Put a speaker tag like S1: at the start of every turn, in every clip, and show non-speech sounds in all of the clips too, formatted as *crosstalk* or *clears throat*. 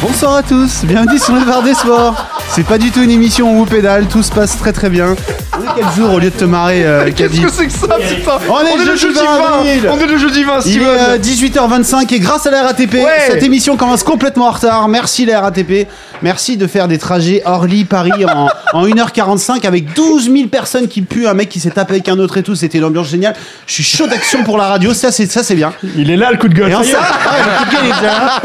S1: Bonsoir à tous, bienvenue sur le bar des sports. C'est pas du tout une émission où on pédale, tout se passe très très bien. On est quel jour au lieu de te marrer, euh,
S2: Qu'est-ce
S1: Caddy
S2: que c'est que ça, putain
S1: On est le jeudi 20 avril.
S2: On est le jeudi 20,
S1: Il est
S2: Steven
S1: euh, 18h25 et grâce à la RATP,
S2: Ouais.
S1: cette émission commence complètement en retard. Merci la RATP, merci de faire des trajets Orly-Paris en, en 1h45 avec 12 000 personnes qui puent, un mec qui s'est tapé avec un autre et tout, c'était une ambiance géniale. Je suis chaud d'action pour la radio, ça c'est ça c'est bien.
S2: Il est là, le coup de gueule
S1: Et en ça, ah, le ticket est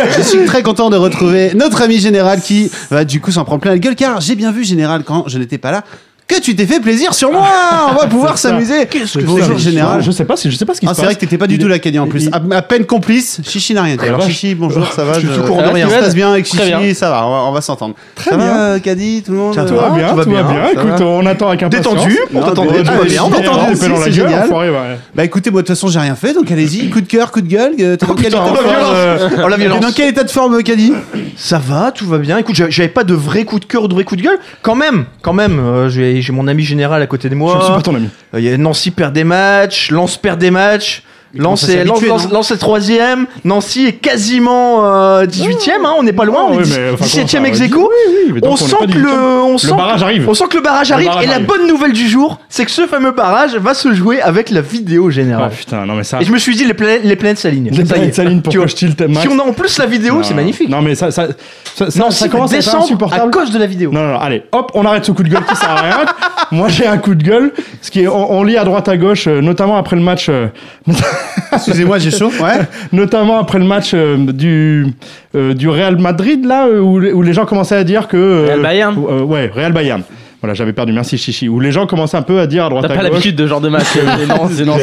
S1: déjà. *laughs* je suis très content de retrouver notre ami général qui va du coup s'en prendre plein la gueule car j'ai bien vu général quand je n'étais pas là que tu t'es fait plaisir sur
S3: *laughs*
S1: moi. On va pouvoir s'amuser. Qu'est-ce
S3: Bonjour,
S1: général
S3: Je sais pas, si- je sais pas ce qui
S1: ah,
S3: se
S1: c'est
S3: passe.
S1: vrai que t'étais pas du
S3: Il
S1: tout
S3: est-
S1: là, Kenny, en plus.
S3: il-
S1: À, à peine complice, Chichi n'a rien dit.
S3: la
S1: Alors,
S3: vache.
S1: Chichi, bonjour, ça va
S3: Je suis tout court
S1: Ça
S3: de
S1: va,
S3: rien.
S1: Ça se passe bien avec
S3: Très
S1: Chichi,
S3: bien.
S1: ça va, on va, on va s'entendre. ça
S3: bien.
S1: va, Caddy, tout le monde
S3: Tiens, tout
S1: euh,
S3: va bien,
S1: ça
S3: Ah, tout va bien.
S1: ça va.
S3: Écoute, on attend avec impatience.
S2: Détendu,
S1: Non,
S2: on t'attendait,
S1: mais-
S2: tout va
S1: Ah,
S2: bien,
S1: mais
S2: on
S1: j'ai-
S2: t'attendait.
S1: j'ai-
S3: T'es dans la
S1: c'est
S3: gueule,
S1: génial.
S3: enfoiré, ouais.
S1: Bah écoutez, moi de toute façon, j'ai rien fait, donc
S3: *coughs*
S1: allez-y. Coup de cœur, coup de gueule. euh, t'es dans quel état de
S2: Oh la
S1: forme,
S2: violence Oh la
S1: euh,
S2: violence
S1: Dans quel état de forme, Caddy
S4: Ça va, tout va bien. Écoute, j'avais j'avais pas de vrai coup de cœur ou de vrai coup de gueule. Quand même, quand même, euh, j'ai j'ai mon ami général à côté de
S3: Je ne suis
S4: moi.
S3: pas ton ami.
S4: Euh, y a Nancy perd des matchs, Lens perd des matchs. Lens
S1: commence à
S4: est, Lens,
S1: s'habituer,
S4: Lens-
S1: non
S4: Lens est troisième, Nancy est quasiment euh, 18ème, hein, on n'est pas loin, on
S3: Ah,
S4: est
S3: oui,
S4: dix-
S3: mais, enfin,
S4: 17ème
S3: comment
S4: ex
S3: ça,
S4: aequo.
S3: oui, oui, mais donc
S4: On
S3: on n'est
S4: sent que
S3: pas du tout-
S4: le, on sent que-
S3: barrage arrive.
S4: On sent que le barrage arrive
S3: barrage
S4: et la
S3: arrive.
S4: bonne nouvelle du jour, c'est que ce fameux barrage va se jouer avec la vidéo
S3: Ah
S4: générale.
S3: putain, non mais ça.
S4: et je me suis dit, les, planètes- les planètes s'alignent.
S3: Les
S4: Ça y est.
S3: planètes s'alignent pour
S4: Tu vois,
S3: que je chill
S4: Si
S3: thème match.
S4: on a en plus la vidéo, c'est
S3: Non,
S4: magnifique.
S3: Non mais ça, ça, ça, ça,
S4: Nancy
S3: ça
S4: va
S3: commence à être
S4: descendre à
S3: insupportable.
S4: cause de la vidéo.
S3: Non, non, non, allez, hop, on arrête ce coup de gueule qui sert à rien. Moi, j'ai un coup de gueule. Ce qui est, on, on lit à droite à gauche, euh, notamment après le match, euh,
S1: Excusez-moi, j'ai chaud. Ouais.
S3: notamment après le match euh, du euh, du Real Madrid là, euh, où, les- où les gens commençaient à dire que euh,
S5: Real Bayern
S3: où, euh, ouais, Real Bayern. Voilà, j'avais perdu. Merci Chichi. Où les gens commençaient un peu à dire à droite
S5: T'as pas
S3: à gauche.
S5: l'habitude de ce genre
S3: *laughs*
S5: de match. euh, non, c'est non.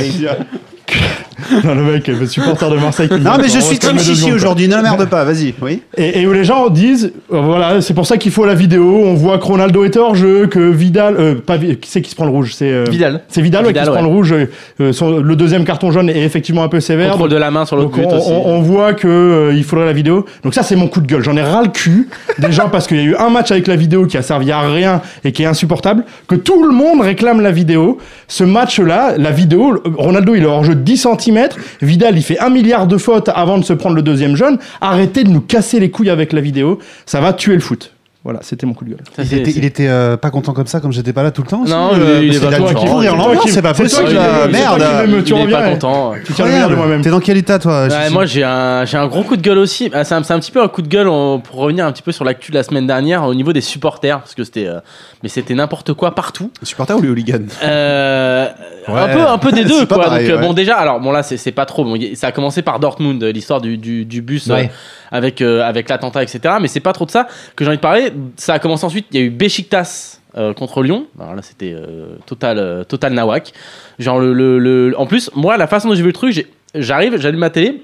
S3: non, le mec, le supporter de Marseille. qui me
S1: Non,
S3: dit,
S1: mais je
S3: on
S1: suis
S3: se calme
S1: comme
S3: deux
S1: Chichi
S3: secondes.
S1: aujourd'hui, ne le merde pas, vas-y. Oui.
S3: Et, et où les gens disent, euh, voilà, c'est pour ça qu'il faut la vidéo. On voit que Ronaldo est hors jeu, que Vidal, euh, pas Vi- qui c'est qui se prend le rouge, c'est euh,
S4: Vidal.
S3: C'est Vidal, ouais,
S5: Vidal,
S3: qui se prend
S5: ouais.
S3: le rouge. euh, euh, son- le deuxième carton jaune est effectivement un peu sévère.
S5: Contrôle de la main sur l'autre
S3: Donc on,
S5: but aussi.
S3: on- on voit que euh, il faudrait la vidéo. Donc ça c'est mon coup de gueule. J'en ai ras le cul *laughs* des gens parce qu'il y a eu un match avec la vidéo qui a servi à rien et qui est insupportable. Que tout le monde réclame la vidéo. Ce match-là, la vidéo, le- Ronaldo il est hors jeu de 10 cm. Vidal il fait un milliard de fautes avant de se prendre le deuxième jaune. Arrêtez de nous casser les couilles avec la vidéo. Ça va tuer le foot. Voilà, c'était mon coup de gueule.
S5: Ça, c'est- c'est-
S1: était euh, pas content comme ça, comme j'étais pas là tout le temps. aussi,
S5: Non,
S1: euh,
S5: il-
S1: parce qu'il
S5: il est pas
S1: a
S5: content.
S1: dû
S5: Il
S1: pourrir
S5: Ah, est
S1: l'ambiance,
S3: pas-
S1: c'est pas
S3: c'est toi
S1: possible,
S3: qui-
S1: la
S3: c'est toi qui
S1: merde.
S3: me- tu
S5: il est
S3: reviens,
S5: pas
S3: ouais.
S5: content.
S3: Tu tiens la merde de moi-même.
S1: T'es dans quel état, toi
S5: Ouais,
S1: Chichi
S5: moi j'ai un, j'ai un gros coup de gueule aussi. Ah, C'est un, c'est un petit peu un coup de gueule on- pour revenir un petit peu sur l'actu de la semaine dernière au niveau des supporters parce que c'était euh, mais c'était n'importe quoi partout.
S1: Supporter ou les hooligans
S5: Euh,
S1: Ouais.
S5: Un peu, un peu des
S1: C'est
S5: deux,
S1: pas
S5: quoi.
S1: pareil,
S5: Donc, euh,
S1: ouais.
S5: bon, déjà, alors, bon, là, c'est c'est pas trop. Bon, y- ça a commencé par Dortmund, euh, l'histoire du, du, du bus euh,
S4: Ouais.
S5: avec, euh, avec l'attentat, etc. Mais c'est pas trop de ça que j'ai envie de parler. Ça a commencé ensuite. Il y a eu Besiktas euh, contre Lyon. Alors là, c'était euh, total, euh, total nawak. Genre, le, le- le- en plus, moi, la façon dont j'ai vu le truc, j'ai- j'arrive, j'allume ma télé.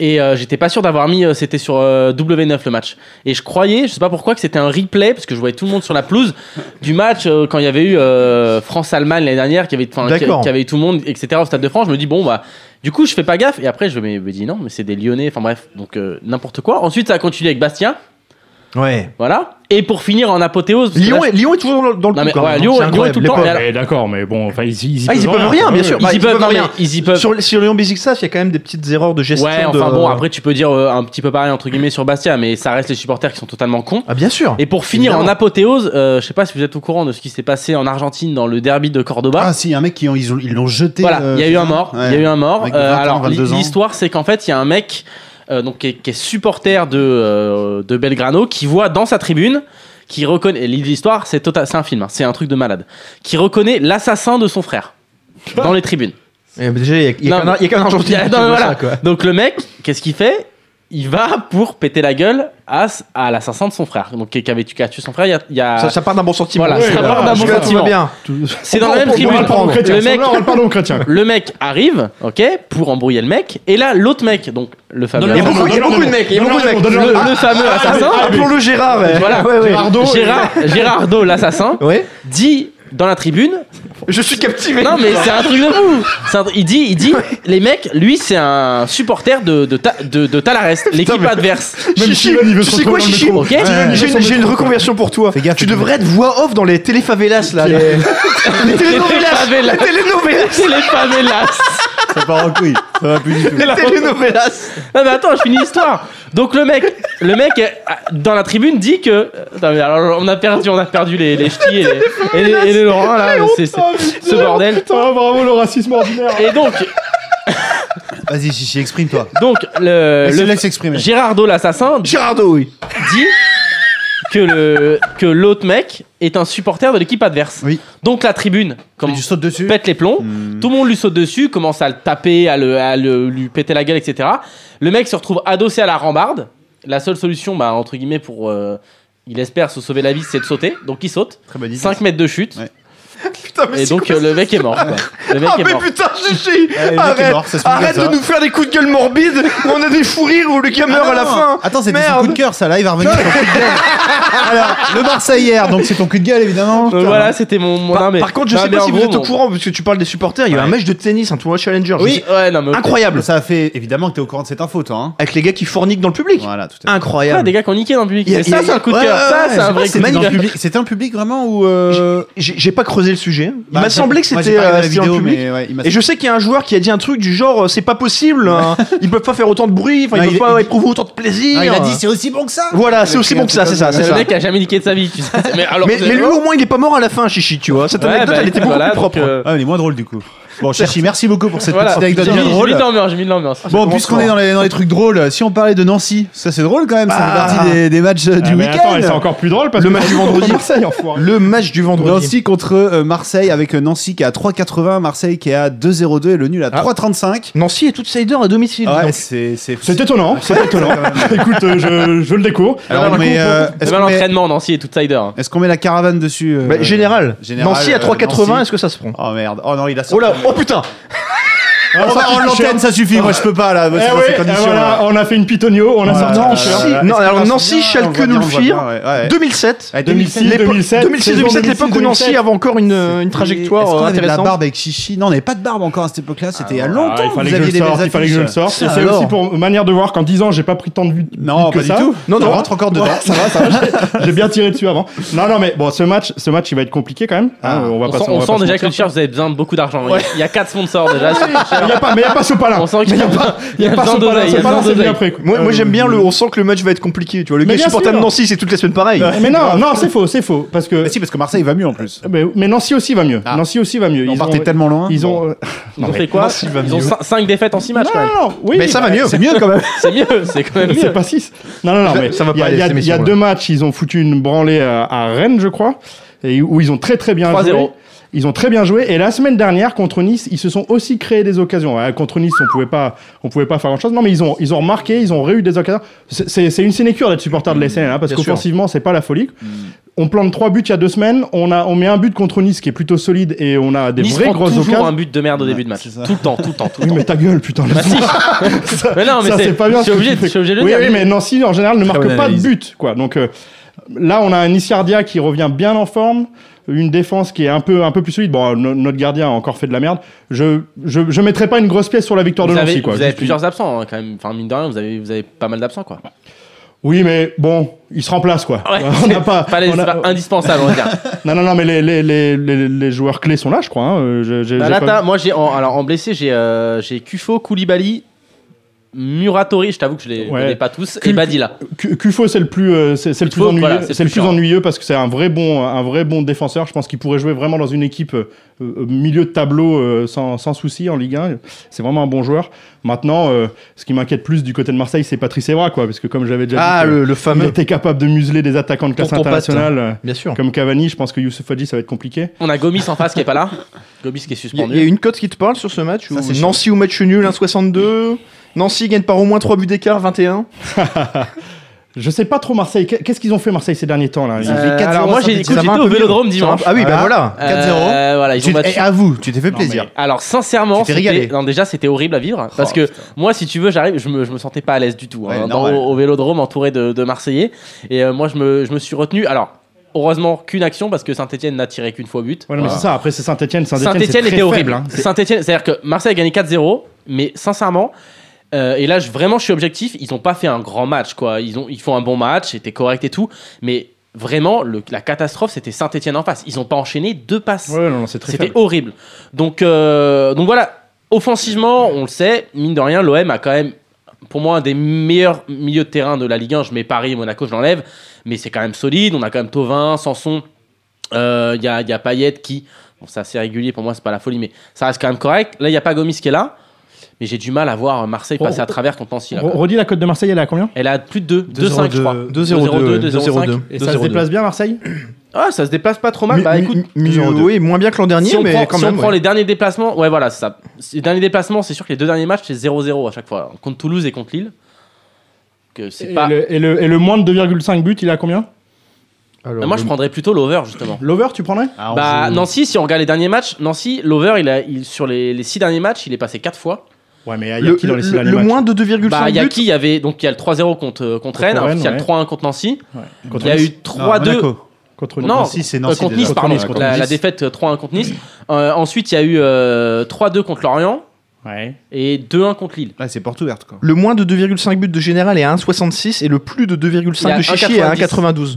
S5: Et euh, j'étais pas sûr d'avoir mis, euh, c'était sur euh, W9 le match. Et je croyais, je sais pas pourquoi, que c'était un replay, parce que je voyais tout le monde sur la pelouse du match euh, quand il y avait eu euh, France-Allemagne l'année dernière, qui avait, enfin, qui,
S1: D'accord.
S5: qui avait eu tout le monde, etc. au Stade de France. Je me dis, bon, bah, du coup, je fais pas gaffe. Et après, je me me dis, non, mais c'est des Lyonnais, enfin bref, donc euh, n'importe quoi. Ensuite, ça a continué avec Bastien,
S4: Ouais.
S5: voilà. Et pour finir en apothéose. parce que
S4: Lyon,
S5: là,
S4: est, Lyon est toujours dans, le- dans le
S5: Non,
S4: coup,
S5: mais
S4: quand
S5: ouais,
S4: même. hein.
S5: Lyon-
S4: C'est
S5: Lyon est
S4: incroyable.
S5: tout le temps-
S4: L'époque-
S5: alors-
S3: Eh, D'accord, mais bon, enfin ils,
S4: Ah, ils y peuvent rien, bien sûr.
S5: Ils
S4: Bah,
S5: y
S4: ils
S5: peuvent,
S4: peuvent
S5: non,
S4: rien.
S5: mais ils y peuvent.
S4: Sur, sur Lyon Basic Sass, il y a quand même des petites erreurs de gestion.
S5: Ouais, enfin
S4: de-
S5: bon, après, tu peux dire euh, un petit peu pareil, entre guillemets, sur Bastien, mais ça reste les supporters qui sont totalement cons.
S4: Ah, bien sûr.
S5: Et pour finir
S4: Évidemment.
S5: en apothéose, euh, je sais pas si vous êtes au courant de ce qui s'est passé en Argentine dans le derby de Cordoba.
S1: Ah, si, un mec qui ont- ils ont- ils l'ont jeté.
S5: voilà,
S1: euh,
S5: il y a eu un mort. Il
S1: ouais.
S5: y a eu un mort.
S1: Avec 20
S5: Euh,
S1: ans,
S5: alors
S1: 22 ans.
S5: l'histoire, c'est qu'en fait, il y a un mec euh, donc qui est, qui est supporter de euh, de Belgrano qui voit dans sa tribune qui reconnaît et l'histoire, c'est total, c'est un film, hein, c'est un truc de malade, qui reconnaît l'assassin de son frère dans les tribunes.
S4: Eh, mais Déjà, il y a- il y a
S5: Non, *laughs*
S4: qu'un- il y a qu'un
S5: Il y
S4: Argentin.
S5: a-
S4: qui
S5: non, mais
S4: fait
S5: voilà.
S4: ça, quoi.
S5: Donc le mec, qu'est-ce qu'il fait il va pour péter la gueule à, s- à l'assassin de son frère, donc qui qui avait tué, qui a tué son frère. Il y a, il y a-
S4: Ça, ça part d'un bon sentiment.
S5: Ah. Voilà,
S3: ça part
S5: d'un
S4: je
S5: bon
S4: vois, tout
S5: sentiment.
S4: va bien.
S5: c'est dans la même
S3: On
S5: tribune.
S3: parle pas aux chrétiens.
S5: Le mec,
S3: On parle pas aux chrétiens.
S5: le mec arrive, ok, pour embrouiller le mec, et là l'autre mec, donc le fameux,
S4: Il
S3: Donne
S4: y a
S3: Non, non,
S4: beaucoup, il y a
S3: non,
S4: beaucoup
S3: non,
S4: de mecs. Il Ah, y a
S3: non,
S4: beaucoup de
S3: non,
S4: mecs.
S3: non, non,
S5: le,
S3: non,
S5: le fameux assassin,
S4: Appelons-le Gérard. ouais.
S5: voilà,
S4: Ouais, ouais.
S3: Gérardo,
S5: Gérard, Gérardo l'assassin,
S4: Ouais.
S5: dit dans la tribune
S4: *laughs* Je suis captivé.
S5: Non mais c'est un truc de fou C'est un tr- Il dit, il dit les mecs, lui c'est un supporter de, de, Ta- de, de Talares, l'équipe adverse.
S3: Même
S4: Chichi,
S3: Steven, il veut
S4: tu
S3: se
S4: sais quoi,
S3: retrouver dans le
S4: Chichi
S3: métro.
S5: Ok
S3: Ouais.
S4: J'ai une, j'ai une reconversion pour toi.
S6: Fais gaffe,
S4: tu
S6: fais
S4: devrais être voix off dans les téléfavelas là. Les, *laughs* les
S6: *laughs*
S4: télénovelas.
S5: favelas.
S4: La télénovelas.
S5: C'est les favelas
S6: Ça part en couille. Ça va plus du tout.
S4: La télénovelas.
S5: Non mais attends, je finis l'histoire. Donc le mec, le mec euh, dans la tribune dit que Attends, mais alors, on a perdu, on a perdu les les ch'tis et les, et les- et les Laurent là, c'est c'est- ce bordel.
S3: Putain, bravo le racisme ordinaire.
S5: Et donc,
S6: Vas-y, Chichi, exprime-toi.
S5: donc le,
S6: Laisse-le
S5: le
S6: s'exprimer.
S5: Gérardo l'assassin
S4: *laughs* Gérardo, oui.
S5: dit que le que l'autre mec est un supporter de l'équipe adverse.
S6: Oui.
S5: Donc la tribune, comme
S6: Tu sautes dessus.
S5: pète les plombs.
S6: Hmm.
S5: Tout le monde lui saute dessus, commence à le taper, à, le, à le- lui péter la gueule, etc. Le mec se retrouve adossé à la rambarde. La seule solution, bah, entre guillemets, pour. euh, il espère se sauver la vie, c'est de sauter. Donc il saute.
S4: Très bonne
S5: 5 mètres de chute.
S6: Ouais.
S4: Putain, mais
S5: Et
S4: c'est
S5: donc
S4: quoi
S5: euh, le mec est mort. quoi. Le mec
S4: Ah
S5: est
S4: mais
S5: mort. *laughs*
S4: putain, Chichi
S6: le mec est
S4: Arrête,
S6: mort, ça se finit
S4: arrête
S6: comme
S4: de
S6: ça.
S4: nous faire des coups de gueule
S5: *laughs*
S4: morbides où on a des fous rires où le gars
S5: Ah
S4: meurt à la
S6: non.
S4: fin
S6: Attends, c'était son
S4: Merde.
S6: coup de cœur, ça. Là, il va revenir sur le coup de gueule.
S1: *laughs*
S6: Alors, le Barça hier, donc c'est ton coup de gueule, évidemment.
S5: Donc, Euh, voilà, c'était mon. mon- non,
S4: Par,
S5: mais-
S4: par contre, je
S5: non,
S4: sais
S5: mais
S4: pas
S5: en
S4: si vous
S5: gros,
S4: êtes au
S5: mon-
S4: courant, parce que tu parles des supporters, il y a eu un match de tennis, un tournoi Challenger, je sais-
S5: Oui, ouais, non, mais. ok.
S4: incroyable,
S6: Ça a fait. Évidemment que t'es au courant de cette info, toi. hein.
S4: avec les gars qui forniquent dans le public.
S6: Voilà, tout à fait.
S5: Ah,
S4: Incroyable.
S5: des gars qui ont niqué dans le public.
S4: Il y a-
S5: Mais
S4: il y
S5: ça,
S4: a-
S5: c'est un coup de
S4: ouais,
S5: cœur.
S4: ouais,
S5: ça,
S4: ouais,
S5: c'est un
S4: je
S5: vrai
S4: sais
S5: coup
S4: pas, c'était
S5: de
S6: Dans le
S5: gueule.
S6: public- C'était un public vraiment ou. euh,
S4: J'ai j'ai pas creusé le sujet. Il
S6: bah,
S4: m'a semblé que
S6: moi, j'ai
S4: c'était
S6: pas regardé la
S4: euh, c'était dans
S6: vidéo,
S4: le public.
S6: mais ouais, il m'a
S4: Et je sais qu'il y a un joueur qui a dit un truc du genre euh, c'est pas
S6: *laughs*
S4: possible, hein, ils peuvent pas faire autant de bruit, enfin
S6: Non,
S4: ils
S6: il-
S4: peuvent pas
S6: il-
S4: éprouver autant de plaisir.
S6: Ah, il a dit c'est aussi bon que ça.
S4: voilà, c'est aussi bon que ça, c'est ça, c'est
S5: Le
S4: ça.
S5: mec a jamais niqué de sa vie.
S4: *laughs*
S5: tu sais. Mais alors.
S4: Mais, mais lui au moins il est pas mort à la fin, chichi, tu vois. Cette
S5: Ouais,
S4: anecdote
S5: bah,
S4: elle était beaucoup
S5: voilà,
S4: plus
S5: donc,
S4: propre.
S5: euh,
S6: Ah, il est moins drôle du coup. Bon, Chichi, merci beaucoup pour cette
S5: Voilà,
S6: petite
S5: j'ai
S6: anecdote bien
S5: mis j'ai mis
S6: drôle.
S5: de l'ambiance, j'ai mis de l'ambiance.
S6: Bon, puisqu'on est dans les, dans les trucs drôles, si on parlait de Nancy, ça c'est drôle quand même, ça
S4: Ah.
S6: fait partie des, des matchs euh, du
S3: Ah, mais attends, et c'est
S6: week-end.
S3: encore plus drôle parce
S4: Le
S3: que
S4: match
S3: c'est
S4: du
S3: contre
S4: vendredi.
S3: Marseille, enfoiré.
S4: Le match du vendredi.
S6: Nancy contre euh, Marseille avec euh, Nancy qui est à 3,80, Marseille qui est à 2,02 et le nul à 3,35.
S4: Nancy est toute sider à domicile.
S6: Ouais,
S4: Ah donc.
S6: c'est c'est
S3: C'est étonnant, c'est
S6: *laughs*
S3: étonnant. Écoute, euh, je, je le découvre.
S6: Alors,
S3: Alors,
S6: mais,
S3: du coup,
S6: euh,
S5: C'est
S6: est-ce
S5: mal
S6: qu'on met,
S5: l'entraînement, Nancy et Outsider. hein.
S6: est-ce qu'on met la caravane dessus euh,
S4: Bah, général.
S6: Général,
S4: Nancy à
S6: euh,
S4: 3,80,
S6: Nancy.
S4: est-ce que ça se prend
S6: Oh merde, oh non, il a sorti.
S4: Oh là, oh putain
S3: on
S6: Oh,
S3: va
S6: bah,
S3: sortir
S6: en
S3: le
S6: l'antenne,
S3: t-shirt.
S6: ça suffit, moi je peux pas là,
S3: Eh
S6: c'est dans
S3: oui,
S6: ces
S3: eh
S6: conditions.
S3: voilà,
S6: là. Euh,
S3: on a fait une pitonio, on a
S6: Voilà,
S3: sorti un
S6: voilà,
S3: chien.
S6: voilà.
S4: Non,
S6: Est-ce
S4: alors
S6: qu'on passe
S4: Nancy,
S6: bien
S4: Schalke,
S6: On voit bien, on voit
S4: Nulfir,
S6: bien, ouais, ouais.
S4: 2007
S6: Ouais,
S3: 2006,
S4: L'époque-
S3: 2007,
S4: 2006-2007, l'époque où
S3: 2006,
S4: Nancy avait encore une, euh, une
S6: Est-ce qu'on
S4: trajectoire euh,
S6: avait de la
S4: intéressante.
S6: barbe avec Chichi Non, on n'avait pas de barbe encore à cette époque-là. C'était il y a
S3: Ah,
S6: longtemps.
S3: il fallait
S6: vous
S3: que je
S6: aviez
S3: le
S6: des belles
S3: sorte, il fallait que je le
S6: affiches.
S3: sorte. Et
S6: Ah,
S3: c'est
S6: alors.
S3: aussi pour manière de voir qu'en 10 ans, j'ai pas pris tant de vues.
S6: Non,
S3: que
S6: pas du
S3: ça.
S6: tout.
S4: Non,
S6: Non,
S4: non.
S6: non, rentre encore dedans. Bah
S3: Ça va, ça va,
S6: *laughs*
S3: j'ai- j'ai bien tiré dessus avant. Non, non, mais bon, ce match, ce match, il va être compliqué quand même.
S6: Ah.
S3: Hein, on va
S5: On
S3: pas
S5: sent,
S3: se-
S5: on
S3: va
S5: sent
S3: pas se
S5: déjà que
S3: mentir.
S5: le Cher, vous avez besoin de beaucoup d'argent. Il y a- Il y a 4 sponsors déjà. sur le t-shirt.
S3: Mais y a pas, mais y a pas Sopalin.
S5: On sent qu'il
S3: Mais
S5: y
S3: y
S5: a-
S3: a pas,
S5: il y a
S3: pas
S5: besoin
S3: Sopalin.
S5: d'oseille, il y a
S3: Sopalin,
S5: besoin
S3: c'est
S5: d'oseille.
S3: bien après. quoi.
S4: Moi, moi
S3: Euh,
S4: j'aime bien le. On sent que le match va être compliqué. Tu vois, le
S3: Mais
S4: gars
S3: bien
S4: supporter de
S3: sûr.
S4: Nancy, c'est toutes les semaines pareil.
S5: Bah,
S3: Euh, Mais non, non, c'est faux, c'est faux, parce que.
S6: Mais si, parce que Marseille va mieux en plus.
S3: Mais, mais Nancy aussi va mieux.
S6: Ah.
S3: Nancy aussi va mieux.
S6: On
S3: Ils
S6: partait
S3: ont-
S6: tellement loin.
S3: Ils ont. euh,
S5: Ils ont
S3: mais-
S5: fait quoi
S3: Nancy va
S5: Ils ont
S3: mieux.
S5: 5 défaites en 6 matchs quand
S3: Non,
S5: même.
S3: non, non, oui,
S4: Mais ça va
S3: bah,
S4: mieux.
S3: C'est
S6: mieux quand même.
S5: C'est mieux, c'est quand même
S3: C'est
S5: mieux.
S3: pas 6. Non, non, non, mais
S4: euh, Ça va pas
S3: il y a-
S4: aller,
S3: il y a-
S4: cette
S3: Il y a
S4: émission-là.
S3: deux matchs, ils ont foutu une branlée à, à Rennes, je crois, et où ils ont très très bien joué.
S5: 3-0.
S3: Ils ont très bien joué. Et la semaine dernière, contre Nice, ils se sont aussi créés des occasions. Ouais, contre Nice, on pouvait pas, on pouvait pas faire grand chose. Non, mais ils ont, ils ont remarqué, ils ont réu des occasions. C'est- C'est c'est une sénécure d'être supporter de l'SN, hein, parce
S4: Bien sûr. Hmm.
S3: qu'offensivement, c'est pas la folie. On plante trois buts il y a deux semaines. On a, on met un but contre Nice qui est plutôt solide et on a des
S5: Nice
S3: vraies
S5: prend
S3: grosses
S5: toujours un
S3: occasions.
S5: but de merde au début de match.
S6: c'est ça.
S5: Tout le temps, tout le temps, tout le
S3: Oui,
S5: temps.
S3: mais ta gueule, putain.
S5: Bah si.
S3: Ça-
S5: Mais non, mais
S3: ça,
S5: c'est-
S3: c'est pas bien.
S5: je
S3: ce
S5: suis
S3: que
S5: obligé-
S3: tu fais.
S5: je suis obligé de le
S3: oui,
S5: dire.
S3: Oui, mais Nancy, en général, ne marque
S4: bonne
S3: pas de
S4: analyse.
S3: but. Quoi. Donc euh, là, on a un Isiardia qui revient bien en forme, une défense qui est un peu, un peu plus solide. Bon, no- notre gardien a encore fait de la merde. Je je, je mettrai pas une grosse pièce sur la victoire
S5: Vous
S3: de
S5: avez,
S3: Nancy. Quoi.
S5: vous avez
S3: Juste une-
S5: plusieurs absents hein, quand même. Enfin, mine de rien, vous avez, vous avez pas mal d'absents quoi.
S3: Oui, mais bon, il se remplace. Quoi. *laughs* on n'a pas.
S5: Pas les-
S3: on a-
S5: c'est pas indispensable, on va dire.
S3: Non, non, non, mais les, les, les, les, les joueurs clés sont là, je crois. hein. Euh, je- j'ai-
S5: Bah,
S3: j'ai
S5: là,
S3: pas-
S5: t'as- moi j'ai en, alors en blessé j'ai euh, j'ai Kufo, Koulibaly, Muratori, je t'avoue que je les
S3: Ouais.
S5: connais pas tous,
S3: Kul-
S5: et Badila.
S3: Cu- Cufo, c'est le plus, euh, c'est c'est le plus
S5: Cufo,
S3: ennuyeux,
S5: voilà, c'est le
S3: c'est le
S5: plus
S3: plus
S5: chiant.
S3: ennuyeux parce que c'est un vrai bon, un vrai bon défenseur. Je pense qu'il pourrait jouer vraiment dans une équipe euh, euh, milieu de tableau euh, sans, sans souci en Ligue 1. C'est vraiment un bon joueur. Maintenant, euh, ce qui m'inquiète plus du côté de Marseille, c'est Patrice Evra, quoi, parce que comme j'avais déjà
S4: Ah,
S3: dit, que
S4: le, le
S3: il
S4: fameux.
S3: était capable de museler des attaquants de classe
S4: Tonton Pat.
S3: internationale euh,
S4: Bien sûr.
S3: comme Cavani. Je pense que Youssouf Hadji, ça va être compliqué.
S5: On a Gomis en face qui est pas là. Gomis
S4: Il
S5: qui est
S4: y a-
S5: suspendu.
S4: il y a une cote qui te parle sur ce match
S6: Ça,
S4: où
S6: c'est chaud.
S4: Nancy ou match nul 1,62 Nancy gagne par au moins 3 buts d'écart, 21.
S3: Je sais pas trop Marseille. Qu'est- Qu'est-ce qu'ils ont fait Marseille ces derniers temps là ils-
S4: Euh,
S6: fait 4-0
S5: alors moi, j'ai-
S6: à
S5: écoute,
S6: Saint-Etienne.
S5: j'étais au Vélodrome dimanche.
S4: Ah oui, bah
S6: Ah.
S4: voilà.
S6: 4-0.
S5: Euh, voilà, ils ont
S6: Tu-
S5: battu.
S6: eh, à vous, tu t'es fait plaisir.
S5: Alors sincèrement,
S6: Tu t'es
S5: c'était-
S6: régalé.
S5: non, déjà c'était horrible à vivre parce que moi, si tu veux, j'arrive, je me, je me sentais pas à l'aise du tout hein,
S6: Ouais,
S5: dans-
S6: normal.
S5: au, au Vélodrome entouré de, de Marseillais et euh, moi je me, je me suis retenu. Alors heureusement qu'une action parce que Saint-Étienne n'a tiré qu'une fois but.
S3: Ouais, non, mais c'est ça. Après, c'est Saint-Etienne. Saint-Etienne,
S5: Saint-Etienne était horrible.
S3: Hein. C'est-
S5: Saint-Etienne, c'est-à-dire que Marseille a gagné 4-0, mais sincèrement, euh, et là je, vraiment je suis objectif, ils n'ont pas fait un grand match quoi. Ils, ont, ils font un bon match, c'était correct et tout, mais vraiment le- la catastrophe c'était Saint-Etienne en face. Ils n'ont pas enchaîné deux passes.
S3: Ouais, non, non, c'est très
S5: hein. C'était
S3: faible.
S5: horrible. Donc, euh, donc voilà, offensivement, on le sait, mine de rien, l'OM a quand même, pour moi, un des meilleurs milieux de terrain de la Ligue 1. Je mets Paris et Monaco, je l'enlève, mais c'est quand même solide. On a quand même Tovin, Sanson, euh, il y, a, il y a Payet qui, bon, c'est assez régulier, pour moi, c'est pas la folie, mais ça reste quand même correct. Là, il n'y a pas Gomis qui est là, mais j'ai du mal à voir Marseille passer à travers quand Nancy. là,
S3: Re- Redis la cote de Marseille, elle est à combien
S5: Elle a plus de 2, 2,5 je crois.
S4: 2-0-2,
S5: 2,05.
S4: 2-0-2.
S3: Et ça se déplace bien Marseille
S5: Ah, ça se déplace pas trop mal. Bah écoute,
S4: Oui, moins bien que l'an dernier,
S5: si on
S4: mais
S5: prend,
S4: quand
S5: si on
S4: même.
S5: prend
S4: ouais.
S5: les derniers déplacements, ouais, voilà, c'est ça. Les derniers déplacements, c'est sûr que les deux derniers matchs, c'est 0-0 à chaque fois, hein, contre Toulouse et contre Lille. Que c'est
S3: et,
S5: pas.
S3: le, et, le, et le moins de 2,5 buts, il est à combien
S5: Bah, moi, je prendrais plutôt l'over, justement.
S3: L'over, tu prendrais
S5: bah, Nancy, si on regarde les derniers matchs, Nancy, l'over, il a, il- sur les, les six derniers matchs, il est passé 4 fois.
S3: Ouais, mais il y a
S4: Le,
S3: qui dans les six
S4: le-
S3: derniers
S4: le
S3: matchs
S4: moins de 2,5
S5: Bah, il y a
S4: buts.
S5: qui Il y avait. Donc, il y a le 3-0 contre, euh, contre Rennes,
S3: Rennes,
S5: ensuite, il y a le
S3: ouais.
S5: 3-1 contre Nancy, Euh,
S3: Ouais.
S5: il y a eu 3-2.
S3: Contre
S5: Non,
S6: Nancy, c'est Nancy
S5: euh, contre
S6: déjà.
S5: Nice, pardon.
S3: Contre Nice, contre
S5: la, la
S3: Nice.
S5: défaite euh, 3-1 contre Nice. Euh, ensuite, il y a eu euh, 3-2 contre Lorient
S3: Ouais.
S5: et 2-1 contre Lille.
S6: Là, c'est porte ouverte, quoi.
S4: Le moins de 2,5 buts de général est à 1,66 et le plus de
S5: Il y
S4: 2,5
S5: a
S4: de Chichi est à
S5: 1,92.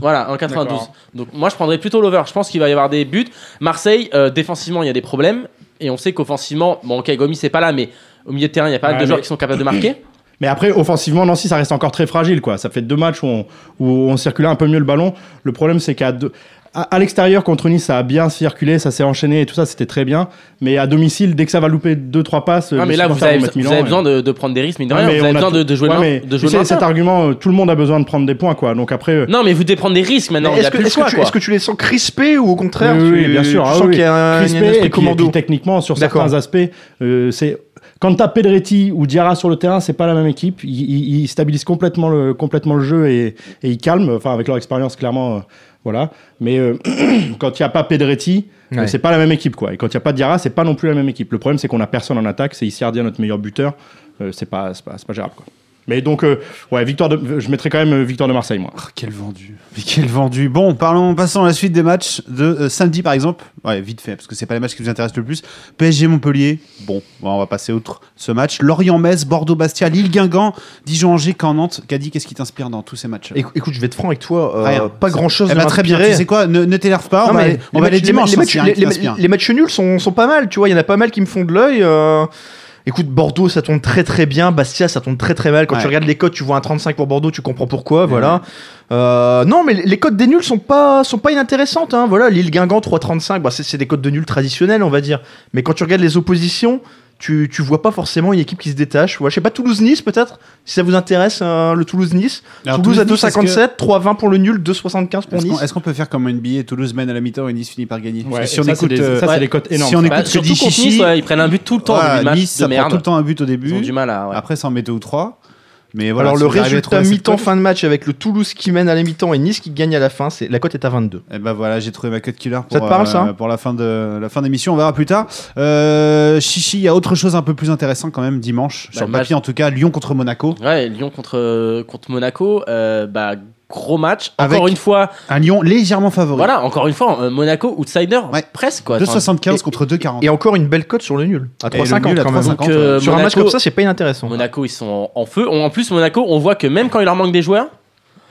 S4: 1,92.
S5: Voilà, 1,92.
S3: D'accord.
S5: Donc moi je prendrais plutôt l'over. Je pense qu'il va y avoir des buts. Marseille, euh, défensivement, il y a des problèmes. Et on sait qu'offensivement, bon ok, Gomis c'est pas là, mais au milieu de terrain, il y a pas mal
S3: Ouais,
S5: de
S3: mais-
S5: joueurs qui sont capables de marquer.
S3: Mais après, offensivement, Nancy, ça reste encore très fragile. Quoi. Ça fait deux matchs où on, où on circulait un peu mieux le ballon. Le problème, c'est qu'à deux- à, à l'extérieur, contre Nice, ça a bien circulé, ça s'est enchaîné et tout ça, c'était très bien. Mais à domicile, dès que ça va louper deux, trois passes,
S5: Ah,
S3: les
S5: mais là, vous
S3: supporters
S5: avez,
S3: vont mettre
S5: vous
S3: Milan,
S5: avez
S3: et-
S5: besoin de, de prendre des risques, mais de
S3: Ouais,
S5: rien.
S3: mais
S5: vous avez
S3: on a
S5: besoin
S3: tout-
S5: de, de jouer
S3: Ouais,
S5: le main-
S3: mais
S5: de
S3: tu
S5: jouer
S3: sais,
S5: le maintien.
S3: cet argument, euh, tout le monde a besoin de prendre des points. quoi. Donc après, euh,
S5: Non, mais vous devez prendre des risques maintenant. Il y
S4: Est-ce
S5: a
S4: que,
S5: plus le
S4: est-ce
S5: choix,
S4: que tu,
S5: quoi.
S4: est-ce que tu les sens crispés ou au contraire
S3: Oui, oui,
S4: tu,
S3: bien sûr,
S4: tu
S3: ah
S4: sens
S3: oui.
S4: qu'il y a un, il y a un
S3: crispé,
S4: aspect
S3: et puis, et
S4: commando
S3: puis techniquement sur
S4: D'accord.
S3: certains aspects euh, c'est quand t'as Pedretti ou Diarra sur le terrain c'est pas la même équipe ils, ils- ils stabilisent complètement le complètement le jeu et, et ils calment enfin avec leur expérience clairement euh, voilà mais euh, *clears throat* quand il y a pas Pedretti euh,
S4: Ouais.
S3: c'est pas la même équipe quoi et quand il y a pas Diarra c'est pas non plus la même équipe le problème c'est qu'on a personne en attaque c'est Icardi notre meilleur buteur Euh, c'est pas c'est pas, c'est pas gérable quoi mais donc euh, ouais victoire de, je mettrais quand même euh, victoire de Marseille moi
S6: Ah, quel vendu. Mais quel vendu. Bon, parlons, passons à la suite des matchs de euh, samedi par exemple. Ouais, vite fait, parce que c'est pas les matchs qui vous intéressent le plus. PSG Montpellier. Bon, bon, on va passer outre ce match. Lorient-Metz, Bordeaux-Bastia, Lille-Guingamp, Dijon-Angers, Caen-Nantes. Caddy, qu'est-ce qui t'inspire dans tous ces matchs
S4: Écou- Ah, Écoute, je vais être franc avec toi, euh,
S6: Rien.
S4: pas grand chose.
S6: Eh ben, très bien. Tu sais quoi Ne, ne t'énerve pas. On va aller, on va aller dimanche.
S4: Les
S6: hein,
S4: matchs,
S6: s'il y a rien
S4: les-
S6: qui
S4: les-
S6: t'inspire.
S4: les matchs nuls sont, sont pas mal, tu vois. Il y en a pas mal qui me font de l'œil. euh, Écoute, Bordeaux, ça tombe très très bien. Bastia, ça tombe très très mal. Quand
S6: Ouais. Eh
S4: tu regardes les codes, tu vois un 35 pour Bordeaux, tu comprends pourquoi, voilà. Euh, non, mais les- les codes des nuls sont pas, sont pas inintéressantes. Hein. Voilà, Lille Guingamp 3,35, bah, c'est c'est des codes de nuls traditionnels, on va dire. Mais quand tu regardes les oppositions, tu, tu vois pas forcément une équipe qui se détache. Ouais, je sais pas, Toulouse-Nice peut-être, si ça vous intéresse, euh, le Toulouse-Nice.
S6: Alors,
S4: Toulouse à
S6: Toulouse-Nice, est-ce
S4: 2,57, 3,20 pour le nul, 2,75 pour
S6: Est-ce qu'on
S4: Nice.
S6: est-ce qu'on peut faire comme NBA Toulouse mène à la mi-temps et Nice finit par gagner Parce que
S3: Ouais,
S6: Si on
S3: ça, c'est
S6: écoute,
S3: des-
S6: euh,
S3: ça c'est
S5: ouais.
S3: des cotes énormes
S6: si on
S3: ça.
S6: écoute ce
S5: Bah,
S6: que
S5: surtout
S6: dit
S5: contre
S6: Chichi,
S5: Nice, ouais, ils prennent un but tout le temps. au
S6: voilà,
S5: début de match
S6: Nice,
S5: de
S6: ça prend
S5: merde.
S6: tout le temps un but au
S5: Ils ont du
S6: début.
S5: mal à. ouais.
S1: Ah.
S6: Après, ça en met deux ou trois. Mais voilà,
S4: Alors
S6: si
S4: le
S6: vous arrivez à
S4: résultat
S6: trouver cette
S4: mi-temps
S6: cote,
S4: fin de match avec le Toulouse qui mène à la mi-temps et Nice qui gagne à la fin, c'est la cote est à 22.
S6: Eh ben voilà, j'ai trouvé ma cut killer pour,
S4: Ça te parle,
S6: euh,
S4: ça
S6: pour la fin de la fin d'émission. On verra plus tard. Euh, Chichi, il y a autre chose un peu plus intéressant quand même dimanche
S5: Bah,
S6: sur le
S5: match-
S6: papier en tout cas. Lyon contre Monaco.
S5: Ouais, Lyon contre, contre Monaco, euh, bah, gros match. Encore
S6: Avec-
S5: une fois,
S6: Un Lyon légèrement favori.
S5: voilà, encore une fois, euh, Monaco, outsider,
S6: Ouais.
S5: presque quoi. Enfin,
S6: 2,75
S4: et-
S6: contre 2,40.
S4: Et encore une belle cote sur le nul à
S6: Et le
S4: 3,50
S6: nul à
S4: quand même.
S6: 3,50,
S5: Donc, euh,
S6: ouais.
S4: Sur un match
S5: Monaco-
S4: comme ça, c'est pas inintéressant.
S5: Monaco, ils sont en feu. En plus, Monaco, on voit que même quand il leur manque des joueurs,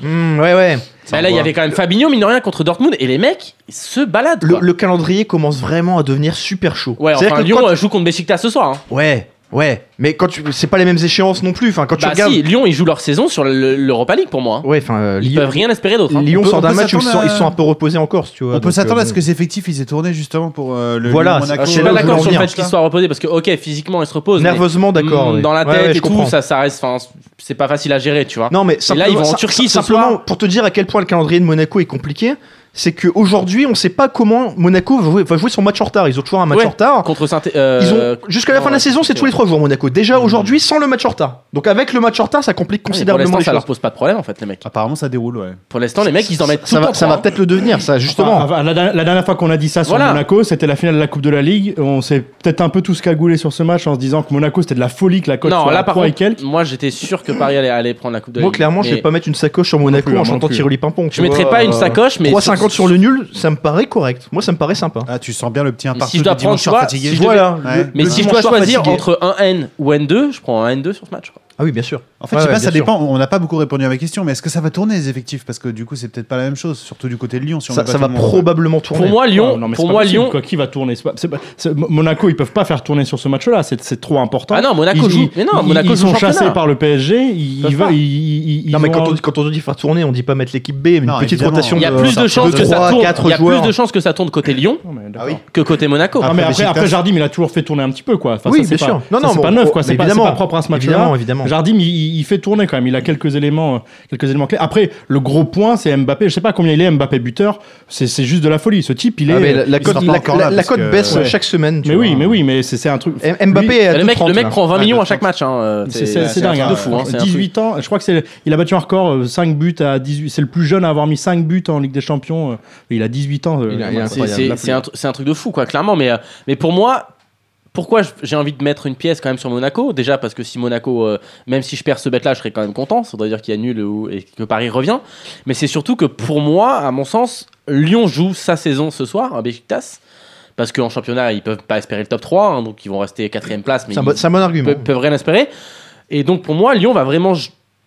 S4: Hmm, ouais ouais.
S5: bah là, il y avait quand même Fabinho, mine de rien, contre Dortmund, et les mecs, ils se baladent.
S4: Le,
S5: quoi.
S4: le calendrier commence vraiment à devenir super chaud.
S5: Ouais,
S4: C'est-à-dire
S5: enfin,
S4: que
S5: Lyon
S4: quand-
S5: euh, joue contre Besiktas ce soir. hein.
S4: Ouais, ouais. Mais quand tu, c'est pas les mêmes échéances non plus. Enfin, quand tu
S5: Bah
S4: regardes,
S5: si, Lyon, ils jouent leur saison sur le- l'Europa League pour moi. hein.
S4: ouais, enfin, euh,
S5: Ils
S4: Lyon,
S5: peuvent rien espérer d'autre. hein.
S4: Lyon
S6: On peut-
S4: sort
S6: on
S4: d'un
S6: peut
S4: match, où ils sont,
S6: s'attendre à-
S4: ils sont un peu reposés en Corse, tu vois.
S6: On peut
S4: donc,
S6: s'attendre
S4: euh,
S6: à ce que les effectifs ils aient tourné justement pour euh, le euh,
S4: Voilà,
S6: Lyon Monaco.
S5: Ah, je suis
S4: c'est
S5: pas
S4: là où
S5: d'accord
S4: je
S5: sur le
S4: veux en
S5: fait
S4: venir.
S5: qu'ils soient reposés parce que, ok, physiquement, ils se reposent. mais,
S4: nerveusement, d'accord.
S5: mm,
S4: oui.
S5: Dans la
S4: Ouais, ouais,
S5: tête
S4: je
S5: et tout,
S4: comprends.
S5: ça, ça reste. enfin, C'est pas facile à gérer, tu vois.
S4: Non, mais
S5: là, ils vont en
S4: sim-
S5: Turquie ce
S4: simplement
S5: soir.
S4: pour te dire à quel point le calendrier de Monaco est compliqué. c'est qu'aujourd'hui, on sait pas comment Monaco va jouer, va jouer son match en retard. Ils ont toujours un match
S5: Ouais.
S4: en retard.
S5: Contre Saint-
S4: Ils
S5: euh,
S4: ont jusqu'à la
S5: non,
S4: fin de la saison, c'est tous les trois jours Monaco. Déjà aujourd'hui, sans le match en retard. Donc avec le match en retard, ça complique
S5: Ouais, Ah Pour
S4: considérablement
S5: l'instant,
S4: les
S5: ça
S4: choses.
S5: leur pose pas de problème en fait, les mecs.
S6: Apparemment, ça déroule, ouais.
S5: Pour l'instant, les mecs, ils en mettent tout
S4: ça
S5: le temps
S4: va, ça
S5: trois,
S4: va
S5: hein.
S4: peut-être le devenir, ça justement.
S3: Ah, Enfin, la, la dernière fois qu'on a dit ça sur
S5: Voilà.
S3: Monaco, c'était la finale de la Coupe de la Ligue. On s'est peut-être un peu tous cagoulés sur ce match en se disant que Monaco c'était de la folie que la cote
S5: Non,
S3: soit
S5: là
S3: à
S5: par
S3: 3 et
S5: contre,
S3: quelques.
S5: moi j'étais sûr que Paris allait, allait prendre la Coupe de la
S4: Moi
S5: Ligue,
S4: clairement, je
S5: Ah, mais
S4: vais pas mettre une sacoche sur Monaco
S3: plus,
S4: en
S3: moi non
S4: chantant
S3: plus.
S4: Tiroli Pimpon.
S5: Je mettrais pas une sacoche, mais.
S4: 3,50 sur le nul, ça me paraît correct. Moi, ça me paraît sympa.
S6: Ah, tu sens bien le petit un
S5: Mais
S6: partout
S5: si je dois
S6: du dimanche
S5: prendre, tu vois,
S6: fatigué.
S5: si je
S4: Voilà.
S6: Ouais.
S5: Mais
S4: Le
S5: si je dois
S4: dimanche soir
S5: choisir
S4: fatigué.
S5: entre un N ou N2, je prends un N2 sur ce match. quoi.
S4: Ah oui, bien sûr.
S6: En fait,
S4: Ouais,
S6: je sais
S4: ouais,
S6: pas, ça
S4: bien sûr.
S6: dépend. On n'a pas beaucoup répondu à ma question, mais est-ce que ça va tourner les effectifs Parce que du coup, c'est peut-être pas la même chose, surtout du côté de Lyon. Si on
S4: Ça,
S6: n'a pas
S4: ça
S6: tout
S4: va
S6: le monde.
S4: probablement tourner.
S5: Pour moi, Lyon,
S3: Ouais, Oh, non, mais
S5: pour
S3: c'est pas
S5: moi,
S3: possible,
S5: Lyon.
S3: quoi. Qui va tourner C'est pas- c'est pas- c'est- Monaco, ils peuvent pas faire tourner sur ce match-là. C'est c'est trop important.
S5: Ah non, Monaco
S3: Ils-
S5: joue.
S3: ils-
S5: Mais non,
S3: ils-
S5: Monaco
S3: ils
S5: joue
S3: sont
S5: au championnat.
S3: chassés par le PSG. Ils,
S5: peuvent
S3: ils,
S5: pas.
S3: ils, ils, ils
S4: Non, mais
S3: ont
S4: quand
S3: un-
S4: on, dit- quand on dit faire tourner, on dit pas mettre l'équipe B, mais une
S6: Non,
S4: petite
S6: évidemment.
S4: rotation.
S5: Il y a
S3: euh,
S4: de-
S5: plus de chances
S4: de
S5: que ça
S4: trois,
S5: tourne.
S4: quatre
S5: Il y a plus
S4: joueurs.
S5: de chances que ça tourne côté Lyon
S3: Non, mais d'accord.
S4: Ah oui. Ah,
S5: que côté Monaco.
S3: Non, mais après,
S6: Beşiktaş.
S3: après Jardim, il a toujours fait tourner un petit peu, quoi. Enfin,
S4: Oui,
S3: ça, c'est
S4: bien
S3: pas-
S4: sûr. Non,
S3: ça,
S4: non,
S3: c'est
S4: mais
S3: pas
S4: on-
S3: neuf, quoi.
S4: mais
S3: C'est pas, c'est
S4: évidemment.
S3: pas propre à ce match-là.
S4: Évidemment, évidemment.
S3: Jardim, il, il fait tourner quand même. Il a quelques éléments, euh, quelques éléments clés. Après, le gros point, c'est Mbappé. Je sais pas combien il est, Mbappé buteur. C'est c'est juste de la folie. Ce type, il est.
S4: Ah, mais la- la
S6: il
S4: cote
S6: sera pas
S4: la-
S6: encore là,
S4: la- la
S6: parce
S4: cote
S6: que-
S4: baisse
S3: ouais.
S4: chaque semaine. tu
S3: Mais
S4: vois.
S3: oui, mais oui, mais c'est c'est un truc.
S4: M- Mbappé est à
S5: Le mec, le
S4: 2,30,
S5: mec
S4: là. Ah,
S5: prend 20 millions à
S6: 2,30.
S5: chaque match. hein, euh,
S3: C'est- C'est c'est dingue.
S5: un truc
S3: hein.
S5: de fou. hein, c'est un truc-
S3: 18 ans, je crois que c'est il a battu un record euh, 5 buts à 18, c'est le plus jeune à avoir mis 5 buts en Ligue des Champions. euh, Il a 18 ans. euh,
S4: Il a-
S3: le
S4: il a
S3: mec,
S5: C'est-
S3: incroyable.
S5: C'est c'est un, tru- c'est un truc de fou, quoi, clairement. Mais, euh, mais pour moi, pourquoi je- j'ai envie de mettre une pièce quand même sur Monaco Déjà parce que si Monaco, euh, même si je perds ce bet-là, je serais quand même content. Ça voudrait dire qu'il y a nul ou- et que Paris revient. Mais c'est surtout que pour moi, à mon sens, Lyon joue sa saison ce soir à Béjiktas. Parce qu'en championnat, ils peuvent pas espérer le top 3, hein, donc ils vont rester quatrième place. Mais
S4: C'est un
S5: ils-
S4: bon- c'est un bon argument.
S5: peu- peuvent rien espérer. Et donc pour moi, Lyon va vraiment.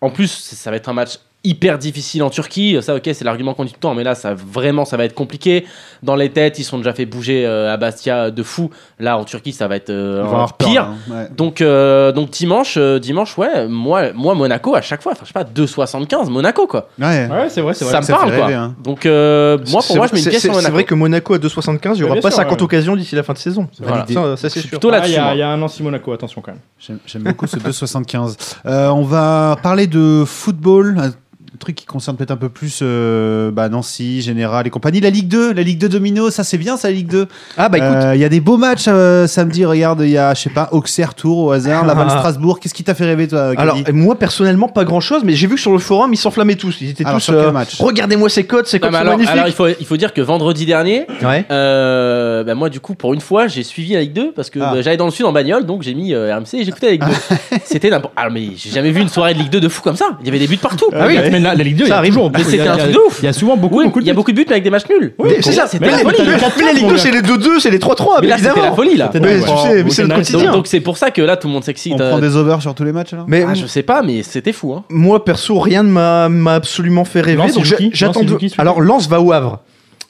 S5: En plus, ça ça va être un match hyper difficile en Turquie. Ça, ok, c'est l'argument qu'on dit tout le temps, mais là, ça vraiment, ça va être compliqué. Dans les têtes, ils sont déjà fait bouger euh, à Bastia de fou. Là, en Turquie, ça va être euh,
S6: Il va
S5: encore
S6: avoir peur,
S5: pire.
S6: là, hein. Ouais.
S5: Donc, euh, donc dimanche, euh, dimanche, ouais, moi, moi, Monaco à chaque fois, enfin, je sais pas, 2,75 Monaco quoi.
S6: Ouais.
S3: Ouais, c'est vrai, c'est vrai.
S5: ça me
S6: ça
S5: parle
S6: fait
S5: quoi.
S6: rêver, hein.
S5: Donc, euh, moi,
S4: C'est-
S5: pour moi, je mets une
S4: c'est-
S5: pièce
S4: c'est-
S5: sur Monaco.
S4: C'est vrai que Monaco à 2,75, il n'y aura
S3: Mais bien
S4: pas
S3: sûr,
S4: 50
S3: ouais.
S4: occasions d'ici la fin de saison.
S5: Voilà.
S4: Ça, ça, c'est sûr.
S5: plutôt
S3: Ah, il
S5: là-dessus.
S3: y, a-
S5: moi.
S3: il y a un Nancy Monaco, attention quand même.
S6: J'aime j'aime beaucoup ce 2,75. Euh, on va parler de football, un truc qui concerne peut-être un peu plus euh, bah, Nancy, Général et compagnie. La Ligue 2, la Ligue 2 Domino, ça c'est bien ça, la Ligue 2.
S4: Ah bah
S6: Euh,
S4: écoute,
S6: Il y a des beaux matchs euh, samedi, regarde, il y a, je sais pas, Auxerre, Tours au hasard,
S4: *laughs*
S6: Laval,
S4: Ah.
S6: Strasbourg. Qu'est-ce qui t'a fait rêver toi, Caddy
S4: alors moi personnellement pas grand chose, mais j'ai vu que sur le forum ils s'enflammaient tous. Ils étaient
S6: Alors,
S4: tous.
S6: sur quel
S4: euh,
S6: match
S4: Regardez-moi ces codes, ces
S5: Non,
S4: codes
S5: mais
S4: sont
S5: alors, alors, il,
S4: magnifiques.
S5: faut, il faut dire que vendredi dernier,
S4: Ouais.
S5: Euh, bah moi du coup pour une fois j'ai suivi la Ligue 2 parce que
S6: Ah.
S5: bah, j'allais dans le sud en bagnole donc j'ai mis euh, RMC et j'écoutais la Ligue
S4: *laughs*
S5: 2 c'était n'importe ah mais j'ai jamais vu une soirée de Ligue 2 de fou comme ça il y avait des buts partout
S3: Ah oui, mais la, la Ligue 2,
S4: Ça
S3: il y a
S4: arrive.
S3: toujours.
S5: Mais
S3: beaucoup- il y a-
S5: c'était un
S3: il y a-
S5: truc de ouf.
S3: Il y a souvent beaucoup,
S5: Oui,
S3: beaucoup
S5: il y a
S3: de buts.
S5: beaucoup de buts mais avec des matchs nuls
S4: Mais C'est ça,
S5: c'était
S4: mais
S5: la
S4: les-
S5: folie
S4: mais la Ligue 2,
S5: donc
S4: c'est les 2-2, c'est les 3-3,
S5: Mais
S4: bien
S5: là, c'était
S4: évidemment.
S5: la folie, là.
S4: Mais tu
S3: Ouais.
S4: sais, mais
S3: Bon,
S4: c'est le
S3: bon,
S4: quotidien.
S5: donc c'est pour ça que là tout le monde s'excite
S6: On
S5: euh,
S6: prend des overs sur tous les matchs là
S4: Mais
S5: ah, je sais pas mais c'était fou hein.
S4: moi perso rien ne m'a m'a absolument fait rêver
S3: Lens,
S4: donc
S3: il joue
S4: j'a-
S3: qui
S4: j'attends
S3: Lens, il
S4: de-
S3: joue qui, celui-là
S4: alors Lens va au Havre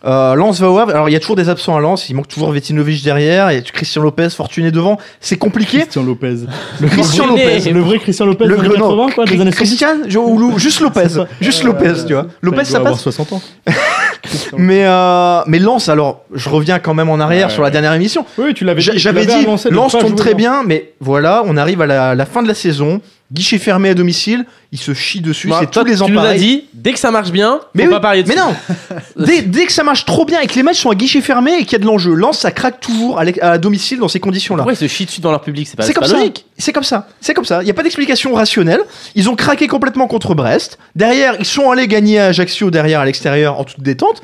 S4: euh, Lens va au Havre alors il y a toujours des absents à Lens il manque toujours Vetinovic derrière il y a Christian Lopez Fortuné devant c'est compliqué
S3: Christian Lopez.
S4: le Christian Lopez
S3: Le vrai Christian Lopez des
S4: le
S3: années
S4: non,
S3: 80, quoi, des
S4: Cri-
S3: années 60.
S4: Christian je- ou Lou- juste Lopez
S3: C'est pas-
S4: juste Lopez tu vois Lopez
S3: Il doit
S4: ça
S3: avoir
S4: passe
S3: 60 ans.
S4: mais euh, mais Lens alors je reviens quand même en arrière
S3: Ouais,
S4: sur la
S3: ouais.
S4: dernière émission
S3: Oui, tu l'avais dit.
S4: J'a-
S3: tu
S4: J'avais
S3: l'avais
S4: dit,
S3: annoncé de
S4: Lens
S3: pas
S4: tombe
S3: jouer
S4: très
S3: Lens.
S4: bien, mais voilà, on arrive à la, la fin de la saison, guichet fermé à domicile, il se chie dessus,
S5: Bah,
S4: c'est
S5: toi,
S4: tous les ans
S5: tu nous as
S4: pareil.
S5: dit dès que ça marche bien faut
S4: Mais, oui,
S5: pas parier dessus
S4: mais
S5: *laughs*
S4: non dès, dès que ça marche trop bien et que les matchs sont à guichet fermé et qu'il y a de l'enjeu, Lens ça craque toujours à, l'ex- à domicile dans ces conditions-là.
S5: pourquoi ils se chient dessus dans leur public c'est pas
S4: C'est comme,
S5: pas
S4: ça,
S5: logique
S4: c'est comme ça, c'est comme ça. Il n'y a pas d'explication rationnelle. Ils ont craqué complètement contre Brest. Derrière, ils sont allés gagner à Ajaccio derrière à l'extérieur en toute détente.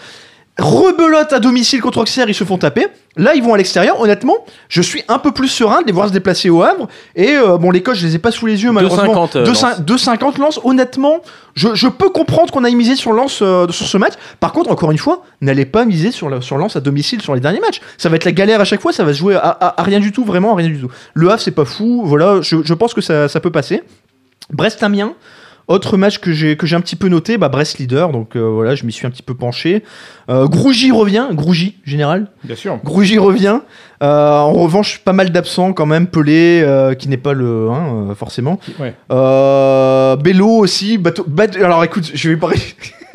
S4: Rebelote à domicile contre Auxerre, ils se font taper. Là, ils vont à l'extérieur. Honnêtement, je suis un peu plus serein de les voir se déplacer au Havre. Et euh, bon, les coachs, je les ai pas sous les yeux malheureusement.
S5: 2,50, euh,
S4: 2,50 2,50 Lens. Honnêtement, je, je peux comprendre qu'on a misé sur Lens euh, sur ce match. Par contre, encore une fois, n'allez pas miser sur, la- sur Lens à domicile sur les derniers matchs. Ça va être la galère à chaque fois. Ça va se jouer à, à- à rien du tout, vraiment à rien du tout. Le Havre, c'est pas fou. Voilà, je, je pense que ça, ça peut passer. Brest-Amiens. Autre match que j'ai que j'ai un petit peu noté, bah Brest leader, donc euh, voilà, je m'y suis un petit peu penché. Euh, Grougy revient, Grougy général.
S3: Bien sûr.
S4: Grougy revient. Euh, en revanche, pas mal d'absents quand même. Pelé, euh, qui n'est pas le, hein, euh, forcément.
S3: Ouais.
S4: Euh, Bello aussi. Bato- Bat- Alors écoute, je vais parler. *laughs*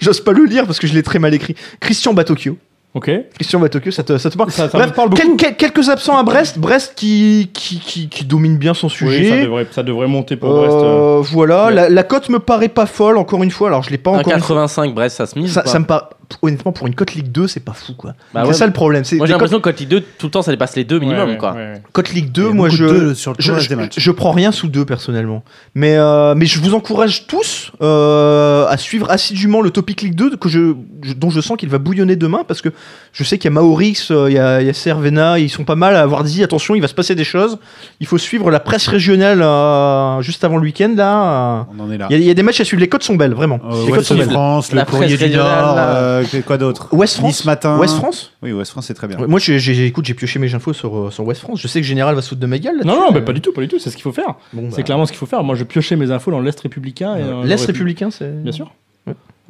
S4: J'ose pas le lire parce que je l'ai très mal écrit. Christian Batocchio.
S3: Ok.
S4: Christian Batocchio, ça te, ça te parle
S3: Ça, ça
S4: Bref,
S3: me parle beaucoup.
S4: quel- quel- quelques absents à Brest. Brest qui, qui, qui, qui domine bien son
S3: Oui, ça,
S4: sujet.
S3: devrait, ça devrait monter pour Brest. euh.
S4: Euh, voilà,
S3: Ouais.
S4: la, la cote me paraît pas folle encore une fois. Alors je l'ai pas encore. une fois.
S5: 1,85 Brest ça se mise ou
S4: Ça,
S5: pas
S4: ça me paraît p- honnêtement, pour une cote Ligue 2, c'est pas fou, quoi.
S1: Ah
S5: Bah
S4: c'est
S5: ouais.
S4: ça le problème. C'est
S5: Moi j'ai
S4: des cotes-
S5: l'impression que quand il deux, tout le temps ça dépasse les deux minimum quoi.
S4: cote Ligue
S1: Il y
S4: 2,
S1: a
S4: moi
S1: beaucoup
S4: je.
S1: de deux sur le
S4: je,
S1: tournage
S4: je-
S1: des matchs.
S4: je prends rien sous deux personnellement. Mais, euh, mais je vous encourage tous euh, à suivre assidûment le Topic League 2 que je, je- dont je sens qu'il va bouillonner demain parce que je sais qu'il y a Maorix, euh, il y a, il y a Cervena, ils sont pas mal à avoir dit attention, il va se passer des choses. Il faut suivre la presse régionale euh, juste avant le week-end là. euh.
S1: On en est là.
S4: Il y, a- il y a des matchs à suivre, les codes sont belles, vraiment.
S1: Euh,
S4: les codes
S1: Ouest
S4: sont belles.
S1: France, le
S5: La presse
S1: Courrier du
S5: régionale,
S1: Nord,
S5: là.
S1: euh, que- quoi d'autre
S4: West France
S1: Nice Matin.
S4: West France
S1: Oui, West France, c'est très bien.
S4: Ouais, Moi, j'ai- j'ai- écoute, j'ai pioché mes infos sur, euh, sur West France. Je sais que Général va se foutre de ma gueule. là-dessus.
S3: Non, non, bah, pas du tout, pas du tout. C'est ce qu'il faut faire.
S4: Bon, bah,
S3: C'est clairement ce qu'il faut faire. Moi, je piochais mes infos dans l'Est républicain. et, euh,
S4: L'Est
S3: j'aurais pu-
S4: républicain, c'est.
S3: Bien sûr.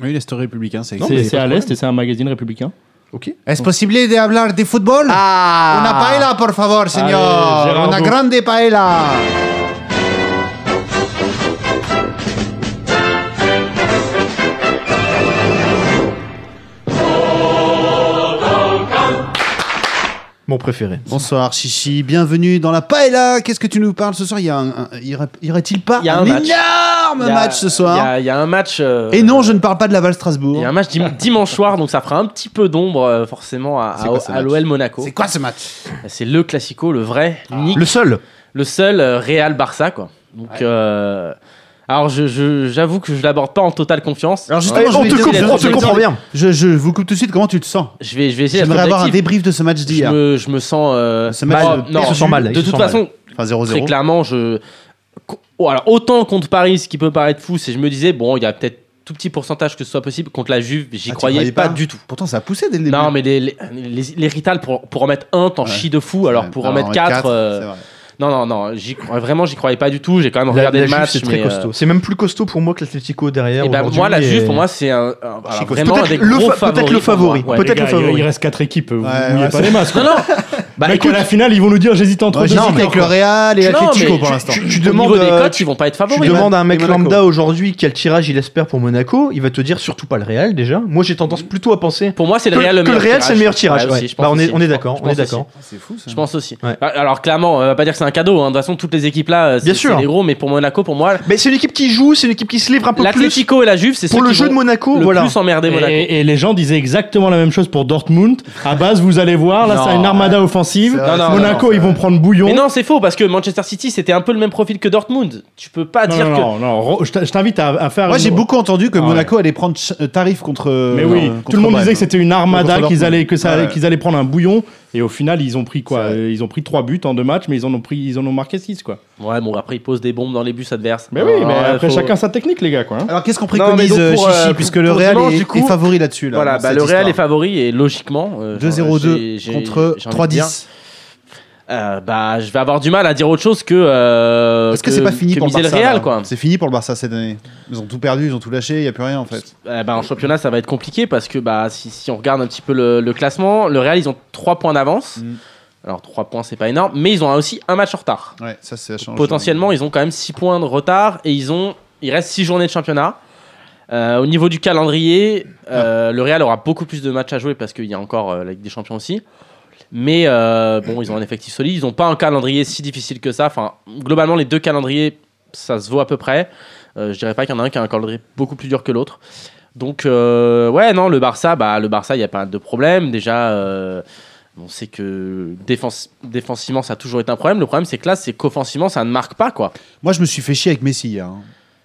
S1: Oui, l'Est républicain, c'est
S3: C'est- C'est à l'Est et c'est un magazine républicain.
S4: Ok.
S1: Est-ce possible de hablar de football
S4: Ah
S1: Una paella, por favor, señor.
S3: Allez, Gérardo.
S1: Una grande paella.
S4: Mon préféré.
S1: Bonsoir Chichi, bienvenue dans la paella. Qu'est-ce que tu nous parles ce soir Il y a un- un- y aurait- y aurait-il pas
S5: Il y a un match.
S1: énorme
S5: Il y a-
S1: match ce soir
S5: Il y a- il y, a un match. euh,
S1: Et non, je ne parle pas de Laval Strasbourg.
S5: Il y a un match dim- dimanche soir, donc ça fera un petit peu d'ombre euh, forcément à,
S1: C'est quoi ce
S5: à- à
S1: match
S5: l'OL Monaco.
S1: C'est quoi ce match
S5: C'est le classico, le vrai, unique,
S4: Le seul.
S5: le seul euh, Real Barça quoi. Donc euh, alors je- je- j'avoue que je l'aborde pas en totale confiance.
S1: Alors justement,
S5: Ouais,
S1: je vais dire-
S5: comprend-
S1: je vais
S5: on te
S1: dire-
S5: comprend
S4: bien.
S1: Je, je vous coupe tout de suite. Comment tu te sens
S5: je vais je vais essayer
S1: J'aimerais
S5: d'être
S1: avoir un
S5: objectif.
S1: débrief de ce match
S5: Je
S1: d'hier.
S5: me, je me sens euh,
S1: Ce match,
S5: oh,
S1: il
S5: non,
S4: se sent mal, il
S5: De
S4: se
S5: toute
S4: sent mal.
S5: façon,
S1: Enfin
S5: Très
S1: 0-0.
S5: clairement, je. co- oh, Alors, autant contre Paris, ce qui peut paraître fou, c'est je me disais, bon, il y a peut-être tout petit pourcentage que ce soit possible. Contre la Juve,
S1: Ah,
S5: j'y
S1: tu
S5: croyais
S1: croyais
S5: pas,
S1: pas
S5: du tout.
S1: Pourtant, ça a poussé dès le début.
S5: Non, mais les, les, les- les Rital, pour, pour en mettre un, t'en
S1: Ouais.
S5: chies de fou. Alors, pour en mettre quatre, euh, non, non, non, j'y crois- vraiment, j'y croyais pas du tout. J'ai quand même regardé le match.
S4: c'est très
S5: mais, euh,
S4: costaud. C'est même plus costaud pour moi que l'Atletico derrière.
S5: et ben,
S4: aujourd'hui,
S5: moi, la
S4: et-
S5: Juve, pour moi, c'est un, un- alors,
S4: Chico,
S5: vraiment
S4: peut-être
S5: un des
S4: le
S5: gros
S4: fa- peut-être
S5: favoris
S4: le
S5: pour moi.
S4: favori,
S5: Ouais.
S4: peut-être
S3: Les
S4: le
S3: gars,
S4: favori.
S3: Il reste 4 équipes. Vous
S1: Ouais,
S3: mouillez
S1: ouais,
S3: pas les masques.
S5: Non, non, bah,
S3: Mec,
S5: écoute,
S3: à la finale, ils vont nous dire j'hésite entre
S1: Ouais,
S3: deux.
S1: J'hésite
S3: équipes.
S1: avec le Real et
S5: Non,
S1: Atletico
S5: mais
S1: pour
S5: tu-
S1: l'instant.
S4: Tu, tu
S5: au
S4: demandes,
S5: niveau des
S4: euh,
S5: cotes, ils vont pas être
S4: tu
S5: favoris.
S4: demandes à un mec
S1: Et Monaco.
S4: lambda aujourd'hui quel tirage il espère pour Monaco. Il va te dire surtout pas le Real déjà. Moi, j'ai tendance plutôt à penser
S5: Pour moi, c'est le
S4: que-
S5: Real le
S4: que
S5: meilleur
S4: Real, c'est le meilleur tirage.
S5: Ouais, aussi,
S4: ouais.
S5: je pense
S4: Bah, on est
S5: aussi.
S4: on est
S5: Je
S4: d'accord,
S5: pense-
S4: on est
S5: je pense aussi.
S4: d'accord.
S1: C'est fou ça.
S5: Je pense aussi.
S4: Ouais.
S5: Bah, Alors clairement, on va pas dire que c'est un cadeau. hein. De toute façon, toutes les équipes là, euh, c'est
S4: Bien sûr.
S5: c'est des gros. Mais pour Monaco, pour moi,
S4: Mais c'est une équipe qui joue, c'est une équipe qui se livre un peu plus.
S5: l'Atlético et la Juve, c'est
S4: Pour
S5: ceux
S4: le
S5: qui
S4: jeu de
S5: vont
S4: Monaco,
S5: le
S4: voilà.
S5: plus emmerder Monaco.
S3: Et, et les gens disaient exactement la même chose pour Dortmund. À base, vous allez voir, là,
S5: Non.
S3: c'est une armada offensive.
S1: euh,
S5: Non, non,
S3: Monaco, ils vont prendre bouillon.
S5: Mais non, c'est faux parce que Manchester City, c'était un peu le même profil que Dortmund. Tu peux pas
S3: non,
S5: dire
S3: non,
S5: que.
S3: non, non, Ro- je t'a- je t'invite à, à faire.
S1: Moi,
S3: une-
S1: j'ai beaucoup entendu que
S3: Ah ouais.
S1: Monaco allait prendre ch- euh, tarif contre. euh,
S3: Mais oui,
S1: contre
S3: tout le monde
S1: Brême.
S3: disait que c'était une armada,
S1: Contre
S3: qu'ils
S1: Dortmund.
S3: allaient, que ça,
S1: Ouais.
S3: qu'ils allaient prendre un bouillon. Et au final, ils ont pris quoi
S1: C'est vrai.
S3: Euh, Ils ont pris trois buts en deux matchs, mais ils en ont pris, ils en ont marqué six quoi. Ah,
S5: Ouais, bon après ils posent des bombes dans les bus adverses.
S3: Mais oui,
S5: Alors,
S3: mais
S5: euh,
S3: après
S5: faut-
S3: chacun sa technique les gars quoi. hein.
S1: Alors, qu'est-ce qu'on
S5: Non, mais
S1: préconise
S5: donc,
S1: euh,
S5: pour, euh,
S1: Chichi
S5: pour-
S1: Puisque le
S5: pour
S1: Real
S5: dimanche,
S1: est,
S5: du coup,
S1: est favori là-dessus. Là,
S5: Voilà,
S1: dans
S5: bah,
S1: cette
S5: le Real est
S1: histoire.
S5: favori et logiquement. euh, j'ai-
S1: 2-0-2
S5: j'ai-
S1: contre
S5: j'ai envie de dire,
S1: 3-10.
S5: euh, bah, je vais avoir du mal à dire autre chose que. euh,
S1: Est-ce que c'est pas fini
S5: que
S1: pour le
S5: miser
S1: Barça
S5: le Real
S1: là
S5: quoi.
S1: C'est fini pour le Barça cette année. Ils ont tout perdu, ils ont tout lâché, il n'y a plus rien en fait.
S5: Eh ben, en championnat, ça va être compliqué parce que bah, si, si on regarde un petit peu le, le classement, le Real, ils ont 3 points d'avance.
S1: Mm.
S5: Alors 3 points, c'est pas énorme, mais ils ont aussi un match en retard.
S1: Ouais, ça c'est change.
S5: Potentiellement, ils ont quand même 6 points de retard et ils ont, il reste 6 journées de championnat. Euh, au niveau du calendrier, euh, le Real aura beaucoup plus de matchs à jouer parce qu'il y a encore euh, la Ligue des Champions aussi. Mais euh, bon, ils ont un effectif solide. Ils n'ont pas un calendrier si difficile que ça. Enfin, globalement, les deux calendriers, ça se vaut à peu près. Euh, je dirais pas qu'il y en a un qui a un calendrier beaucoup plus dur que l'autre. Donc, euh, ouais, non, le Barça, bah, le Barça, il n'y a pas de problème. Déjà, euh, on sait que défense, défensivement, ça a toujours été un problème. Le problème, c'est que là, c'est qu'offensivement, ça ne marque pas, quoi.
S1: Moi, je me suis fait chier avec Messi hier. hein.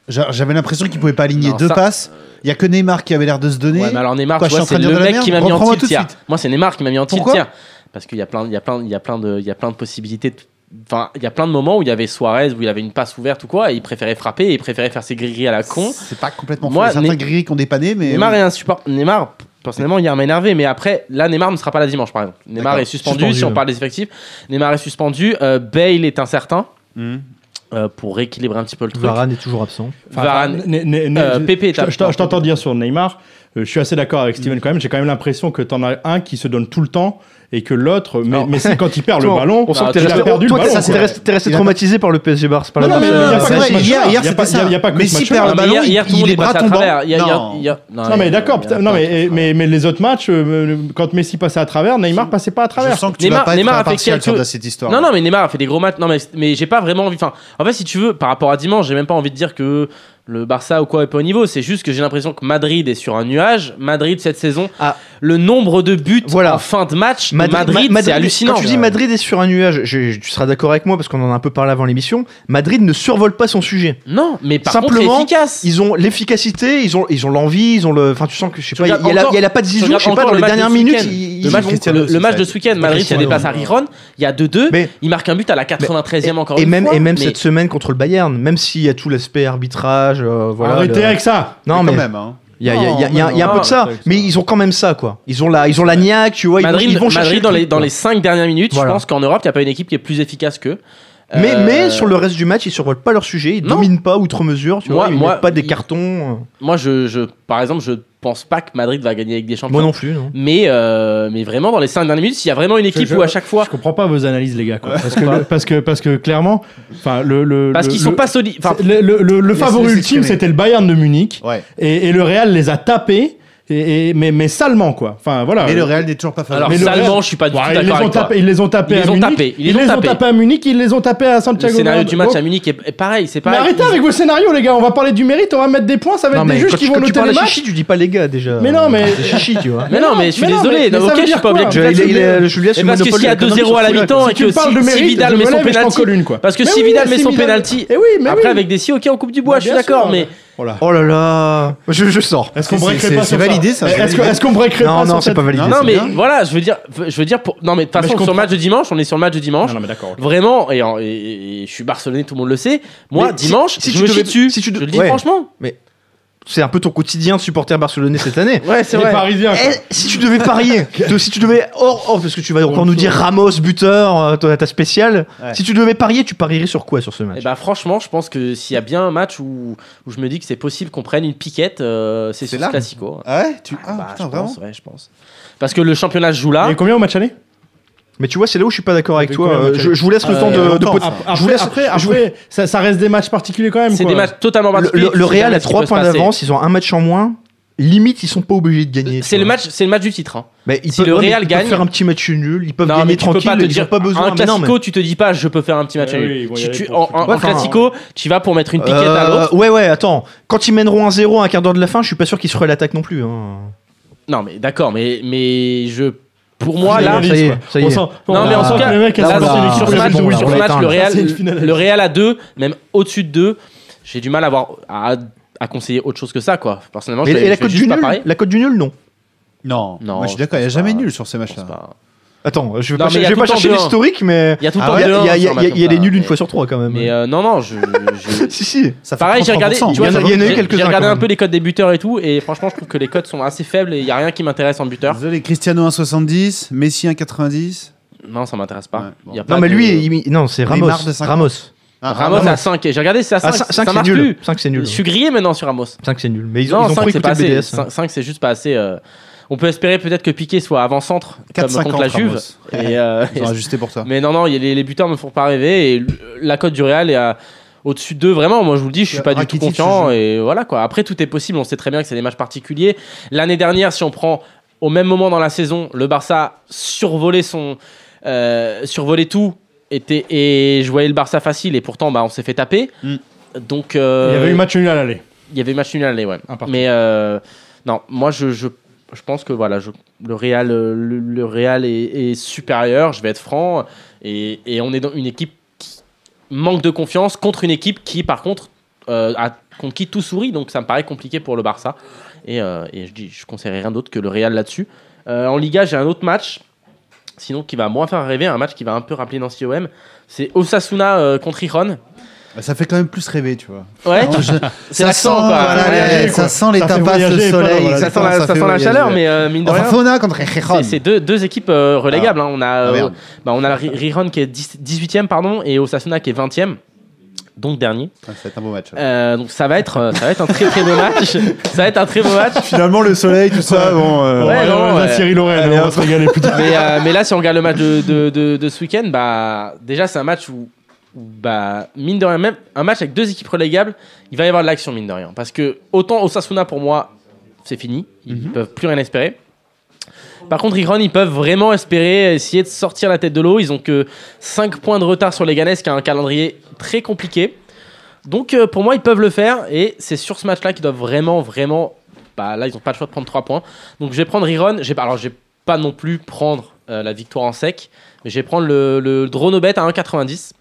S1: J'a- J'avais l'impression qu'il pouvait pas aligner
S5: Non,
S1: deux
S5: ça-
S1: passes. Il y a que Neymar qui avait l'air de se donner.
S5: Ouais, mais alors Neymar,
S1: Quoi,
S5: tu
S1: je suis
S5: vois,
S1: en train
S5: c'est
S1: de
S5: le
S1: dire de la
S5: mec qui m'a
S1: merde
S5: mis en
S1: Reprends-moi
S5: tilt
S1: tout de
S5: hier. Moi, c'est Neymar qui m'a mis en tilt
S1: Pourquoi
S5: hier. Parce qu'il y a plein, il y a plein, il y a plein de, il y a plein de possibilités. de- Enfin, il y a plein de moments où il y avait Suarez, où il avait une passe ouverte ou quoi, et il préférait frapper, et il préférait faire ses gris-gris à la con.
S1: C'est pas complètement faux.
S5: Moi,
S1: Certains
S5: Ne-
S1: gris qui ont dépanné, mais.
S5: Neymar est un support. Neymar, personnellement, hier m'a énervé, mais après, là, Neymar ne sera pas là dimanche, par exemple. Neymar
S1: D'accord.
S5: est suspendu,
S4: Suspendu,
S5: si on
S4: ouais.
S5: parle des effectifs. Neymar est suspendu, euh, Bale est incertain,
S1: Hmm.
S5: euh, pour rééquilibrer un petit peu le truc.
S4: Varane est toujours absent.
S3: Enfin,
S5: Varane.
S3: ne- ne- ne-
S5: Euh,
S3: je-
S5: Pépé est
S3: je-
S5: à-
S3: Je je t'entends dire sur Neymar. euh, je suis assez d'accord avec Steven quand même. J'ai quand même l'impression que t'en as un qui se donne tout le temps et que l'autre. Mais,
S4: Alors,
S3: mais c'est quand il perd le
S4: toi,
S3: ballon.
S4: On sent
S5: Ah,
S4: que t'es
S3: tu l'as
S4: resté,
S3: perdu le
S4: toi, t'es-
S3: ballon,
S4: ça, t'es
S3: quoi.
S4: resté, t'es resté
S6: Il a-
S4: traumatisé par le PSG Barça. c'est Pas la
S3: Non,
S4: même
S3: non,
S4: chose.
S3: mais il y a
S6: C'est
S3: pas que
S6: vrai,
S3: ce match-là.
S6: hier, hier,
S3: Il y a
S6: c'était
S3: pas-
S6: ça.
S3: il y a- il y a pas que
S6: Mais
S3: ce
S6: s'il
S3: match-là.
S6: perd le
S5: Non, mais
S6: ballon,
S5: hier, hier, tout le
S6: il
S5: monde
S6: est
S5: est
S6: bras
S5: passé à
S6: tombants.
S5: travers. Il y a- il y a- il y a-
S3: Non mais
S5: il y a-
S3: d'accord,
S5: il y a
S3: putain,
S5: pas
S3: non
S5: de-
S3: mais, mais mais les autres matchs, euh, quand Messi passait à travers, Neymar passait pas à
S6: Je
S3: travers.
S6: sens que tu
S5: Neymar-
S6: vas pas être
S5: Neymar a fait
S6: impartial sur
S5: quelques-
S6: ta- cette histoire.
S5: Non, non, mais Neymar a fait des gros matchs. Non, mais, mais j'ai pas vraiment envie. Enfin, en fait, si tu veux, par rapport à dimanche, j'ai même pas envie de dire que le Barça ou quoi est pas au niveau. C'est juste que j'ai l'impression que Madrid est sur un nuage. Madrid, cette saison,
S4: Ah.
S5: le nombre de buts
S4: Voilà.
S5: en fin de match, de
S4: Madri-
S5: Madrid,
S4: Ma- Madrid-
S5: c'est hallucinant.
S4: Quand tu dis Madrid est sur un nuage, je- je- tu seras d'accord avec moi parce qu'on en a un peu parlé avant l'émission. Madrid ne survole pas son sujet.
S5: Non, mais par contre,
S4: Simplement,
S5: c'est efficace.
S4: Ils ont l'efficacité, ils ont ils ont l'envie, ils ont le. Enfin, tu sens que je sais
S5: Tu
S4: pas, il y,
S5: regardes
S4: a la-
S5: encore-
S4: il y a la patte
S5: tu
S4: zizou, je
S5: regardes
S4: sais pas,
S5: encore
S4: dans
S5: le
S4: les
S5: match de
S4: dernières
S5: ce
S4: minutes.
S5: week-end.
S4: ils-
S5: le
S4: ils
S5: match,
S4: vont-
S5: contre- le match de ce week-end, Madrid, il y a des passes à Riron. Il y a 2-2.
S4: Mais-
S5: il marque un but à la 93e encore
S4: et
S5: une
S4: même
S5: fois.
S4: et même
S5: mais-
S4: cette semaine contre le Bayern, même s'il y a tout l'aspect arbitrage, euh, voilà.
S3: Arrêtez
S4: le-
S3: avec ça.
S4: Non
S6: quand
S4: mais
S6: même. hein.
S4: il y a, il y a- il y a- il y a- il y a un
S5: Non,
S4: peu de ça,
S3: arrêtez avec ça.
S4: mais ils ont quand même ça quoi. Ils ont la ils ont la niaque, tu vois. ils vont-
S5: Madrid,
S4: ils vont chercher
S5: Madrid
S4: le
S5: dans, les,
S4: truc,
S5: dans
S4: quoi.
S5: les 5 dernières minutes,
S4: Voilà.
S5: je pense qu'en Europe, il n'y a pas une équipe qui est plus efficace qu'eux.
S4: Mais,
S5: Euh,
S4: mais sur le reste du match, ils survolent pas leur sujet, ils
S5: non.
S4: dominent pas outre mesure, tu
S5: Moi-
S4: vois, ils
S5: moi,
S4: mettent pas des
S5: il-
S4: cartons. euh.
S5: Moi, je, je, par exemple, je pense pas que Madrid va gagner avec des champions.
S4: Moi non plus, non.
S5: Mais, euh, mais vraiment, dans les 5 dernières minutes, s'il y a vraiment une équipe
S3: Je- je-
S5: où à chaque fois.
S3: Je comprends pas vos analyses les gars. quoi. Parce que parce que parce que clairement, enfin le le
S5: Parce
S3: le-
S5: qu'ils sont
S3: le-
S5: pas solides. Enfin,
S3: le, le- le- le favori
S6: Laissez-les
S3: ultime,
S6: s'exprimer.
S3: c'était le Bayern de Munich,
S6: Ouais.
S3: et, et le Real les a tapés, et, et- mais, mais salement quoi. Enfin voilà.
S6: Mais le Real n'est toujours pas
S5: alors,
S6: favori.
S3: mais le
S5: salement,
S3: Real-
S5: je suis pas du
S3: Ouais,
S5: tout
S3: ils, les
S5: d'accord
S3: ont
S5: avec toi.
S3: tapés, ils les ont tapés
S5: Ils
S3: à
S5: les ont
S3: Munich,
S5: tapés, ils les ont tapés.
S3: à Munich, ils les ont tapés à
S5: Le
S3: Santiago.
S5: scénario du match
S3: Donc,
S5: à Munich est est pareil, c'est
S3: mais
S5: pareil.
S3: arrêtez
S5: Ils-
S3: avec vos scénarios, les gars. On va parler du mérite, on va mettre des points, ça va être des juges
S4: quand,
S3: qui
S4: tu-
S3: vont
S4: quand tu
S3: noter
S4: parles
S3: les
S4: à
S3: matchs.
S4: Chichi, tu dis pas les gars déjà. Euh,
S3: Mais non, mais-
S4: C'est Chichi, tu vois.
S5: Mais non, mais je suis
S3: mais non,
S5: désolé.
S3: mais- mais
S5: non,
S3: ça
S5: Ok,
S3: veut
S5: *laughs* je suis
S3: dire
S5: pas
S3: quoi
S5: obligé de
S4: Je-
S5: juger
S4: il- il-
S5: là-dessus,
S4: il- Julia, c'est
S5: mais parce que
S4: monopole
S5: s'il y a
S4: de la connerie
S5: 2-0 à
S4: sur
S5: la
S4: celui-là.
S5: mi-temps
S3: Si
S5: et
S3: tu
S5: que
S3: me parles
S5: si-
S3: de
S5: si
S3: mérite,
S5: Vidal
S3: je
S5: met
S3: me
S5: son
S3: lève et je t'en
S5: penalty,
S3: colle une, quoi.
S5: parce que
S3: Mais
S5: si
S3: oui,
S5: Vidal
S3: mais
S5: met
S3: si
S5: son
S3: Vidal-
S5: penalty,
S3: Eh oui, mais
S5: après
S3: oui.
S5: avec des si, ok, on coupe du bois,
S3: Bah,
S5: je suis
S3: bien
S5: d'accord,
S3: sûr,
S5: mais
S3: Voilà.
S4: Oh là là Je, je sors.
S3: Est-ce qu'on
S6: C'est-
S3: breakerait
S6: c'est-
S3: pas
S6: c'est
S3: sur ça
S6: validé, ça, c'est
S3: Est-ce que-
S6: validé.
S3: est-ce qu'on breakerait pas
S4: Non, non,
S3: sur
S4: c'est
S3: cette-
S4: pas validé.
S5: Non
S4: c'est
S5: mais
S4: bien.
S5: voilà, je veux dire, je veux dire, pour- non mais de toute
S3: Mais je
S5: façon sur
S3: comprends.
S5: le match de dimanche, on est sur le match de dimanche.
S3: Non, non, mais d'accord. ok.
S5: Vraiment, et, en- et- et- et je suis barcelonais, tout le monde le sait. Moi,
S4: Mais si-
S5: dimanche,
S4: si
S5: je
S4: tu
S5: me
S4: devais-
S5: chie dessus.
S4: si tu de-
S5: je le dis
S4: ouais.
S5: franchement.
S4: C'est un peu ton quotidien de supporter barcelonais cette année.
S5: Ouais, c'est
S3: Les Parisiens. quoi.
S4: Eh, si tu devais *laughs* parier, te- si tu devais. Oh, oh, parce que tu vas encore nous dire Ramos, buteur, euh, toi, ta spéciale.
S6: Ouais.
S4: Si tu devais parier, tu parierais sur quoi sur ce match
S5: Et bah franchement, je pense que s'il y a bien un match où, où je me dis que c'est possible qu'on prenne une piquette, euh, c'est
S6: C'est
S5: sur
S6: là
S5: ce classico.
S6: Ah ouais tu...
S5: Bah,
S6: Ah
S5: je
S6: putain, vraiment
S5: pense, ouais, je pense. Parce que le championnat se joue là.
S3: Et combien au match aller
S4: Mais tu vois, c'est là où je suis pas d'accord avec
S3: Mais
S4: toi.
S3: quand
S4: Euh,
S3: même,
S4: Je, je vous laisse le
S5: Euh,
S4: temps
S5: il y a
S4: de, de
S3: Attends,
S4: pot-
S3: ap-
S4: je vous
S3: Après,
S4: laisse-
S3: après,
S4: je vous-
S3: après, ça, ça reste des matchs particuliers quand même.
S5: C'est
S3: quoi.
S5: des matchs totalement
S4: le,
S5: particuliers.
S4: le- le
S5: C'est
S4: Real
S5: jamais
S4: a
S5: ce qui peut
S4: 3
S5: se
S4: points
S5: passer.
S4: d'avance, ils ont un match en moins. Limite, ils sont pas obligés de gagner.
S5: C'est
S4: tu
S5: le
S4: vois.
S5: match, c'est le match du titre. hein.
S4: Mais ils
S5: si
S4: peuvent-
S5: le
S4: ouais, mais
S5: Real
S4: ils
S5: gagne-
S4: peuvent faire un petit match nul, ils peuvent
S5: Non,
S4: gagner
S5: mais tu peux
S4: tranquille,
S5: pas te
S4: ils
S5: dire
S4: ont pas besoin.
S5: Un
S4: mais non,
S5: classico, tu te dis pas, je peux faire un petit match
S3: Ouais,
S5: nul.
S3: Eh oui, ils vont y
S5: Tu-
S3: aller
S5: tu-
S3: pour
S5: en
S3: foutre.
S5: en- en
S4: Ouais, enfin,
S5: classico, tu vas pour mettre une
S4: mais-
S5: piquette à
S4: Euh,
S5: l'autre.
S4: ouais, ouais, attends. Quand ils mèneront 1-0 à un quart d'heure de la fin, je suis pas sûr qu'ils se relaient non plus. hein.
S5: Non, mais d'accord, mais mais je, pour moi
S3: Ils
S5: là,
S3: analysent,
S4: ça y est,
S3: quoi.
S4: ça y
S3: On
S4: est.
S3: sent-
S5: Non,
S3: on
S5: mais en
S3: sent
S5: tout
S3: que
S5: cas,
S3: les mecs, elles
S5: là,
S3: sont
S4: bah,
S3: partis
S4: sur
S5: sur
S3: sur
S5: ce
S3: le
S5: match,
S3: bon,
S5: le,
S3: là,
S5: sur
S3: on
S5: ce
S3: les
S5: match,
S3: éteint,
S5: le
S3: là.
S5: Real,
S3: Ça, c'est une finale.
S5: le Real à 2, même au-dessus de 2, j'ai du mal à, avoir, à, à conseiller autre chose que ça, quoi. Personnellement,
S4: Mais-
S5: je, vais-
S4: Et la
S5: je vais
S4: cote
S5: juste
S4: du
S5: pas
S4: nul
S5: pareil.
S4: La cote du nul, non.
S6: Non,
S5: Non,
S6: moi je suis
S5: je
S6: d'accord, il n'y a
S5: pense
S6: jamais
S5: pas.
S6: nul sur ces
S5: Je
S6: matchs-là.
S5: pense pas.
S4: Attends, je vais
S5: Non,
S4: pas,
S5: mais il y
S4: je
S5: a
S4: vais
S5: tout
S4: pas
S5: le temps
S4: chercher
S5: de un.
S4: l'historique, mais.
S5: Il y a tout le
S4: Ah
S5: temps
S4: ouais,
S5: de
S4: Il y a-
S5: un
S4: il y a-
S5: sur un
S4: il y a- il y a
S5: match
S4: des
S5: comme
S4: nuls une
S5: ça,
S4: fois sur trois quand même.
S5: Mais euh, non, non, je. je-
S4: *laughs* Si, si.
S6: Ça fait
S5: Pareil, j'ai regardé,
S6: 33%.
S5: tu vois,
S4: Il y en a- il
S5: j'ai-
S4: y en a eu
S5: j'ai-
S4: quelques-uns
S5: j'ai regardé
S4: quand
S5: un
S4: même.
S5: peu les codes des buteurs et tout, et franchement, je trouve que les codes sont assez faibles et il n'y a rien qui m'intéresse en buteur.
S6: Désolé, Cristiano 1,70, Messi 1,90.
S5: Non, ça m'intéresse
S6: Ouais,
S5: pas.
S6: bon.
S5: Il y a pas
S4: Non, mais
S5: de-
S4: lui, il- non, c'est Ramos.
S6: Neymar de cinq-
S4: Ramos.
S6: Ah,
S5: Ramos à 5, j'ai regardé, c'est à 5.
S4: Ah, cin- cinq,
S5: ça
S4: c'est
S5: marche
S4: nul.
S5: plus.
S4: 5 c'est
S5: Je
S4: nul.
S5: suis grillé maintenant sur Ramos.
S4: 5 c'est nul. Mais ils ont ils
S5: Non,
S4: ont
S5: 5
S4: trop
S5: c'est
S4: écouté
S5: pas
S4: le
S5: assez.
S4: BDS.
S3: hein.
S5: 5, c'est juste pas assez. euh. On peut espérer peut-être que Piqué soit avant-centre comme
S6: 4,50,
S5: contre la Juve.
S6: Ramos. *laughs*
S5: Et, euh,
S6: Ils ont ajusté pour ça.
S5: mais non, non, il y a les, les buteurs me font pas rêver. Et l- la cote du Real est à- au-dessus d'eux. Vraiment, moi je vous le dis, je suis pas du tout
S6: Euh, Rakitic,
S5: confiant.
S6: je-
S5: Et voilà quoi. Après, tout est possible. On sait très bien que c'est des matchs particuliers. L'année dernière, si on prend au même moment dans la saison, le Barça survolait son, euh, survolait tout. Était, et je voyais le Barça facile. Et pourtant, bah, on s'est fait taper.
S6: Mm.
S5: Donc, euh,
S3: Il y avait eu match nul à l'aller.
S5: il y avait match nul à l'aller, ouais.
S3: Un partout.
S5: Mais euh, non, moi je, je, je pense que voilà, je- le Real, euh, le, le Real est, est supérieur, je vais être franc. Et, et on est dans une équipe qui manque de confiance contre une équipe qui, par contre, euh, a- contre qui tout sourit. Donc ça me paraît compliqué pour le Barça. Et, euh, et je dis, je conseillerais rien d'autre que le Real là-dessus. Euh, en Liga, j'ai un autre match. Sinon, qui va moins faire rêver, un match qui va un peu rappeler Nancy OM, c'est Osasuna euh, contre Iron.
S6: Bah, Ça fait quand même plus rêver, tu vois.
S5: Ouais,
S6: Je-
S5: c'est
S6: Ah ça
S5: l'accent,
S6: sent,
S5: quoi.
S6: voilà,
S3: Voyager,
S6: les-
S3: quoi.
S6: ça sent les
S3: Ça fait
S6: tapas, le soleil.
S3: voyager, pas dans-
S5: ça sent
S6: exactement,
S5: la, ça
S6: fait
S5: sent la
S6: voyager.
S5: chaleur, mais euh, mine de
S6: Enfin,
S5: rien.
S6: Fona contre Rejon.
S5: C'est c'est deux, deux équipes euh, relégables. hein. On, a,
S6: Ah,
S5: euh,
S6: merde.
S5: bah, on a la Ri- Riron qui est 10 18e pardon, et Osasuna qui est 20e. donc dernier.
S1: Ça va être un beau match.
S5: Euh, donc ça va être, euh, ça va être un très très
S6: *laughs*
S5: beau match. ça va être un très beau match.
S7: Finalement, le soleil, tout ça, bon. euh,
S3: Bon,
S5: Ouais,
S3: alors,
S5: non,
S3: on va
S5: ouais.
S3: Cyril Lorraine,
S7: Allez,
S3: on va
S7: hop.
S3: se régaler plus tard.
S5: *laughs* mais, euh, mais là, si on regarde le match de, de, de- de ce week-end, bah, déjà, c'est un match où, où, bah, mine de rien, même un match avec deux équipes relégables, il va y avoir de l'action, mine de rien. Parce que autant Osasuna, pour moi, c'est fini. Ils peuvent plus rien espérer. Par contre, Iran, ils peuvent vraiment espérer essayer de sortir la tête de l'eau. Ils ont que 5 points de retard sur les Ganes, qui a un calendrier très compliqué. Donc, euh, pour moi, ils peuvent le faire. Et c'est sur ce match-là qu'ils doivent vraiment, vraiment. Bah, là, ils n'ont pas le choix de prendre 3 points. Donc, je vais prendre Iran. J'ai- Alors, je vais pas non plus prendre euh, la victoire en sec, mais je vais prendre le, le Dronobet à 1,90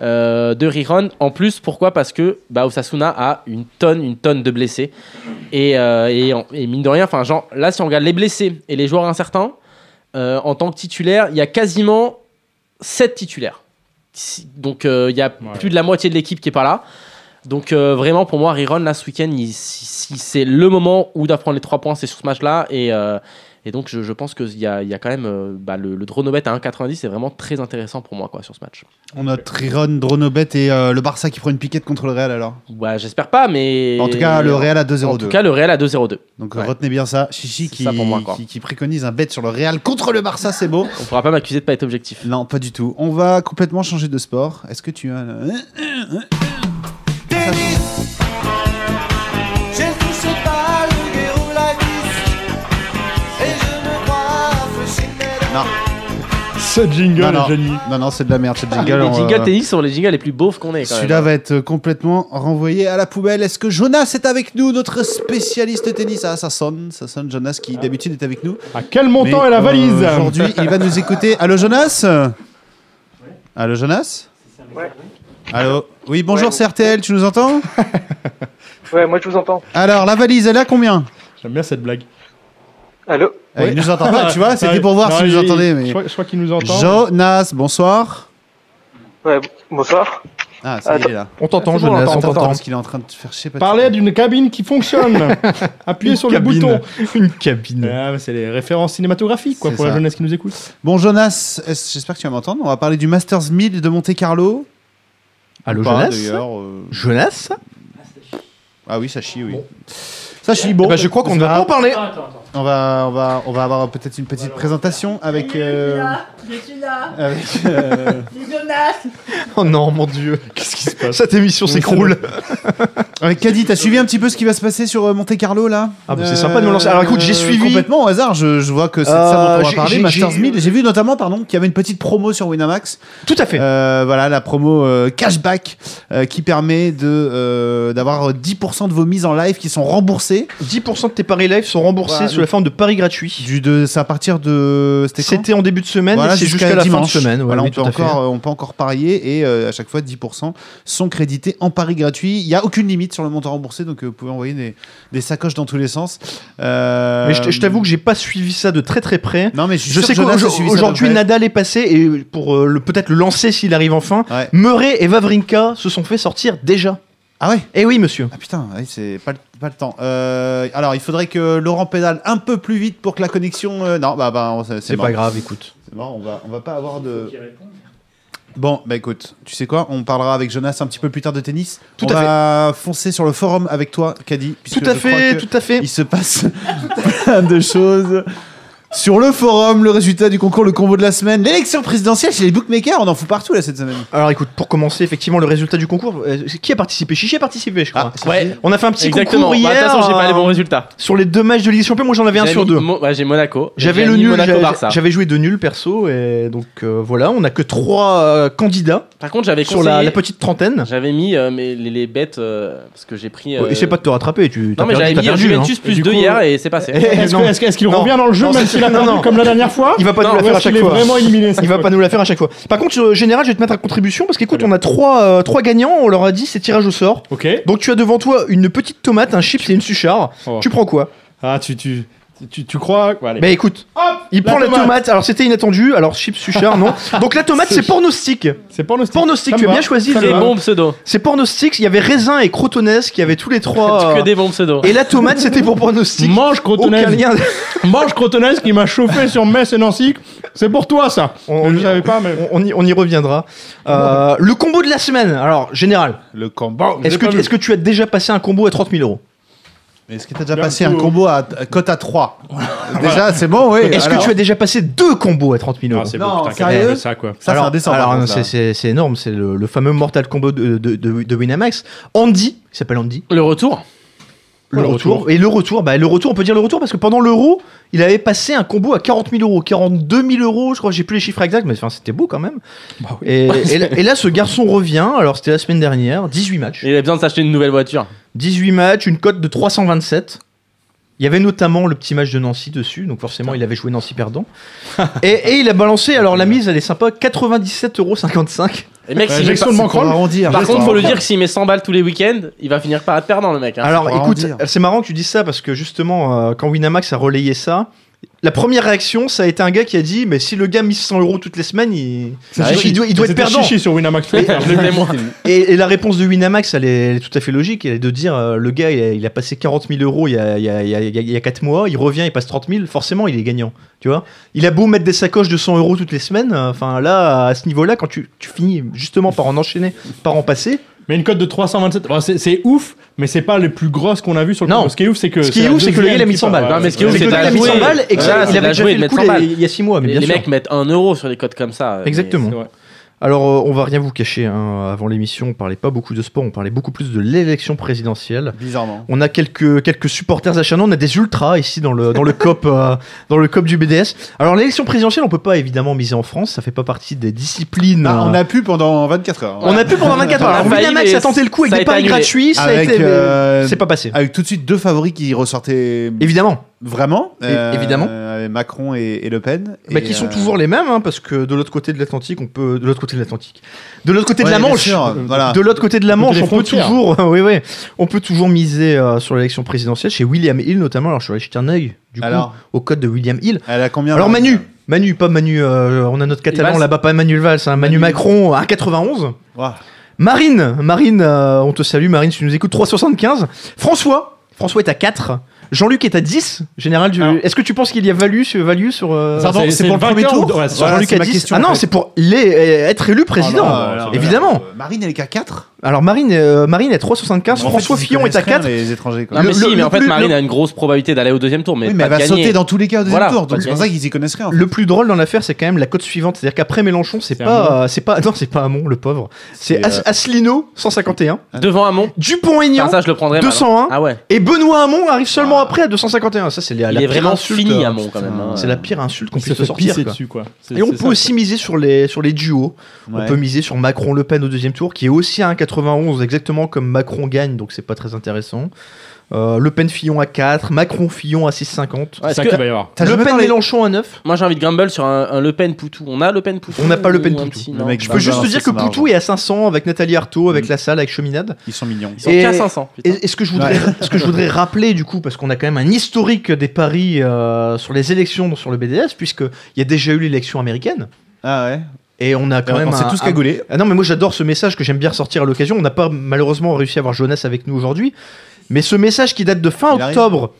S5: euh, de Riron. En plus, pourquoi Parce que bah, Osasuna a une tonne, une tonne de blessés. Et, euh, et, en- et mine de rien, enfin, genre, là, si on regarde les blessés et les joueurs incertains, euh, en tant que titulaire, il y a quasiment 7 titulaires. Si- Donc, euh, il y a plus de la moitié de l'équipe qui est pas là. Donc, euh, vraiment, pour moi, Riron, là, ce week-end, il- si- si- c'est le moment où doivent prendre les 3 points, c'est sur ce match-là. Et, euh, et donc, je, je pense qu'il y a, il y a quand même euh, bah, le, le Dronobet à 1,90, c'est vraiment très intéressant pour moi quoi, sur ce match.
S1: On note Riron, Dronobet et euh, le Barça qui prend une piquette contre le Real alors.
S5: Bah, j'espère pas, mais.
S1: En tout cas, le Real à 2-0-2.
S5: En tout cas, le Real à 2-0-2.
S1: Donc
S5: Ouais.
S1: retenez bien ça. Chichi
S5: C'est
S1: qui,
S5: ça pour moi, quoi.
S1: qui, qui préconise un bet sur le Real contre le Barça, c'est beau.
S5: On pourra pas m'accuser de pas être objectif.
S1: Non, pas du tout. On va complètement changer de sport. Est-ce que tu as. euh, le-
S8: Je ne touche pas le gué ou la vis Et je me crois affranchi
S3: Ce jingle
S1: Non,
S3: est
S1: non,
S3: génial.
S1: non, non, c'est de la merde, ce jingle.
S5: les
S1: on va-
S5: jingles
S4: euh,
S5: TX sont les jingles les plus beaufs qu'on ait. quand
S1: Celui-là
S5: même. hein.
S1: va être complètement renvoyé à la poubelle. Est-ce que Jonas est avec nous, notre spécialiste tennis Ah, ça sonne, ça sonne. Jonas qui d'habitude est avec nous.
S3: À quel montant
S1: Mais,
S3: est la valise
S1: euh, Aujourd'hui, il va nous écouter. Allô, Jonas Allô, Jonas Allô Oui, bonjour,
S9: Ouais.
S1: c'est RTL, tu nous entends
S9: Ouais, moi je vous entends.
S1: Alors, la valise, elle est à combien
S3: J'aime bien cette blague.
S9: Allô
S1: Eh, Il nous entend pas, tu vois, c'était pour voir
S3: Non,
S1: si
S3: il-
S1: nous entendez.
S3: Je
S1: Mais...
S3: crois, je crois qu'il nous entend.
S1: Jonas, bonsoir.
S9: Ouais, b- bonsoir.
S1: Ah, ça y est, il est là.
S4: On t'entend,
S1: Attends,
S4: Jonas, on
S1: attends,
S4: t'entend.
S1: parce qu'il est en train de faire, je sais pas.
S3: Parler d'une cabine
S1: *laughs*
S3: qui fonctionne. Appuyez
S4: Une
S3: sur
S4: cabine.
S3: le bouton.
S4: *laughs* Une cabine.
S3: Ah, mais c'est les références cinématographiques quoi,
S1: C'est
S3: pour
S1: ça.
S3: la jeunesse qui nous écoute.
S1: Bon, Jonas, est-ce- j'espère que tu vas m'entendre. On va parler du Masters 1000 de Monte Carlo.
S4: Allô,
S1: Pas,
S4: Jonas
S1: d'ailleurs, euh,
S4: Jonas
S1: Ah oui, ça chie, oui. Ça Ah. chie, bon.
S4: Eh ben, Je crois qu'on ne va pas en parler.
S1: On va, on va, on va avoir peut-être une petite présentation avec. euh,
S10: Je suis là,
S1: avec euh,
S10: c'est Jonas.
S4: Oh non, mon dieu. Qu'est-ce qui se passe Cette émission s'écroule.
S1: Avec Caddy, t'as suivi un petit peu ce qui va se passer sur euh, Monte Carlo là
S4: Ah bah, c'est sympa de me lancer. Alors, écoute, j'ai
S1: Euh,
S4: suivi-
S1: Complètement au hasard, je, je vois que c'est de
S4: Euh,
S1: ça dont on va
S4: j'ai-
S1: parler,
S4: j'ai-
S1: Masters
S4: j'ai-
S1: 1000. J'ai vu notamment, pardon, qu'il y avait une petite promo sur Winamax.
S4: Tout à fait.
S1: Euh, voilà, la promo euh, cashback euh, qui permet de euh, d'avoir 10% de vos mises en live qui sont remboursées.
S4: 10% de tes paris live sont remboursés
S1: Voilà,
S4: sous
S1: donc-
S4: la forme de paris gratuits.
S1: Du de, c'est à partir de. C'était quand
S4: C'était en début de semaine,
S1: Voilà,
S4: et c'est jusqu'à la
S1: dimanche.
S4: fin de semaine. ouais,
S1: Voilà,
S4: oui,
S1: on, peut
S4: tout à fait.
S1: encore, euh, on peut encore parier et euh, à chaque fois 10% sont crédités en pari gratuit. Il n'y a aucune limite sur le montant remboursé, donc euh, vous pouvez envoyer des, des sacoches dans tous les sens. Euh,
S4: Mais je t- je t'avoue que j'ai pas suivi ça de très très près.
S1: Non, mais je, suis
S4: Je
S1: sûr
S4: sais
S1: que Jonas a suivi ça de
S4: qu'aujourd'hui
S1: près.
S4: Nadal est passé et pour euh, le- peut-être le lancer s'il arrive enfin.
S1: Ouais.
S4: Murray et Vavrinka se sont fait sortir déjà.
S1: Ah ouais
S4: Eh oui monsieur.
S1: Ah putain, ouais, c'est pas, le- pas le temps. Euh, alors, il faudrait que Laurent pédale un peu plus vite pour que la connexion. euh, non, bah, bah on- c'est
S4: C'est
S1: mort.
S4: pas grave, écoute.
S1: C'est mort, on va, on va pas avoir de. Bon, bah écoute, tu sais quoi On parlera avec Jonas un petit peu plus tard de tennis.
S4: Tout
S1: on
S4: à
S1: va foncer sur le forum avec toi, Caddy. puisque
S4: Tout à
S1: je crois
S4: fait,
S1: que-
S4: tout à fait.
S1: Il se passe plein de choses. Sur le forum, le résultat du concours, le combo de la semaine, l'élection présidentielle chez les bookmakers, on en fout partout là cette semaine.
S4: Alors écoute, pour commencer effectivement le résultat du concours, euh, qui a participé Chichi a participé je crois.
S5: Ouais,
S4: On a fait un petit
S5: Ah. exactement.
S4: concours
S5: Bah, De
S4: hier
S5: toute façon, j'ai pas les
S4: euh,
S5: bons résultats.
S4: sur les deux matchs de Ligue des Champions, moi j'en avais un
S5: J'avais
S4: sur
S5: mis
S4: deux.
S5: Mo- ouais, j'ai Monaco.
S4: J'avais
S5: J'ai
S4: le
S5: mis
S4: nul,
S5: Monaco
S4: j'avais-
S5: Barça.
S4: j'avais joué de nul perso et donc euh, voilà, on a que trois euh, candidats
S5: Par contre, j'avais
S4: sur la,
S5: conseillé-
S4: la petite trentaine.
S5: J'avais mis euh, mes- les, les bêtes euh, parce que j'ai pris. euh,
S4: Essaye pas de te rattraper, tu t'as
S5: Non, mais
S4: perdu,
S5: j'avais
S4: t'as
S5: mis
S4: perdu, hein.
S5: Juventus plus 2
S3: coup,
S4: *laughs*
S5: hier et c'est passé.
S3: Est-ce
S4: Eh, non.
S3: que- est-ce que- est-ce qu'il
S4: Non.
S3: revient dans le jeu
S4: Non,
S3: même
S4: c'est-
S3: s'il a
S4: non,
S3: perdu
S4: non.
S3: comme la dernière fois
S4: Il va pas
S3: Non,
S4: nous la
S3: ou
S4: faire à
S3: est-ce qu'il
S4: chaque
S3: est
S4: fois.
S3: vraiment éliminé
S4: Il va pas nous la faire à chaque fois. Par contre, euh, général, je vais te mettre à contribution parce qu'écoute, on a trois, euh, trois gagnants. On leur a dit c'est tirage au sort.
S3: Ok.
S4: Donc tu as devant toi une petite tomate, un chips et une suchard.
S3: Oh.
S4: Tu prends quoi
S3: Ah, tu, tu, Tu, tu crois quoi, allez.
S4: Bah écoute, il prend la tomate. Alors c'était inattendu. Alors chips, suchard,
S6: *laughs*
S4: non. Donc la tomate, c'est pornostic.
S3: C'est pornostic.
S4: Pornostic,
S3: Ça
S4: tu
S3: me
S4: as
S3: va.
S4: bien choisi.
S3: Ça me
S4: Jérôme.
S3: va. Bon
S5: pseudo.
S4: C'est pornostic. Il y avait raisin et crotonnaise qui avaient tous les
S6: *laughs*
S4: trois.
S5: Que
S4: euh,
S5: des bons pseudos.
S4: Et la tomate, c'était pour pornostic.
S3: Mange
S4: Aucun
S3: crotonnaise.
S4: lien. *laughs*
S3: Mange crotonnaise qui m'a chauffé sur Metz et Nancy. C'est pour toi ça.
S4: On,
S3: Je
S4: y-
S3: savais pas, mais.
S4: on y, on y reviendra. Euh, le combo de la semaine. Alors général.
S3: Le combat.
S4: Est-ce que, est-ce que tu as déjà passé un combo à 30 000 euros
S6: Est-ce que t'as déjà passé un combo à, à cote à 3 Déjà, c'est bon, oui.
S4: Est-ce que tu as déjà passé deux combos à 30 000 euros
S3: c'est
S6: Non,
S3: beau, putain,
S6: sérieux
S3: quel- ça quoi.
S6: Ah, Ça, c'est
S4: alors,
S6: indécent,
S4: alors,
S6: par
S4: non,
S6: contre,
S4: c'est,
S6: là.
S4: c'est- c'est énorme, c'est le, le fameux Mortal Combo de, de, de- de Winamax. Andy, qui s'appelle Andy,
S5: Le retour.
S4: le, retour. Et le retour, bah, le retour, on peut dire le retour parce que pendant l'euro, il avait passé un combo à 40 000 euros, 42 000 euros, je crois, j'ai plus les chiffres exacts, mais enfin, c'était beau quand même. *laughs* et, et là- et là, ce garçon revient, alors c'était la semaine dernière, 18 matchs.
S5: Et Il a besoin de s'acheter une nouvelle voiture.
S4: 18 matchs, une cote de 327. Il y avait notamment le petit match de Nancy dessus, donc forcément il avait joué Nancy *laughs* perdant. et, et il a balancé, alors la mise elle est sympa, 97,55€.
S5: Et mec,
S3: Ouais,
S5: s'il met-
S3: Jackson Mancroll.
S5: par contre, faut le dire que s'il met 100 balles tous les week-ends, il va finir par être perdant, le mec. hein.
S4: Alors
S6: pas en
S4: écoute,
S6: dire.
S4: c'est marrant que tu dises ça parce que justement, euh, quand Winamax a relayé ça, la première réaction ça a été un gars qui a dit Mais si le gars mise 100 euros toutes les semaines, il,
S3: C'est
S4: il
S3: chichi.
S4: doit, il doit être
S3: Ah C'était
S4: perdant.
S3: chichi sur Winamax.
S5: Je
S4: Ah,
S5: le fais, moi.
S4: Et, et la réponse de Winamax, elle est, elle est tout à fait logique. Elle est de dire euh, le gars, il a, il a passé 40 000 euros il y, a, il, y a, il, y a, il y a 4 mois, il revient, il passe 30 000, forcément, il est gagnant. Tu vois Il a beau mettre des sacoches de 100 euros toutes les semaines. euh, Enfin, là, à ce niveau-là, quand tu, tu finis justement par en enchaîner, par en passer.
S3: Mais une cote de 327, bon, c'est- c'est ouf, mais c'est pas les plus grosses qu'on a vues sur le
S4: Non.
S3: compte. Ce qui est ouf, c'est que.
S4: ce qui est
S3: la
S4: ouf, c'est que le gars, il a
S3: deuxième
S4: mis
S3: qui
S4: 100 balles.
S3: part. euh,
S5: Non, mais ce qui est ouf,
S4: Le
S5: c'est
S4: gars,
S5: de
S4: il
S5: la
S4: a mis 100
S5: jouer.
S4: balles et que
S5: Ouais,
S4: ça-
S5: c'est
S4: il
S5: de la
S4: avait déjà
S5: jouer
S4: fait
S5: de
S4: le
S5: mettre
S4: coup
S5: 100 balles.
S4: les- il y a 6 mois. Mais
S5: Les
S4: bien
S5: les
S4: sûr.
S5: mecs mettent 1 euro sur des cotes comme ça. mais
S4: Exactement.
S5: c'est vrai.
S4: Alors, euh, on va rien vous cacher. hein. Avant l'émission, on parlait pas beaucoup de sport, on parlait beaucoup plus de l'élection présidentielle.
S6: Bizarrement.
S4: On a quelques, quelques supporters acharnés, on a des ultras ici dans le, dans le, COP, euh, dans le COP du BDS. Alors l'élection présidentielle, on peut pas évidemment miser en France, ça fait pas partie des disciplines.
S6: Ah, on
S4: euh,
S6: a pu pendant 24 heures.
S4: on a pu pendant 24 heures.
S5: On a
S4: Alors
S5: failli,
S4: Winamax
S5: mais
S4: a tenté le coup avec
S5: ça a
S4: des
S5: été
S4: paris
S5: annulé.
S4: gratuits, ça a
S6: Avec,
S4: été- mais
S6: euh,
S4: c'est pas passé.
S6: Avec tout de suite deux favoris qui ressortaient
S4: Évidemment,
S6: vraiment. euh,
S4: É- évidemment.
S6: avec Macron et, et Le Pen.
S4: Bah,
S6: et,
S4: qui sont
S6: euh,
S4: toujours les mêmes, hein, parce que de l'autre côté de l'Atlantique, on peut de l'autre côté de l'Atlantique, de l'autre côté de
S6: ouais,
S4: la
S6: bien
S4: Manche, Euh,
S6: sûr, voilà.
S4: De l'autre côté de la
S3: côté
S4: Manche,
S3: des
S4: on peut
S3: frontières.
S4: toujours, *laughs* oui, oui, on peut toujours miser euh, sur l'élection présidentielle chez William Hill notamment. Alors je suis allé jeter un œil du coup
S6: Alors
S4: au code de William Hill.
S6: Elle a combien
S4: Alors
S6: là
S4: Manu, Manu, pas Manu, euh, on a notre catalan
S5: Valls.
S4: là-bas, pas Emmanuel Valls, hein, Manu, Macron à 91.
S6: Ouah.
S4: Marine, Marine, euh, on te salue, Marine, si tu nous écoutes, 3,75. François, François est à 4. Jean-Luc est à 10. Général, du-
S3: Alors.
S4: est-ce que tu penses qu'il y a value, sur- value sur. euh,
S3: Pardon, c'est pour le premier tour Ouais, c'est
S4: sur Jean-Luc
S6: c'est
S4: à
S6: ma
S4: 10?
S6: question,
S4: Ah
S6: en
S4: non,
S6: fait.
S4: c'est pour les- euh, être élu président,
S6: Ah, là, là, là,
S4: évidemment.
S6: là, là. Marine, elle est qu'à 4.
S4: Alors Marine, euh, Marine est 3,75, François Fillon est à 4.
S6: Les étrangers, quoi.
S5: Non,
S4: Le-
S5: mais si,
S4: le-
S5: mais
S4: le
S5: en fait,
S4: plus-
S5: Marine
S4: le-
S5: a une grosse probabilité d'aller au deuxième tour. Mais
S6: oui, mais
S5: pas
S6: elle va
S5: de gagner.
S6: sauter dans tous les cas au deuxième
S5: Voilà,
S6: tour.
S5: pas
S6: Donc c'est pour
S5: gagné.
S6: ça qu'ils y connaissent rien. en fait.
S4: Le plus drôle dans l'affaire, c'est quand même la cote suivante, c'est-à-dire qu'après Mélenchon, c'est
S3: C'est euh,
S4: pas, euh, c'est pas, *laughs* non, c'est pas Hamon, le pauvre, c'est As- Asselineau 151,
S5: Devant Hamon.
S4: Dupont-Aignan
S5: Enfin, ça, je le prendrais. mal, hein.
S4: 201
S5: Ah ouais.
S4: et Benoît Hamon arrive
S3: Ah.
S4: seulement après à 251. Ça, c'est la,
S5: Il
S4: la
S5: est
S4: pire
S5: vraiment
S4: insulte. euh,
S5: fini Hamon quand même. hein.
S4: C'est la pire insulte qu'on
S3: Il se
S4: puisse se
S3: fait
S4: sortir.
S3: pisser
S4: quoi.
S3: dessus, quoi. C'est-
S4: Et on
S3: c'est
S4: peut
S3: ça,
S4: aussi miser sur les, sur les duos.
S6: Ouais.
S4: On peut miser sur Macron-Le Pen au deuxième tour, qui est aussi à 1,91, exactement comme Macron gagne, donc c'est pas très intéressant. Euh, le Pen-Fillon à 4, Macron-Fillon à 6,50.
S5: Ouais,
S3: C'est
S5: est-ce
S3: ça
S5: que-
S3: qu'il va y avoir.
S6: T'as
S4: Le
S6: jamais parlé-
S4: Pen-Mélenchon à
S6: Bah,
S4: 9.
S5: Moi, j'ai envie de grumble sur un, un Le Pen Poutou. On a Le Pen Poutou
S4: On n'a pas Le Pen
S5: ou un
S4: Poutou.
S5: petit,
S6: Le
S5: non
S6: mec,
S4: Je
S6: Bah,
S4: peux juste te
S6: balance,
S4: dire
S6: c'est
S4: que
S6: marrant.
S4: Poutou est à 500 avec Nathalie Arthaud, avec
S6: Mm.
S4: La Salle, avec Cheminade.
S6: Ils sont mignons.
S5: Ils sont
S4: Et-
S5: qu'à 500. putain.
S4: Et, et ce, que je voudrais, ce que je voudrais rappeler, du coup, parce qu'on a quand même un historique des paris euh, sur les élections sur le BDS, puisqu'il y a déjà eu l'élection américaine.
S6: Ah ouais.
S4: Et on
S3: Euh,
S4: a quand même.
S6: On s'est
S4: un-
S6: tous
S4: un-
S6: cagoulés.
S4: Ah non, mais moi j'adore ce message que j'aime bien ressortir à l'occasion. On n'a pas malheureusement réussi à avoir Jonas avec nous aujourd'hui. Mais ce message qui date de fin
S6: Il arrive.
S4: octobre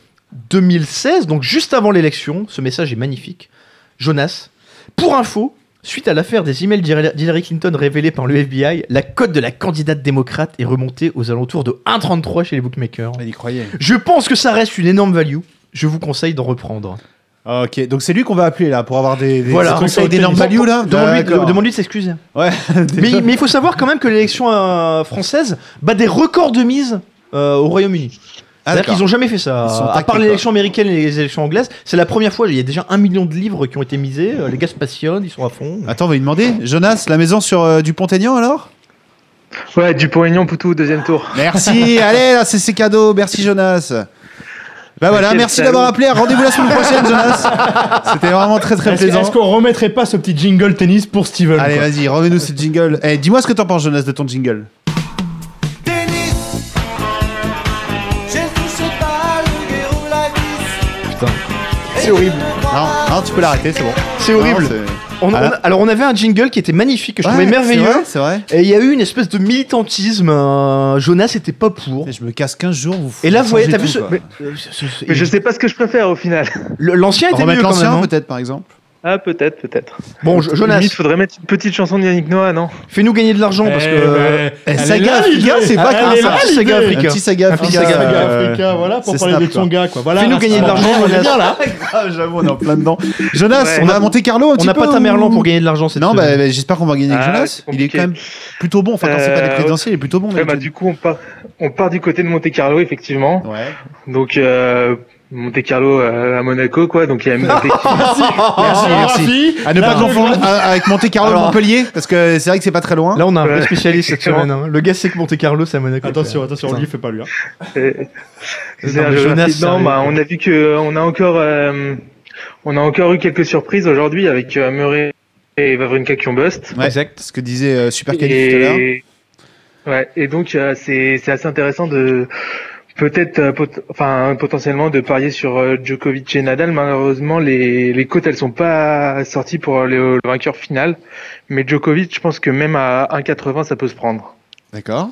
S4: 2016, donc juste avant l'élection, ce message est magnifique. Jonas, pour info, suite à l'affaire des emails d'Hil- d'Hillary Clinton révélés par le FBI, la cote de la candidate démocrate est remontée aux alentours de 1,33 chez les bookmakers.
S6: Il y croyait.
S4: Je pense que ça reste une énorme value. Je vous conseille d'en reprendre.
S6: Ah, Ok, donc c'est lui qu'on va appeler là pour avoir des, des
S4: Voilà.
S6: des conseils d'énorme value là.
S4: Demande-lui
S6: D'accord.
S4: demande-lui de s'excuser.
S6: Ouais.
S4: *laughs* Mais, mais il faut savoir quand même que l'élection euh, française bat des records de mise euh, au Royaume-Uni.
S6: Ah,
S4: C'est-à-dire
S6: d'accord.
S4: qu'ils n'ont jamais fait ça.
S6: Ils sont
S4: À
S6: tactiques,
S4: part
S6: quoi.
S4: l'élection américaine et les élections anglaises, c'est la première fois. Il y a déjà un million de livres qui ont été misés. euh, Les gars se passionnent, ils sont à fond.
S6: Attends, on va lui demander. Jonas, la maison sur euh, du Pont-Aignan alors
S9: Ouais, Dupont-Aignan Poutou, deuxième tour.
S6: *laughs* Merci, allez là, c'est ses cadeaux. Merci Jonas. Bah voilà,
S9: quel
S6: merci
S9: salaud.
S6: d'avoir appelé. Rendez-vous la semaine prochaine,
S4: *laughs*
S6: Jonas. C'était vraiment très très
S3: Est-ce
S6: plaisant.
S3: est-ce qu'on remettrait pas ce petit jingle tennis pour Steven
S6: Allez,
S3: quoi
S6: vas-y, remets-nous ce jingle. Eh, dis-moi ce que t'en penses, Jonas, de ton jingle.
S11: Tennis J'ai touché pas le guérou la glisse
S4: C'est horrible.
S6: Non, non, tu peux l'arrêter, c'est bon.
S4: C'est horrible.
S6: Non, c'est-
S4: On- on-
S6: Ah.
S4: alors on avait un jingle qui était magnifique, que je
S6: Ouais,
S4: trouvais
S6: c'est
S4: merveilleux.
S6: vrai, c'est vrai.
S4: Et il y a eu une espèce de militantisme. euh, Jonas était pas pour.
S6: je me casse 15 jours. Vous
S4: Et là, vous voyez,
S6: changez
S4: t'as vu
S6: tout,
S4: ce.
S6: quoi.
S4: Mais,
S9: Mais je sais pas ce que je préfère au final. *laughs*
S4: Le- L'ancien était mieux
S6: Remettre
S4: quand même.
S6: l'ancien,
S4: hein.
S6: peut-être, par exemple.
S9: Ah, peut-être, peut-être.
S4: Bon, Jo- Jonas.
S9: Limite, faudrait mettre une petite chanson de Yannick Noah, non
S4: Fais-nous gagner de l'argent parce
S9: Eh
S4: que.
S6: euh,
S9: ben,
S4: Eh,
S9: elle est
S4: saga
S9: là,
S4: africain,
S9: l'idée.
S4: c'est pas
S9: Elle
S4: qu'un
S9: est
S4: ça,
S9: là,
S4: un petit saga
S9: l'idée.
S4: africain.
S9: Un petit saga
S4: Un petit
S9: africain,
S4: saga
S9: euh,
S4: africain.
S3: Ah, Africa, voilà, pour
S6: c'est
S3: parler
S6: Snap,
S3: des Tsonga, quoi. Voilà,
S4: Fais-nous gagner de l'argent,
S3: on est
S4: Jonas.
S3: bien là.
S9: *laughs*
S6: Grave, j'avoue, on est en plein dedans. *laughs* Jonas,
S9: Ouais.
S6: on a monté Carlo un
S4: On
S6: petit
S4: n'a
S6: peu,
S4: pas
S6: ou-
S4: Tamerlan pour gagner de l'argent cette
S6: Non, bah,
S4: semaine.
S6: bah, j'espère qu'on va gagner avec
S9: Ah,
S6: Jonas. Il
S9: c'est
S6: est
S9: compliqué.
S6: quand même plutôt bon. Enfin, quand c'est pas des
S9: Euh,
S6: présidentielles, il est plutôt bon.
S9: Ouais, bah,
S6: d'habitude.
S9: du coup, on part, on part du côté de Monte Carlo, effectivement.
S6: Ouais.
S9: Donc, euh, Monte Carlo euh, à Monaco, quoi. Donc, il
S4: *laughs*
S9: y a Mbappé qui-
S6: Merci, merci. À ne pas confondre euh, avec Monte Carlo
S4: Alors-
S6: Montpellier, parce que c'est vrai que c'est pas très loin.
S4: Là, on a un vrai
S9: Ouais.
S4: spécialiste cette
S9: Exactement.
S4: semaine. hein. Le gars, c'est que Monte Carlo, c'est à Monaco.
S3: Attention, attention, on lui fait pas lui. hein.
S9: Euh,
S4: Non,
S9: c'est un
S4: mais
S9: jeu
S4: Jonas,
S9: rapide. Non,
S4: sérieux,
S9: bah,
S4: quoi.
S9: on a vu que on a encore euh, on a encore eu quelques surprises aujourd'hui avec euh, Murray et Wawrinka qui ont bust.
S6: Ouais, exact. Ce que disait euh, Super Cali tout à l'heure.
S9: Et ouais, et donc euh, c'est c'est assez intéressant de peut-être euh, pot- enfin potentiellement de parier sur euh, Djokovic et Nadal. Malheureusement, les les cotes elles sont pas sorties pour le, le vainqueur final, mais Djokovic, je pense que même à 1,80 ça peut se prendre.
S6: D'accord.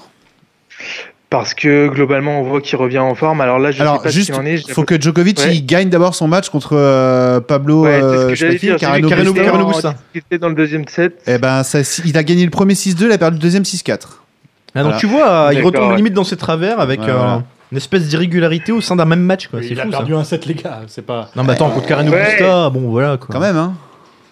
S9: Parce que globalement, on voit qu'il revient en forme. Alors là, je sais
S6: Alors,
S9: pas ce
S6: juste,
S9: qu'il en est. je
S6: faut que Djokovic
S9: Ouais.
S6: il gagne d'abord son match contre euh, Pablo
S9: Ouais, c'est ce
S6: euh, je sais
S9: que j'allais
S6: pas qui,
S9: dire.
S6: Carreno
S9: J'ai
S6: Busta.
S9: vu qu'il était en-
S4: Busta.
S9: qu'il était dans le deuxième set.
S6: Eh ben, ça, il a gagné le premier 6-2, il a perdu le deuxième 6-4.
S4: Ah,
S6: Voilà.
S4: donc tu vois, il
S9: D'accord,
S4: retombe
S9: ouais.
S4: limite dans ses travers avec
S6: Ouais,
S4: euh,
S6: voilà.
S4: une espèce d'irrégularité au sein d'un même match. quoi.
S3: Mais
S4: C'est
S3: Il a
S4: fou, ça.
S3: perdu un set, les gars. C'est pas.
S4: Non, mais attends, contre Karen
S9: Ouais.
S4: Augusta, bon voilà quoi.
S6: Quand même, hein.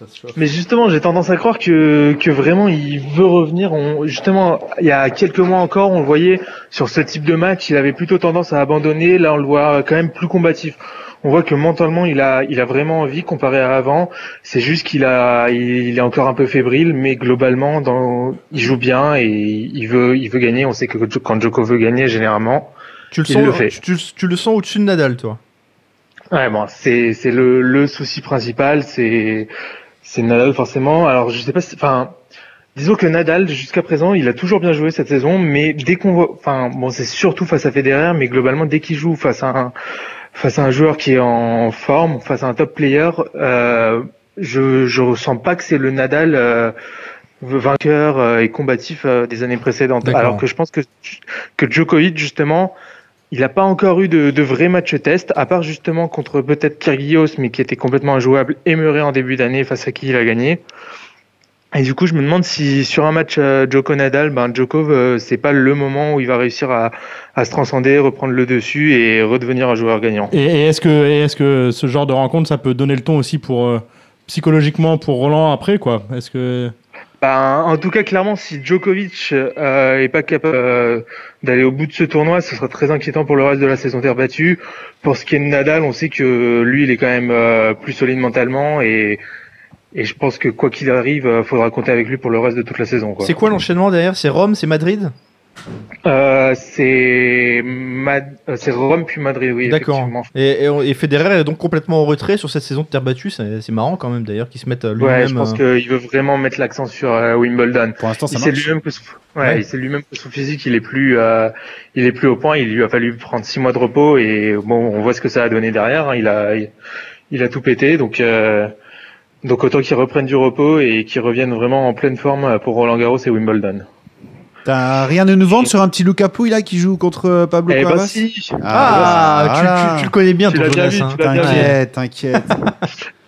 S3: ça se chauffe.
S9: Mais justement, j'ai tendance à croire que, que vraiment il veut revenir. On, justement, il y a quelques mois encore, on le voyait sur ce type de match, il avait plutôt tendance à abandonner. Là, on le voit quand même plus combatif. On voit que mentalement, il a, il a vraiment envie comparé à avant. C'est juste qu'il a, il, il est encore un peu fébrile, mais globalement, dans, il joue bien et il veut, il veut gagner. On sait que quand Djoko veut gagner, généralement,
S4: Tu le
S9: Il
S4: sens,
S9: le fait.
S4: tu, tu- tu le sens au-dessus de Nadal, toi.
S9: Ouais, bon, c'est c'est le, le souci principal, c'est c'est Nadal forcément. Alors je sais pas, si- enfin, disons que Nadal jusqu'à présent, il a toujours bien joué cette saison, mais dès qu'on voit, enfin, bon, c'est surtout face à Federer, mais globalement dès qu'il joue face à un face à un joueur qui est en forme, face à un top player, euh, je je ressens pas que c'est le Nadal. euh, vainqueur euh, et combatif euh, des années précédentes.
S4: D'accord.
S9: Alors que je pense que que Djokovic justement, il n'a pas encore eu de, de vrais matchs test, à part justement contre peut-être Kyrgios, mais qui était complètement injouable, et Murray en début d'année, face à qui il a gagné. Et du coup, je me demande si sur un match euh, Djoko Nadal, ben Djoko, euh, c'est pas le moment où il va réussir à, à se transcender, reprendre le dessus et redevenir un joueur gagnant.
S3: Et, et est-ce que, et est-ce que ce genre de rencontre, ça peut donner le ton aussi pour euh, psychologiquement pour Roland après, quoi Est-ce que
S9: Ben, en tout cas, clairement, si Djokovic euh, est pas capable euh, d'aller au bout de ce tournoi, ce sera très inquiétant pour le reste de la saison terre battue. Pour ce qui est de Nadal, on sait que lui, il est quand même euh, plus solide mentalement et et je pense que quoi qu'il arrive, euh, faudra compter avec lui pour le reste de toute la saison. Quoi.
S4: C'est quoi l'enchaînement derrière C'est Rome, c'est Madrid
S9: Euh, C'est Mad- euh, c'est Rome puis Madrid, oui.
S4: D'accord.
S9: effectivement.
S4: Et, et on- et Federer est donc complètement en retrait sur cette saison de terre battue. C'est c'est marrant quand même d'ailleurs qu'il se mette euh, lui-même.
S9: Ouais, je pense
S4: euh,
S9: qu'il veut vraiment mettre l'accent sur euh, Wimbledon.
S6: Pour l'instant, ça
S9: Il sait
S6: marche.
S9: lui-même que son, ouais,
S4: Ouais.
S9: il sait lui-même que son physique il est plus euh, il est plus au point. Il lui a fallu prendre six mois de repos et bon on voit ce que ça a donné derrière. hein. Il a il, il a tout pété donc euh, donc autant qu'il reprenne du repos et qu'il revienne vraiment en pleine forme euh, pour Roland Garros et Wimbledon.
S6: T'as rien de nous vendre sur un petit Luca Pouille, là, qui joue contre euh, Pablo
S9: Eh ben
S6: Cuevas
S9: si.
S4: Ah, tu- tu, tu le connais bien,
S9: Tu
S4: ton
S9: l'as bien
S4: Jonas.
S9: vu,
S4: hein.
S9: tu l'as bien vu.
S6: T'inquiète, t'inquiète.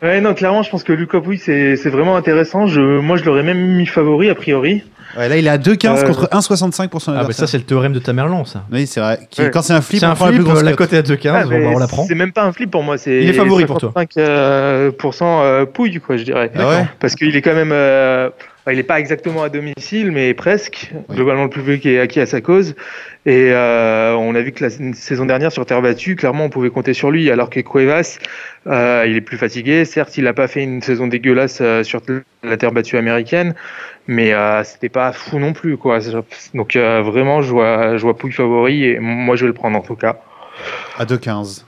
S9: Ouais non clairement je pense que Lucas Pouille c'est c'est vraiment intéressant. Je moi je l'aurais même mis favori a priori.
S6: Ouais, là, il est à 2,15
S9: Euh,
S6: contre 1,65 pour son
S4: Ah, bah ça,
S6: adversaire.
S4: c'est le théorème de Tamerlan, ça.
S6: Oui, c'est vrai. Qui-
S9: Ouais.
S6: Quand c'est un flip,
S4: C'est un
S6: on prend la
S4: flip, euh,
S6: plus grosse
S4: la
S6: cote.
S4: cote est à 2,15,
S9: Ah,
S4: on
S9: mais
S4: va- on la prend.
S9: C'est même pas un flip pour moi. C'est
S4: Il est favori pour toi.
S9: 55, euh, pour cent, euh, Pouille quoi je dirais.
S6: Ah ouais
S9: Parce qu'il est quand même. euh, enfin, il n'est pas exactement à domicile, mais presque.
S6: Oui.
S9: Globalement, le public est acquis à sa cause. Et euh, on a vu que la sa- saison dernière, sur terre battue, clairement, on pouvait compter sur lui. Alors que Cuevas, euh, il est plus fatigué. Certes, il n'a pas fait une saison dégueulasse euh, sur la terre battue américaine, mais euh, c'était pas fou non plus. Quoi. Donc euh, vraiment, je vois, je vois Pouille favori et moi, je vais le prendre en tout cas.
S6: À 2,15.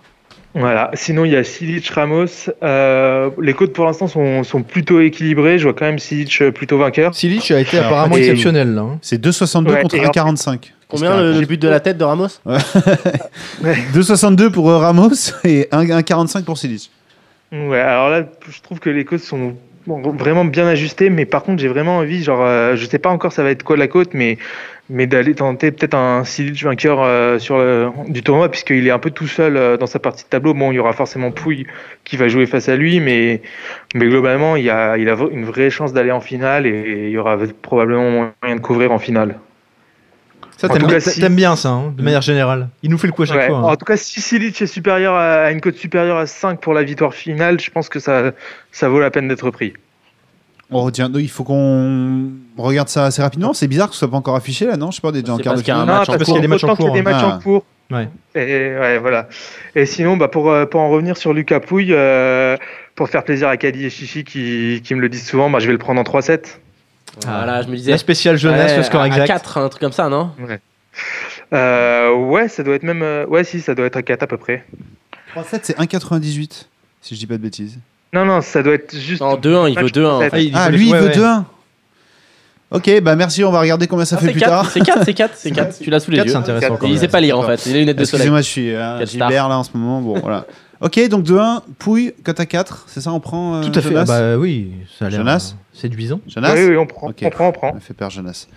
S9: Voilà. Sinon, il y a Silic Ramos. Euh, les codes pour l'instant sont, sont plutôt équilibrés. Je vois quand même Silic euh, plutôt vaqueur.
S4: Silic a été
S6: Alors,
S4: apparemment
S9: et-
S4: exceptionnel, là. hein.
S6: C'est 2,62
S9: Ouais,
S6: contre
S9: et en-
S6: 1,45.
S12: Combien le, le but de la tête de Ramos
S6: *laughs* 2,62 pour euh, Ramos et 1,45 pour Silic.
S9: Ouais, alors là, je trouve que les côtes sont vraiment bien ajustées, mais par contre, j'ai vraiment envie, genre, euh, je sais pas encore ça va être quoi la côte, mais, mais d'aller tenter peut-être un Silic vainqueur euh, sur le, du tournoi, puisqu'il est un peu tout seul euh, dans sa partie de tableau. Bon, il y aura forcément Pouille qui va jouer face à lui, mais, mais globalement, il, y a, il a une vraie chance d'aller en finale et il y aura probablement moyen de couvrir en finale.
S4: Ça,
S9: En
S4: t'aimes
S9: tout
S4: bien,
S9: cas, si- Mm.
S4: t'aimes bien ça, hein, de manière générale. Il nous fait le coup à chaque
S9: Ouais.
S4: fois. hein.
S9: En tout cas, si Silic est supérieur à à une cote supérieure à 5 pour la victoire finale, je pense que ça, ça vaut la peine d'être pris.
S1: On retient. Il faut qu'on regarde ça assez rapidement. C'est bizarre que ce soit pas encore affiché là, non Je sais pas, on est déjà en quart de finale.
S9: Non, parce qu'il y a des matchs en cours. Autant qu'il y a des matchs en
S1: Ah.
S9: cours. Et, ouais, voilà. et sinon, bah, pour, euh, pour en revenir sur Lucas Pouille, euh, pour faire plaisir à Caddy et Chichi qui, qui me le disent souvent, bah, je vais le prendre en 3-7.
S5: Voilà, je me disais.
S9: La spéciale jeunesse, le score
S5: à-
S9: exact.
S5: À 4, un truc comme ça, non
S9: Ouais. Euh, ouais, ça doit être même. euh, ouais, si, ça doit être à 4 à peu près.
S1: 3-7, c'est 1,98, si je dis pas de bêtises.
S9: Non, non, ça doit être juste.
S5: Non, 2-1, il veut 2-1. en fait.
S1: ah, lui, il veut 2-1. Ok, bah merci, on va regarder combien ça
S5: Ah,
S1: fait
S5: c'est
S1: plus
S5: quatre,
S1: tard.
S5: c'est quatre, c'est quatre, c'est quatre. Tu l'as sous les yeux. Quatre, il sait pas lire, en fait. Il a les lunettes de soleil.
S1: Excusez-moi, je suis euh,
S5: Quelle star.
S1: Gilbert là en ce moment. Bon, voilà. Ok, donc 2-1, Pouille, cote à 4, c'est ça, on prend. euh,
S4: Tout à fait.
S1: Jonas
S4: Ah bah oui, ça a l'air
S1: Jonas
S4: euh, séduisant.
S1: Jonas
S9: Oui, oui, on prend,
S1: Ok.
S9: on prend, on prend.
S1: On fait peur, Jonas.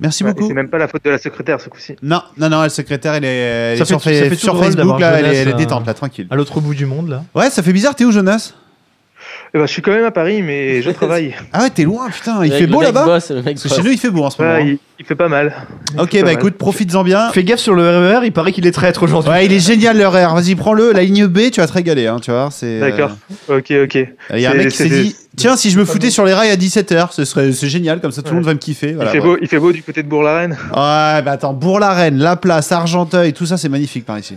S1: Merci
S9: Ouais,
S1: beaucoup.
S9: C'est même pas la faute de la secrétaire ce coup-ci.
S1: Non, non, non, le secrétaire, il est, elle
S4: Ça
S1: est
S4: fait-
S1: sur,
S4: ça fait
S1: fa- sur
S4: toujours drôle
S1: Facebook,
S4: d'avoir
S1: là, elle est,
S4: Jonas,
S1: elle est
S4: euh,
S1: détente, là, tranquille.
S4: À l'autre bout du monde, là.
S1: Ouais, ça fait bizarre, t'es où, Jonas
S9: Eh ben, je suis quand même à Paris, *laughs* mais je travaille.
S1: Ah ouais, t'es loin, putain, il
S9: Le
S1: fait
S9: mec-
S1: beau
S9: le mec
S1: là-bas
S9: bosse, le mec
S1: Parce que
S9: bosse.
S1: chez nous, il fait beau en ce
S9: Ouais,
S1: moment.
S9: Ah, il, il fait pas mal.
S1: Ok,
S9: Il fait
S1: bah
S9: pas mal.
S1: écoute, profites-en bien.
S4: Fais gaffe sur le
S1: E
S4: RER, il paraît qu'il est traître aujourd'hui.
S1: Ouais, il est génial le RER, vas-y, prends-le, la ligne B, tu vas te régaler, hein, tu vois. c'est, euh,
S9: D'accord. Ok, ok.
S1: Il y a un
S9: C'est-
S1: mec qui s'est
S9: c'est-
S1: dit Tiens, si je me foutais sur les rails à 17h, ce serait c'est génial, comme ça tout le monde va me kiffer.
S9: Il
S1: Voilà,
S9: fait,
S1: bref.
S9: beau, il fait beau du côté de Bourg-la-Reine.
S1: Ouais, bah attends, Bourg-la-Reine, La Place, Argenteuil, tout ça, c'est magnifique par ici.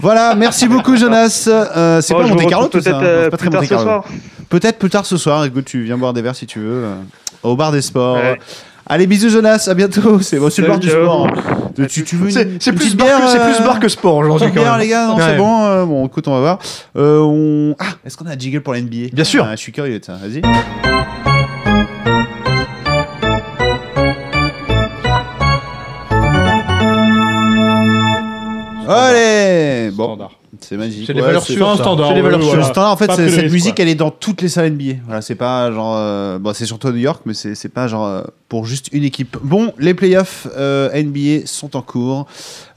S1: Voilà,
S9: *laughs*
S1: merci beaucoup Jonas. Euh, c'est
S9: Bon,
S1: pas
S9: Oh, je vous
S1: Monte Carlo
S9: retrouve
S1: tout ça.
S9: peut-être,
S1: hein. Non, c'est
S9: euh,
S1: pas
S9: plus
S1: très
S9: tard
S1: Monte
S9: ce
S1: Carlo.
S9: soir.
S1: Peut-être plus tard ce soir. Écoute, tu viens boire des verres si tu veux. euh, au bar des sports. Allez, bisous Jonas, à bientôt. *laughs* C'est bon, c'est le
S4: Salut,
S1: bar du
S4: ciao.
S1: sport. hein. De- tu, tu veux une-
S4: C'est- C'est
S1: une
S4: plus,
S1: petite
S4: bar que-
S1: bière,
S4: c'est plus
S1: euh,
S4: bar que sport aujourd'hui.
S1: Petite
S4: quand
S1: bière,
S4: même.
S1: les gars, non,
S4: Ouais.
S1: c'est bon. euh, bon, écoute, on va voir. Euh, on... Ah, est-ce qu'on a un jiggle pour la NBA Bien sûr. je suis curieux de ça. Vas-y. Allez Bon, c'est magique.
S4: C'est des valeurs sûres, ça. C'est des valeurs
S1: ouais,
S4: sûres.
S1: Le standard, en fait,
S4: Pas
S1: c'est-
S4: pris de
S1: cette
S4: risque,
S1: musique,
S4: quoi.
S1: elle est dans toutes les salles NBA. Voilà, c'est pas genre. euh, bon, c'est surtout à New York, mais c'est c'est pas genre euh, pour juste une équipe. Bon, les playoffs euh, NBA sont en cours.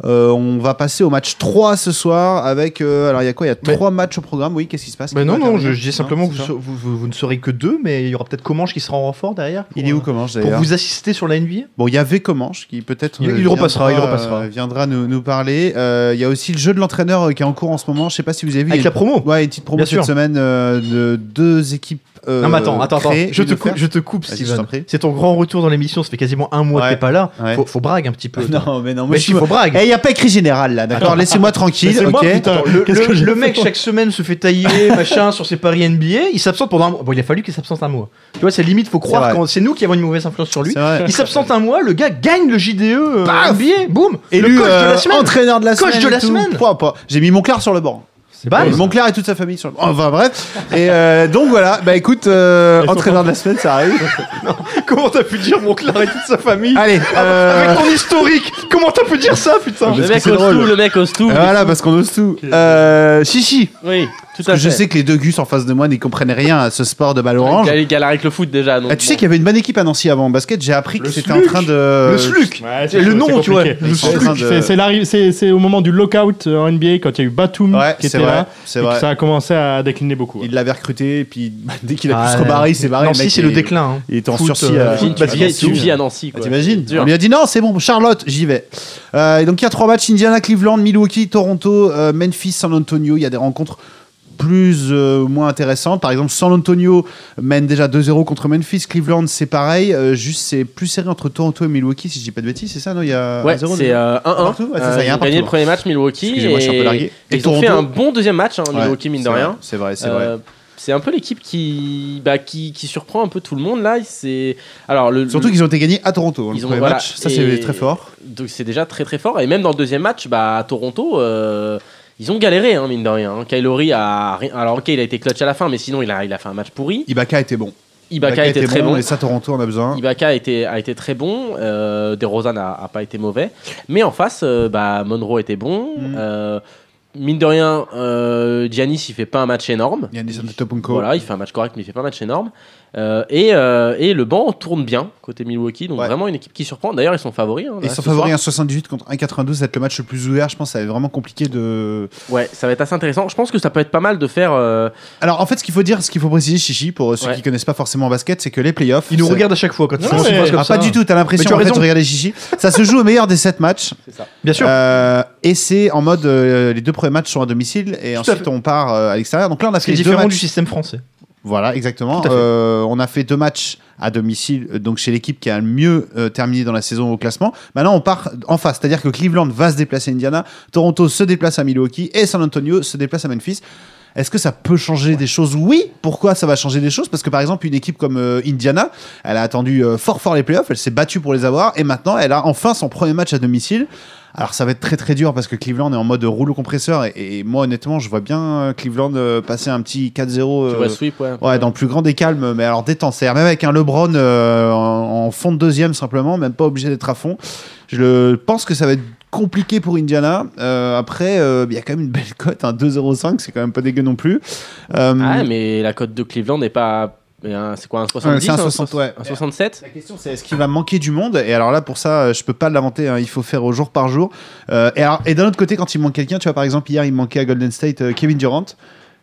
S1: Euh, on va passer au match 3 ce soir avec. euh, alors, il y a quoi Il y a 3 matchs au programme. Oui, qu'est-ce qui se passe
S4: Mais non, non, je, je dis
S1: Non,
S4: simplement que
S1: c'est ça.
S4: vous, vous- vous- vous ne serez que deux, mais il y aura peut-être Comanche qui sera en renfort derrière. pour,
S1: Il est où
S4: euh,
S1: Comanche
S4: Pour
S1: d'ailleurs
S4: vous assister sur la NBA
S1: Bon, il y avait Comanche qui peut-être.
S4: Il-
S1: euh,
S4: il repassera,
S1: viendra,
S4: il repassera.
S1: euh, viendra nous, nous parler. Euh, Il y a aussi le jeu de l'entraîneur euh, qui est en cours en ce moment. Je sais pas si vous avez vu.
S4: Avec
S1: il y a-
S4: la promo.
S1: Ouais, une petite promo
S4: Bien
S1: cette
S4: sûr.
S1: semaine euh, de deux équipes. euh,
S4: non, mais attends, attends, attends.
S1: créées,
S4: Je,
S1: une
S4: te coupe,
S1: offerte.
S4: je te coupe,
S1: Vas-y, je
S4: Steven.
S1: t'en prie.
S4: C'est ton grand retour dans l'émission. Ça fait quasiment un mois que t'es pas là. Faut, faut brague un petit peu. toi.
S1: *laughs* Non, mais non, moi,
S4: Mais
S1: je
S4: si,
S1: suis.
S4: faut brague.
S1: Eh, il n'y a pas écrit général là, d'accord
S4: Attends.
S1: Laissez-moi tranquille,
S4: Laissez-moi,
S1: ok
S4: putain. le, le- le mec chaque semaine se
S1: *laughs*
S4: fait tailler, machin, sur ses paris NBA. Il s'absente pendant un mois. Bon, il a fallu qu'il s'absente un mois. Tu vois, c'est limite, faut croire
S1: vrai.
S4: quand c'est nous qui avons une mauvaise influence sur lui.
S1: C'est vrai.
S4: Il s'absente un mois, le gars gagne le JDE euh,
S1: Paf
S4: NBA, boum.
S1: Élu
S4: le coach de
S1: euh,
S4: la semaine.
S1: entraîneur de la
S4: Coach
S1: semaine.
S4: de
S1: et
S4: la
S1: tout.
S4: semaine.
S1: Pouah, pouah. J'ai mis Monclar sur le banc. C'est
S4: pas mal.
S1: Monclar et toute sa famille sur le banc. Enfin bref. Et euh, donc voilà, bah écoute, euh, entraîneur de la semaine, ça arrive.
S4: *laughs* Comment t'as pu dire mon Clar et toute sa famille Ah, bah,
S1: Allez, euh,
S4: Avec ton historique Comment t'as pu dire ça, putain
S1: Parce
S4: Eh
S5: Le
S1: que
S5: mec
S1: c'est
S5: ose
S1: drôle. Ah
S5: tout, le mec ose tout.
S1: Voilà, parce qu'on ose tout. Euh, chichi.
S5: Oui, tout
S1: Parce
S5: à fait.
S1: que je sais que les deux gus en face de moi n'y comprennent rien à ce sport de balle orange.
S5: Il galère avec le foot déjà. donc
S1: Ah, tu
S5: bon.
S1: sais qu'il y avait une bonne équipe à Nancy avant en basket, j'ai appris que c'était en
S3: SLUC.
S1: train de.
S3: Le SLUC. Mmh.
S4: Ouais, c'est- Le nom,
S3: c'est
S4: tu vois,
S3: compliqué.
S1: le
S3: C'est-
S1: SLUC.
S3: c'est- C'est l'arrivée- c'est- c'est au moment du lockout euh, en NBA quand il y a eu Batum
S1: Ouais,
S3: qui
S1: c'est
S3: était
S1: vrai,
S3: là.
S1: c'est
S3: et que
S1: vrai.
S3: ça a commencé à décliner beaucoup.
S1: Il l'avait recruté, et puis *laughs* dès qu'il a
S4: Ah,
S1: pu se rebarrer, il s'est barré.
S4: Nancy,
S1: mec,
S4: c'est le
S1: et-
S4: déclin, hein.
S1: Il était en
S4: Foot,
S1: sursis
S4: euh,
S1: à.
S4: foot,
S5: Tu vis- tu
S1: Nancy.
S5: vis à Nancy. quoi.
S1: Ah, T'imagines
S5: C'est dur.
S1: On lui a dit non, c'est bon, Charlotte, j'y vais. Euh, et donc il y a trois matchs Indiana, Cleveland, Milwaukee, Toronto, euh, Memphis, San Antonio. Il y a des rencontres plus euh, ou moins intéressantes. Par exemple, San Antonio mène déjà 2-0 contre Memphis. Cleveland, c'est pareil. Euh, juste, c'est plus serré entre Toronto et Milwaukee, si je dis pas de bêtises, c'est ça Non, il y a
S5: Ouais,
S1: 1-0,
S5: c'est
S1: déjà
S5: euh, 1-1.
S1: Partout Ouais, c'est ça,
S5: Euh,
S1: il y
S5: Ils
S1: a un
S5: ont
S1: partout.
S5: gagné le premier match Milwaukee.
S1: Excusez-moi, je suis un peu largué.
S5: et
S1: Et
S5: Ils ont fait
S1: Toronto
S5: un bon deuxième match, hein,
S1: Ouais,
S5: Milwaukee, mine de
S1: c'est vrai,
S5: rien.
S1: C'est vrai, c'est
S5: Euh,
S1: vrai.
S5: C'est un peu l'équipe qui, bah, qui, qui surprend un peu tout le monde là. C'est alors le,
S1: Surtout
S5: le-
S1: qu'ils ont été gagnés à Toronto, hein, le
S5: ils ont-
S1: premier
S5: voilà,
S1: match. Ça,
S5: et-
S1: c'est très fort.
S5: donc c'est déjà très très fort. Et même dans le deuxième match, bah, à Toronto, euh, ils ont galéré hein, mine de rien. Kylori a ri- alors ok il a été clutch à la fin, mais sinon il a il a fait un match pourri.
S1: Ibaka était bon.
S5: Ibaka était très bon.
S1: Et ça, Toronto en a besoin.
S5: Ibaka a été, a été très bon,
S1: Mm.
S5: euh, DeRozan a, a pas été mauvais, mais en face, euh, bah, Monroe était bon. euh, mine de rien, euh, Giannis, il fait pas un match énorme.
S1: Giannis
S5: Voilà, il fait un match correct, mais il fait pas un match énorme. Euh, et, euh, et le banc tourne bien côté Milwaukee, donc
S1: Ouais.
S5: vraiment une équipe qui surprend. D'ailleurs, ils sont favoris. hein,
S1: Ils
S5: là,
S1: sont
S5: ce
S1: favoris
S5: soir.
S1: 1,78 contre 1,92, ça va être le match le plus ouvert. Je pense que ça va être vraiment compliqué de.
S5: Ouais, ça va être assez intéressant. Je pense que ça peut être pas mal de faire. euh,
S1: Alors en fait, ce qu'il faut dire, ce qu'il faut préciser, Chichi, pour ceux
S5: Ouais.
S1: qui connaissent pas forcément en basket, c'est que les playoffs.
S4: Ils nous
S1: ça-
S4: regardent à chaque fois quand ils
S1: Non,
S4: font
S1: mais-
S4: des choses comme
S1: Ah,
S4: ça.
S1: Pas du tout, t'as
S4: Mais
S1: l'impression
S4: tu as
S1: en fait,
S4: raison.
S1: de regarder Chichi. Ça se joue au meilleur des 7 matchs.
S4: Bien *laughs* sûr.
S1: Euh, et c'est en mode euh, les deux premiers matchs sont à domicile et
S4: à
S1: ensuite
S4: fait.
S1: on part euh, à l'extérieur. Donc là, on a
S4: C'est
S1: fait les deux
S4: différent
S1: matchs.
S4: du système français.
S1: Voilà, exactement.
S4: Tout à fait.
S1: Euh, on a fait deux matchs à domicile, euh, donc chez l'équipe qui a le mieux euh, terminé dans la saison au classement. Maintenant, on part en face, c'est-à-dire que Cleveland va se déplacer à Indiana, Toronto se déplace à Milwaukee et San Antonio se déplace à Memphis. Est-ce que ça peut changer des choses Oui. Pourquoi ça va changer des choses Parce que par exemple, une équipe comme euh, Indiana, elle a attendu euh, fort fort les playoffs, elle s'est battue pour les avoir et maintenant elle a enfin son premier match à domicile. Alors ça va être très très dur parce que Cleveland est en mode rouleau compresseur et, et moi honnêtement je vois bien euh, Cleveland euh, passer un petit 4-0
S5: Tu
S1: euh,
S5: vois, sweep, ouais.
S1: Ouais, dans le plus grand des calmes, mais alors détente. C'est-à-dire même avec un LeBron euh, en, en fond de deuxième simplement, même pas obligé d'être à fond. Je le- pense que ça va être compliqué pour Indiana. Euh, après, euh, il y a quand même une belle cote, un 2-0-5, c'est quand même pas dégueu non plus. Euh,
S5: Ah, mais la cote de Cleveland n'est pas. mais un- C'est quoi un 70
S1: c'est un 60,
S5: soix-
S1: ouais.
S5: un 67
S1: La question c'est est-ce qu'il va manquer du monde Et alors là, pour ça, euh, je peux pas l'inventer. hein, Il faut faire au jour par jour. Euh, et alors- et d'un autre côté, quand il manque quelqu'un, tu vois, par exemple, hier, il manquait à Golden State euh, Kevin Durant.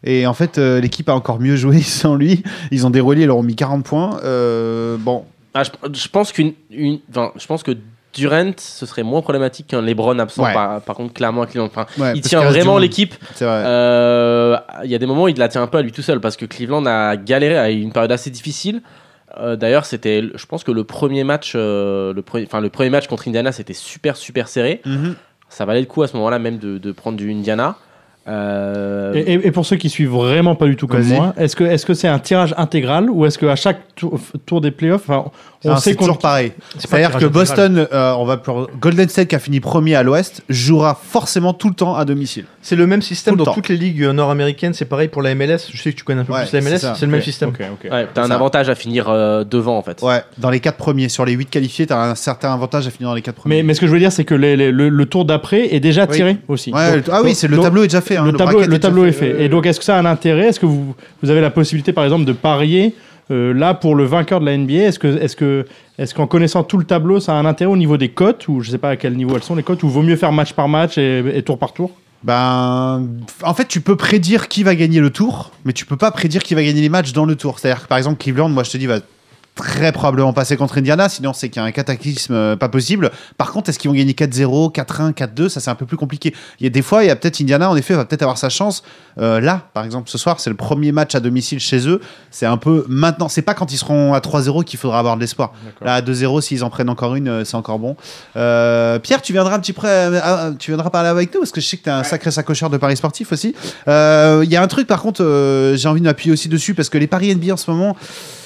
S1: Et en fait, euh, l'équipe a encore mieux joué *laughs* sans lui. Ils ont déroulé, ils leur ont mis 40 points. Euh, bon,
S5: Ah, je, je pense qu'une, une, enfin, je pense que Durant, ce serait moins problématique qu'un LeBron absent.
S1: Ouais.
S5: Par, par contre, clairement, à Cleveland. Enfin,
S1: Ouais, parce
S5: il
S1: qu'il
S5: tient
S1: reste du
S5: vraiment
S1: monde.
S5: l'équipe.
S1: c'est vrai.
S5: Euh, Il y a des moments où il la tient un peu à lui tout seul parce que Cleveland a galéré à une période assez difficile. Euh, D'ailleurs, c'était, je pense que le premier match, euh, le premier, enfin le premier match contre Indiana, c'était super super serré.
S13: mm-hmm.
S1: Mhm.
S5: Ça valait le coup à ce moment-là même de, de prendre du Indiana. Euh,
S13: Et, et- et pour ceux qui suivent vraiment pas du tout comme
S1: Vas-y.
S13: moi, est-ce que est-ce que c'est un tirage intégral ou est-ce que à chaque tour, tour des playoffs, enfin, on
S1: Alors,
S13: sait
S1: Ah, c'est
S13: qu'on
S1: toujours pareil.
S13: pas
S1: C'est-à-dire
S13: un
S1: que
S13: tirage
S1: Boston, euh, on va pour- Golden State qui a fini premier à l'Ouest, jouera forcément tout le temps à domicile.
S4: C'est le même système
S1: Tout le
S4: dans
S1: temps.
S4: toutes les ligues euh, nord-américaines. C'est pareil pour la MLS. Je sais que tu connais un peu
S1: Ouais,
S4: plus la
S1: c'est
S4: MLS.
S1: ça.
S4: C'est le même système.
S13: Ok, ok.
S5: ouais, t'as un
S1: ça.
S5: avantage à finir euh, devant en fait.
S1: Ouais, dans les quatre premiers, sur les 8 qualifiés, t'as un certain avantage à finir dans les quatre premiers.
S13: Mais, mais ce que je veux dire, c'est que les- les- le, le tour d'après est déjà
S1: Oui.
S13: tiré aussi.
S1: Ouais,
S13: Donc-
S1: le- ah oui,
S13: donc-
S1: c'est le
S13: donc-
S1: tableau est déjà fait. hein,
S13: le, tableau,
S1: bracket
S13: le
S1: est déjà
S13: tableau
S1: fait. euh,
S13: est fait. Et donc, est-ce que ça a un intérêt Est-ce que vous, vous avez la possibilité, par exemple, de parier euh, là pour le vainqueur de la NBA Est-ce que, est-ce que, est-ce qu'en connaissant tout le tableau, ça a un intérêt au niveau des cotes ou je sais pas à quel niveau elles sont les cotes ou vaut mieux faire match par match et, et tour par tour
S1: Ben, en fait, tu peux prédire qui va gagner le tour, mais tu peux pas prédire qui va gagner les matchs dans le tour. C'est-à-dire que par exemple, Cleveland, moi je te dis, va très probablement passer contre Indiana, sinon c'est qu'il y a un cataclysme euh, pas possible. Par contre, est-ce qu'ils vont gagner 4-0, 4-1, 4-2 Ça, c'est un peu plus compliqué. Il y a des fois, il y a peut-être Indiana, en effet, va peut-être avoir sa chance. Euh, là, par exemple, ce soir, c'est le premier match à domicile chez eux. C'est un peu maintenant. C'est pas quand ils seront à 3-0 qu'il faudra avoir de l'espoir. Là, à 2-0, s'ils en prennent encore une, euh, c'est encore bon. Euh, Pierre, tu viendras un petit près, euh, ah, tu viendras parler avec nous parce que je sais que t'es un sacré sacocheur de paris sportifs aussi. Euh, Il y a un truc, par contre, euh, j'ai envie de m'appuyer aussi dessus parce que les paris NBA en ce moment.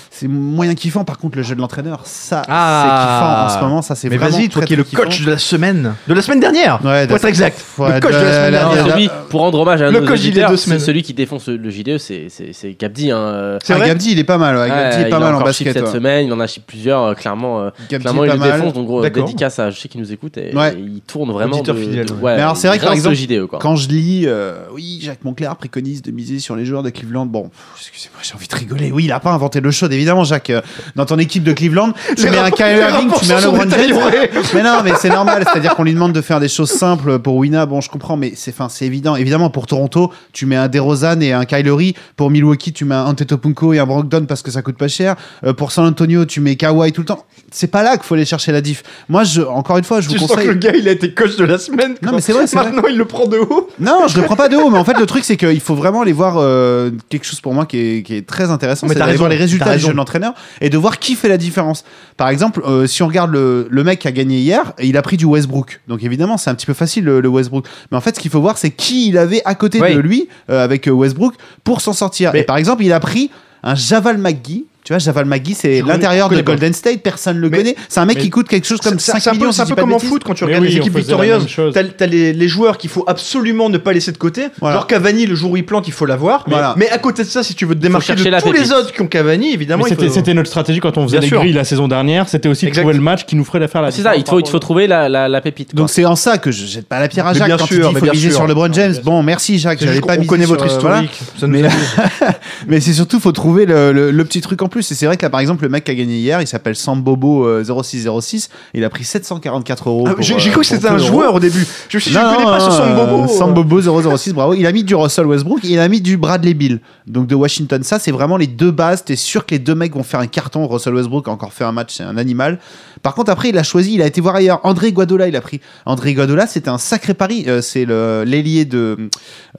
S1: C'est moyen kiffant, par contre, le jeu de l'entraîneur, ça,
S4: Ah.
S1: c'est kiffant en ce moment, ça c'est
S4: Mais
S1: vraiment
S4: vas-y, toi
S1: très,
S4: qui es le
S1: très kiffant.
S4: coach de la semaine. De la semaine dernière
S1: Ouais,
S4: Pour être exact.
S1: Ouais,
S4: le coach de la semaine
S5: Non,
S4: dernière.
S5: celui, pour rendre hommage à
S4: Ah, Le
S5: nos
S4: coach, il est
S5: auditeurs,
S4: deux
S5: c'est
S4: semaines.
S5: celui qui défonce le JDE, c'est, c'est, c'est Gabdi. Hein. euh,
S4: C'est
S1: Ah,
S4: vrai
S1: Gabdi, il est pas mal, ouais. Gabdi
S5: Ouais,
S1: est pas
S5: il a
S1: mal en
S5: encore chip
S1: basket.
S5: cette
S1: ouais.
S5: semaine, il en a chip plusieurs, euh, clairement. euh,
S1: Gabdi
S5: clairement,
S1: est
S5: il
S1: pas
S5: le
S1: mal.
S5: défonce. Donc, gros,
S4: D'accord.
S5: dédicace à je sais qui nous écoute et,
S1: Ouais.
S5: et il tourne vraiment.
S4: Auditeur
S5: de-
S4: fidèle,
S5: de-
S4: ouais.
S5: ouais,
S1: Mais alors, c'est vrai
S5: il
S1: que, par
S5: lance le
S1: exemple,
S5: JDE, E, quoi.
S1: Quand je lis, euh, oui, Jacques Monclar préconise de miser sur les joueurs de Cleveland. Bon, pff, excusez-moi, j'ai envie de rigoler. Oui, il a pas inventé le show, évidemment, Jacques. Euh, Dans ton équipe de
S4: *laughs*
S1: Cleveland, tu
S4: Les
S1: mets un
S4: rapports-
S1: Kyrie
S4: les
S1: Irving,
S4: rapports
S1: tu mets un
S4: sont
S1: LeBron
S4: détériorés.
S1: James. Mais non, mais
S4: *laughs*
S1: c'est normal. C'est-à-dire qu'on lui demande de faire des choses simples pour Wina. Bon, je comprends, mais c'est fin, c'est évident. Évidemment, pour Toronto, tu mets un DeRozan et un Kylery. Pour Milwaukee, tu mets un Antetokounmpo et un Brogdon parce que ça coûte pas cher. Euh, pour San Antonio, tu mets Kawhi tout le temps. C'est pas là qu'il faut aller chercher la diff. Moi, je, encore une fois, je vous
S4: Tu sens
S1: conseille.
S4: que le gars, il a été coach de la semaine.
S1: Non,
S4: quoi.
S1: mais c'est
S4: *laughs*
S1: vrai, c'est vrai.
S4: Maintenant, il le prend de haut.
S1: Non, je le prends pas de haut, mais en fait, le truc, c'est qu'il faut vraiment aller voir euh, quelque chose pour moi qui est, qui est très intéressant.
S4: Mais
S1: C'est
S4: t'as
S1: d'aller voir les
S4: raison,
S1: résultats
S4: t'as
S1: du
S4: raison.
S1: jeu de l'entraîneur et de voir qui fait la différence. Par exemple, euh, si on regarde le, le mec qui a gagné hier, il a pris du Westbrook. Donc évidemment, c'est un petit peu facile le, le Westbrook. Mais en fait, ce qu'il faut voir, c'est qui il avait à côté
S4: Oui.
S1: de lui euh, avec euh, Westbrook pour s'en sortir.
S4: Mais-
S1: Et par exemple, il a pris un Javal McGee Tu vois, Javal Magui, c'est
S4: Je connais-
S1: l'intérieur de
S4: je connais pas.
S1: Golden State, personne le
S4: Mais-
S1: connaît. C'est un mec
S4: mais-
S1: qui coûte quelque chose comme
S4: C'est-
S1: 5
S4: c'est un peu-
S1: millions.
S4: C'est un
S1: si je dis
S4: peu
S1: pas
S4: comme
S1: de
S4: en
S1: bêtises.
S4: foot quand tu
S1: Mais
S4: regardes
S1: oui,
S4: les
S1: on
S4: équipes
S1: faisait la même
S4: victorieuses.
S1: chose.
S4: T'as t'as les, les joueurs qu'il faut absolument ne pas laisser de côté. Genre Cavani, le jour où il plante, il faut l'avoir. Mais,
S13: Voilà.
S4: mais à côté de ça, si tu veux te démarquer de
S13: chercher la
S4: tous les
S13: pépite.
S4: autres qui ont Cavani, évidemment,
S13: Mais
S4: il
S13: c'était
S4: faut-
S13: c'était notre stratégie quand on faisait
S4: Bien
S13: les
S4: sûr.
S13: grilles la saison dernière, c'était aussi de trouver le match qui nous ferait la faire la
S5: C'est ça, il te faut, il te faut trouver la, la, la pépite.
S1: Donc c'est en ça que je jette pas la pierre à
S5: Mais
S1: Jacques
S5: bien
S1: quand
S5: sûr,
S1: il dit
S5: mais
S1: faut
S5: bien
S1: miser
S5: sûr.
S1: sur LeBron James. Bon, merci Jacques,
S4: C'est
S1: j'avais
S4: juste
S1: pas
S4: qu'on
S1: miser
S4: connaît
S1: sur,
S4: votre
S1: euh, voilà.
S4: historique, ça nous
S1: mais,
S4: amuse.
S1: mais c'est surtout faut trouver le, le- le petit truc en plus. Et c'est vrai que là, par exemple, le mec qui a gagné hier, il s'appelle Sambobo euh, 0606. Il a pris 744 euros.
S4: Ah,
S1: pour,
S4: J'ai j'ai
S1: euh,
S4: cru que c'était
S1: pour
S4: un
S1: peu
S4: joueur
S1: d'euros.
S4: au début. Je me suis dit, je
S1: Non,
S4: connais pas ce
S1: non,
S4: Sambobo.
S1: euh, Sambobo 006, bravo. Il a mis du Russell Westbrook, il a mis du Bradley Bill, donc de Washington. Ça, c'est vraiment les deux bases. T'es sûr que les deux mecs vont faire un carton. Russell Westbrook a encore fait un match, c'est un animal. Par contre, après, il a choisi, il a été voir ailleurs. André Guadola, il a pris. André Guadola, c'était un sacré pari. Euh, c'est le- l'ailier de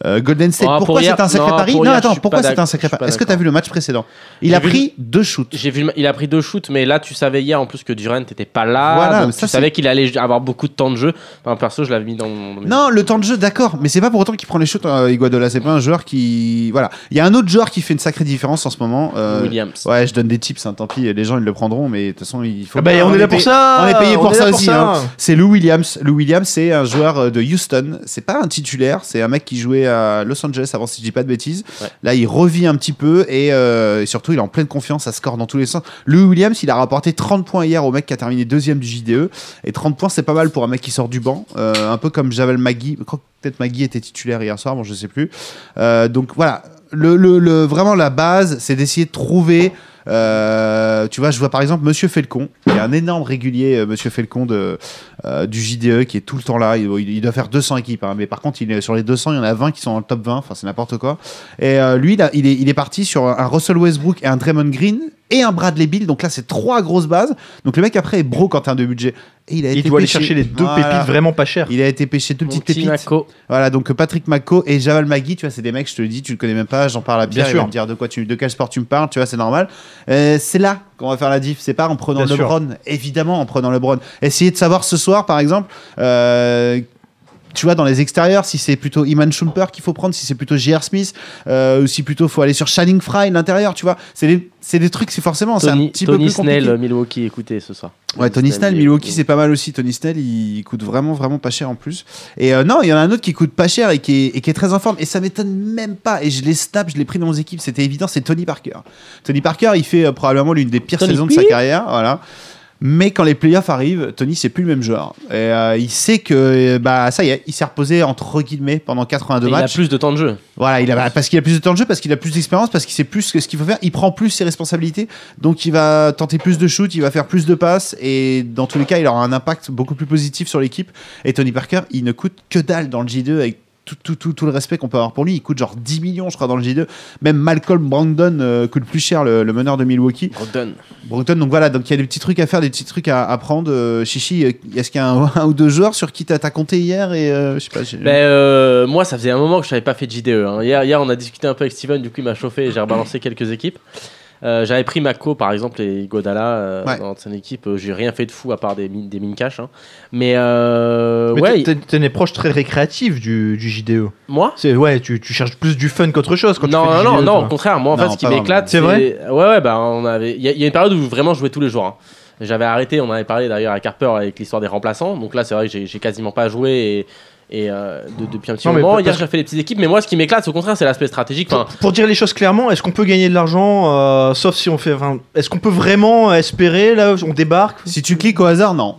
S1: euh, Golden State.
S5: Ah,
S1: pourquoi
S5: pour hier-
S1: c'est un sacré
S5: non,
S1: pari
S5: pour
S1: Non,
S5: hier, je
S1: attends,
S5: suis
S1: pourquoi
S5: pas
S1: c'est un
S5: d'accord,
S1: sacré
S5: je suis
S1: pari
S5: pas
S1: Est-ce que t'as vu le match précédent Il
S5: J'ai
S1: a
S5: vu
S1: pris deux shoots.
S5: J'ai vu, le ma- il a pris deux shoots, mais là tu savais hier en plus que Durant n'était pas là.
S1: Voilà,
S5: donc
S1: ça,
S5: tu savais qu'il allait avoir beaucoup de temps de jeu. Enfin, perso, je l'avais mis dans mon. dans mes-
S1: Non, le temps de jeu, d'accord, mais c'est pas pour autant qu'il prend les shoots, euh, Iguodala. C'est pas un joueur qui. Voilà. Il y a un autre joueur qui fait une sacrée différence en ce moment. euh,
S5: Williams.
S1: Ouais, je donne des tips, hein, tant pis, les gens ils le prendront, mais de toute façon, il faut.
S4: Ah bah,
S1: bien-
S4: on est là
S1: payé-
S4: pour ça,
S1: On est payé
S4: on
S1: pour
S4: est là
S1: ça
S4: pour
S1: aussi.
S4: ça.
S1: hein. C'est Lou Williams. Lou Williams, c'est un joueur euh, de Houston. C'est pas un titulaire, c'est un mec qui jouait à Los Angeles avant, si je dis pas de bêtises.
S5: Ouais.
S1: Là, il revit un petit peu et, euh, et surtout, il est en pleine confiance, ça score dans tous les sens. Lou Williams, il a rapporté 30 points hier au mec qui a terminé deuxième du JDE. Et 30 points, c'est pas mal pour un mec qui sort du banc. euh, un peu comme Javel Magui. Je crois que Peut-être Magui était titulaire hier soir, bon, je sais plus. Euh, donc voilà. Le, le- le- vraiment, la base, c'est d'essayer de trouver. euh, tu vois, je vois par exemple Monsieur Felcon, qui est un énorme régulier, euh, Monsieur Felcon de, euh, du JDE, qui est tout le temps là. Il, il- il doit faire 200 équipes, hein, mais par contre, il est, sur les 200, il y en a 20 qui sont dans le top 20, enfin, c'est n'importe quoi. Et euh, lui, là, il, est, il est parti sur un Russell Westbrook et un Draymond Green et un Bradley Bill. Donc là, c'est trois grosses bases. Donc le mec, après, est broke en termes de budget. Et il a
S4: Il
S1: été
S4: doit aller
S1: pêché.
S4: chercher les deux
S1: Voilà.
S4: pépites vraiment pas chères.
S1: Il a été pêché deux
S5: Mon
S1: petites
S5: petit
S1: pépites.
S5: Mako.
S1: Voilà, donc euh, Patrick Mako et Javal Magui, tu vois, c'est des mecs, je te le dis, tu le connais même pas, j'en parle à Pierre,
S4: Bien
S1: il
S4: sûr.
S1: va me dire de quoi tu, de quel sport tu me parles, tu vois, c'est normal. Euh, c'est là qu'on va faire la diff, c'est pas en prenant
S4: Bien sûr.
S1: LeBron, évidemment en prenant LeBron. Essayez de savoir ce soir, par exemple, euh, tu vois, dans les extérieurs, si c'est plutôt Iman Shumper qu'il faut prendre, si c'est plutôt J.R. Smith, euh, ou si plutôt faut aller sur Shining Fry, l'intérieur, tu vois, c'est des, c'est des trucs, c'est forcément, c'est un
S5: Tony,
S1: petit peu
S5: Tony
S1: plus compliqué.
S5: Snell, Milwaukee, écoutez ce soir.
S1: Ouais, Tony Snell, Milwaukee,
S5: et-
S1: c'est pas mal aussi. Tony Snell, il coûte vraiment, vraiment pas cher en plus. Et euh, non, il y en a un autre qui coûte pas cher et qui est, et qui est très en forme. Et ça m'étonne même pas. Et je l'ai snap, je l'ai pris dans nos équipes, c'était évident, c'est Tony Parker. Tony Parker, il fait euh, probablement l'une des pires
S5: Tony
S1: saisons de sa
S5: P.
S1: carrière. Voilà. Mais quand les playoffs arrivent, Tony, c'est plus le même joueur. Et euh, il sait que, euh, bah, ça y est, il s'est reposé entre guillemets pendant 82
S5: Et Il a
S1: matchs.
S5: plus de temps de jeu.
S1: Voilà, il a, bah, parce qu'il a plus de temps de jeu, parce qu'il a plus d'expérience, parce qu'il sait plus que ce qu'il faut faire. Il prend plus ses responsabilités, donc il va tenter plus de shoots, il va faire plus de passes, et dans tous les cas, il aura un impact beaucoup plus positif sur l'équipe. Et Tony Parker, il ne coûte que dalle dans le J2 avec tout, tout, tout, tout le respect qu'on peut avoir pour lui. Il coûte genre 10 millions, je crois, dans le J2. Même Malcolm Brandon euh, coûte plus cher, le, le meneur de Milwaukee.
S5: Rodon.
S1: Brogdon, donc voilà, donc il y a des petits trucs à faire, des petits trucs à, à prendre. Euh, Chichi, euh, est-ce qu'il y a un, *laughs* un ou deux joueurs sur qui t'as t'as compté hier et euh, je sais pas. j'ai-
S5: Ben, euh, moi, ça faisait un moment que je n'avais pas fait de JDE. hein. Hier, hier, on a discuté un peu avec Steven, du coup, il m'a chauffé et
S1: *coughs*
S5: j'ai rebalancé quelques équipes. Euh, j'avais pris Mako par exemple et Godala euh,
S1: Ouais.
S5: dans son équipe. Euh, j'ai rien fait de fou à part des, min- des mincash. Hein. Mais, euh,
S4: Mais
S5: ouais,
S4: t'es- t'es- t'es né proche très récréatif du, E. du JDE.
S5: moi
S4: C'est ouais, tu, tu cherches plus du fun qu'autre chose quand
S5: non,
S4: tu fais
S5: non,
S4: du
S5: non,
S4: JDE,
S5: non,
S4: toi.
S5: au contraire. Moi, en
S1: Non,
S5: fait, ce qui
S1: pas
S5: m'éclate,
S4: vraiment. C'est
S5: Ouais, ouais, bah, on avait. Il y, a- il y a une période où vraiment je jouais tous les jours. hein. J'avais arrêté, on en avait parlé d'ailleurs à Carper avec l'histoire des remplaçants. Donc là, c'est vrai que j'ai- j'ai quasiment pas joué et. et, euh, de- depuis un petit
S4: Non, mais
S5: moment,
S4: parce
S5: hier
S4: que-
S5: j'ai fait les petites équipes, mais moi ce qui m'éclate, au contraire, c'est l'aspect stratégique. Enfin,
S4: Pour, pour dire les choses clairement, est-ce qu'on peut gagner de l'argent euh, sauf si on fait enfin, est-ce qu'on peut vraiment espérer là on débarque
S1: Si tu cliques au hasard, non.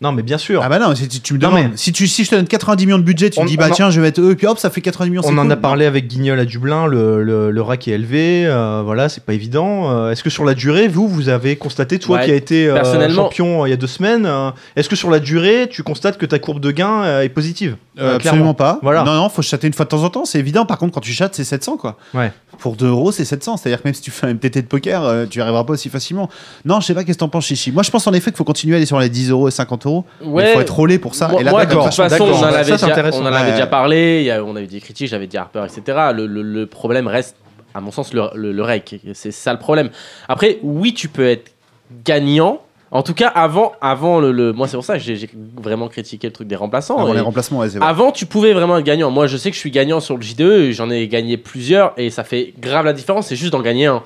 S4: Non, mais bien sûr.
S1: Ah bah non, si tu, tu me
S4: Non,
S1: demandes.
S4: mais-
S1: Si, tu, si je te donne 90 millions de budget, tu
S4: On-
S1: te dis
S4: on
S1: bah
S4: en-
S1: tiens, je vais mettre eux, puis hop, ça fait 90 millions.
S4: on
S1: c'est
S4: en
S1: cool.
S4: a parlé avec Guignol à Dublin, le, le, le rack est élevé, euh, voilà, c'est pas évident. Euh, est-ce que sur la durée, vous, vous avez constaté, toi
S5: Ouais,
S4: qui a été euh,
S5: personnellement-
S4: champion euh, il y a deux semaines, euh, est-ce que sur la durée, tu constates que ta courbe de gain euh, est positive
S1: Euh,
S4: Euh,
S1: absolument
S4: clairement.
S1: pas.
S4: Voilà.
S1: Non, non, faut chatter une fois de temps en temps, c'est évident. Par contre, quand tu chattes, c'est 700 quoi.
S4: Ouais.
S1: Pour 2 euros, c'est 700. C'est-à-dire que même si tu fais un MTT de poker, euh, tu y arriveras pas aussi facilement. Non, je sais pas qu'est-ce que t'en penses, Chichi. Moi, je pense en effet qu'il faut continuer à aller sur les 10 euros et 50 euros.
S5: ouais.
S1: Il faut être roulé pour ça.
S5: Moi,
S1: et là,
S5: moi,
S1: t'as
S5: de
S1: comme
S5: toute
S1: ça,
S5: façon,
S4: d'accord.
S5: on en
S4: Ça,
S5: avait,
S4: c'est
S5: déjà,
S4: intéressant.
S5: on en avait
S1: Ouais.
S5: déjà parlé, il y a- on avait dit critiques, j'avais dit Harper, etc. Le, le- le problème reste, à mon sens, le, le, le rec. C'est ça le problème. Après, oui, tu peux être gagnant. En tout cas, avant, avant le, le- Moi, c'est pour ça que j'ai j'ai vraiment critiqué le truc des remplaçants.
S1: Avant
S5: Et
S1: les remplacements, ouais, c'est
S4: Ah,
S1: vrai.
S5: Avant, tu pouvais vraiment être gagnant. Moi, je E sais que je suis gagnant sur le J2, j'en ai gagné plusieurs et ça fait grave la différence. C'est juste d'en gagner un.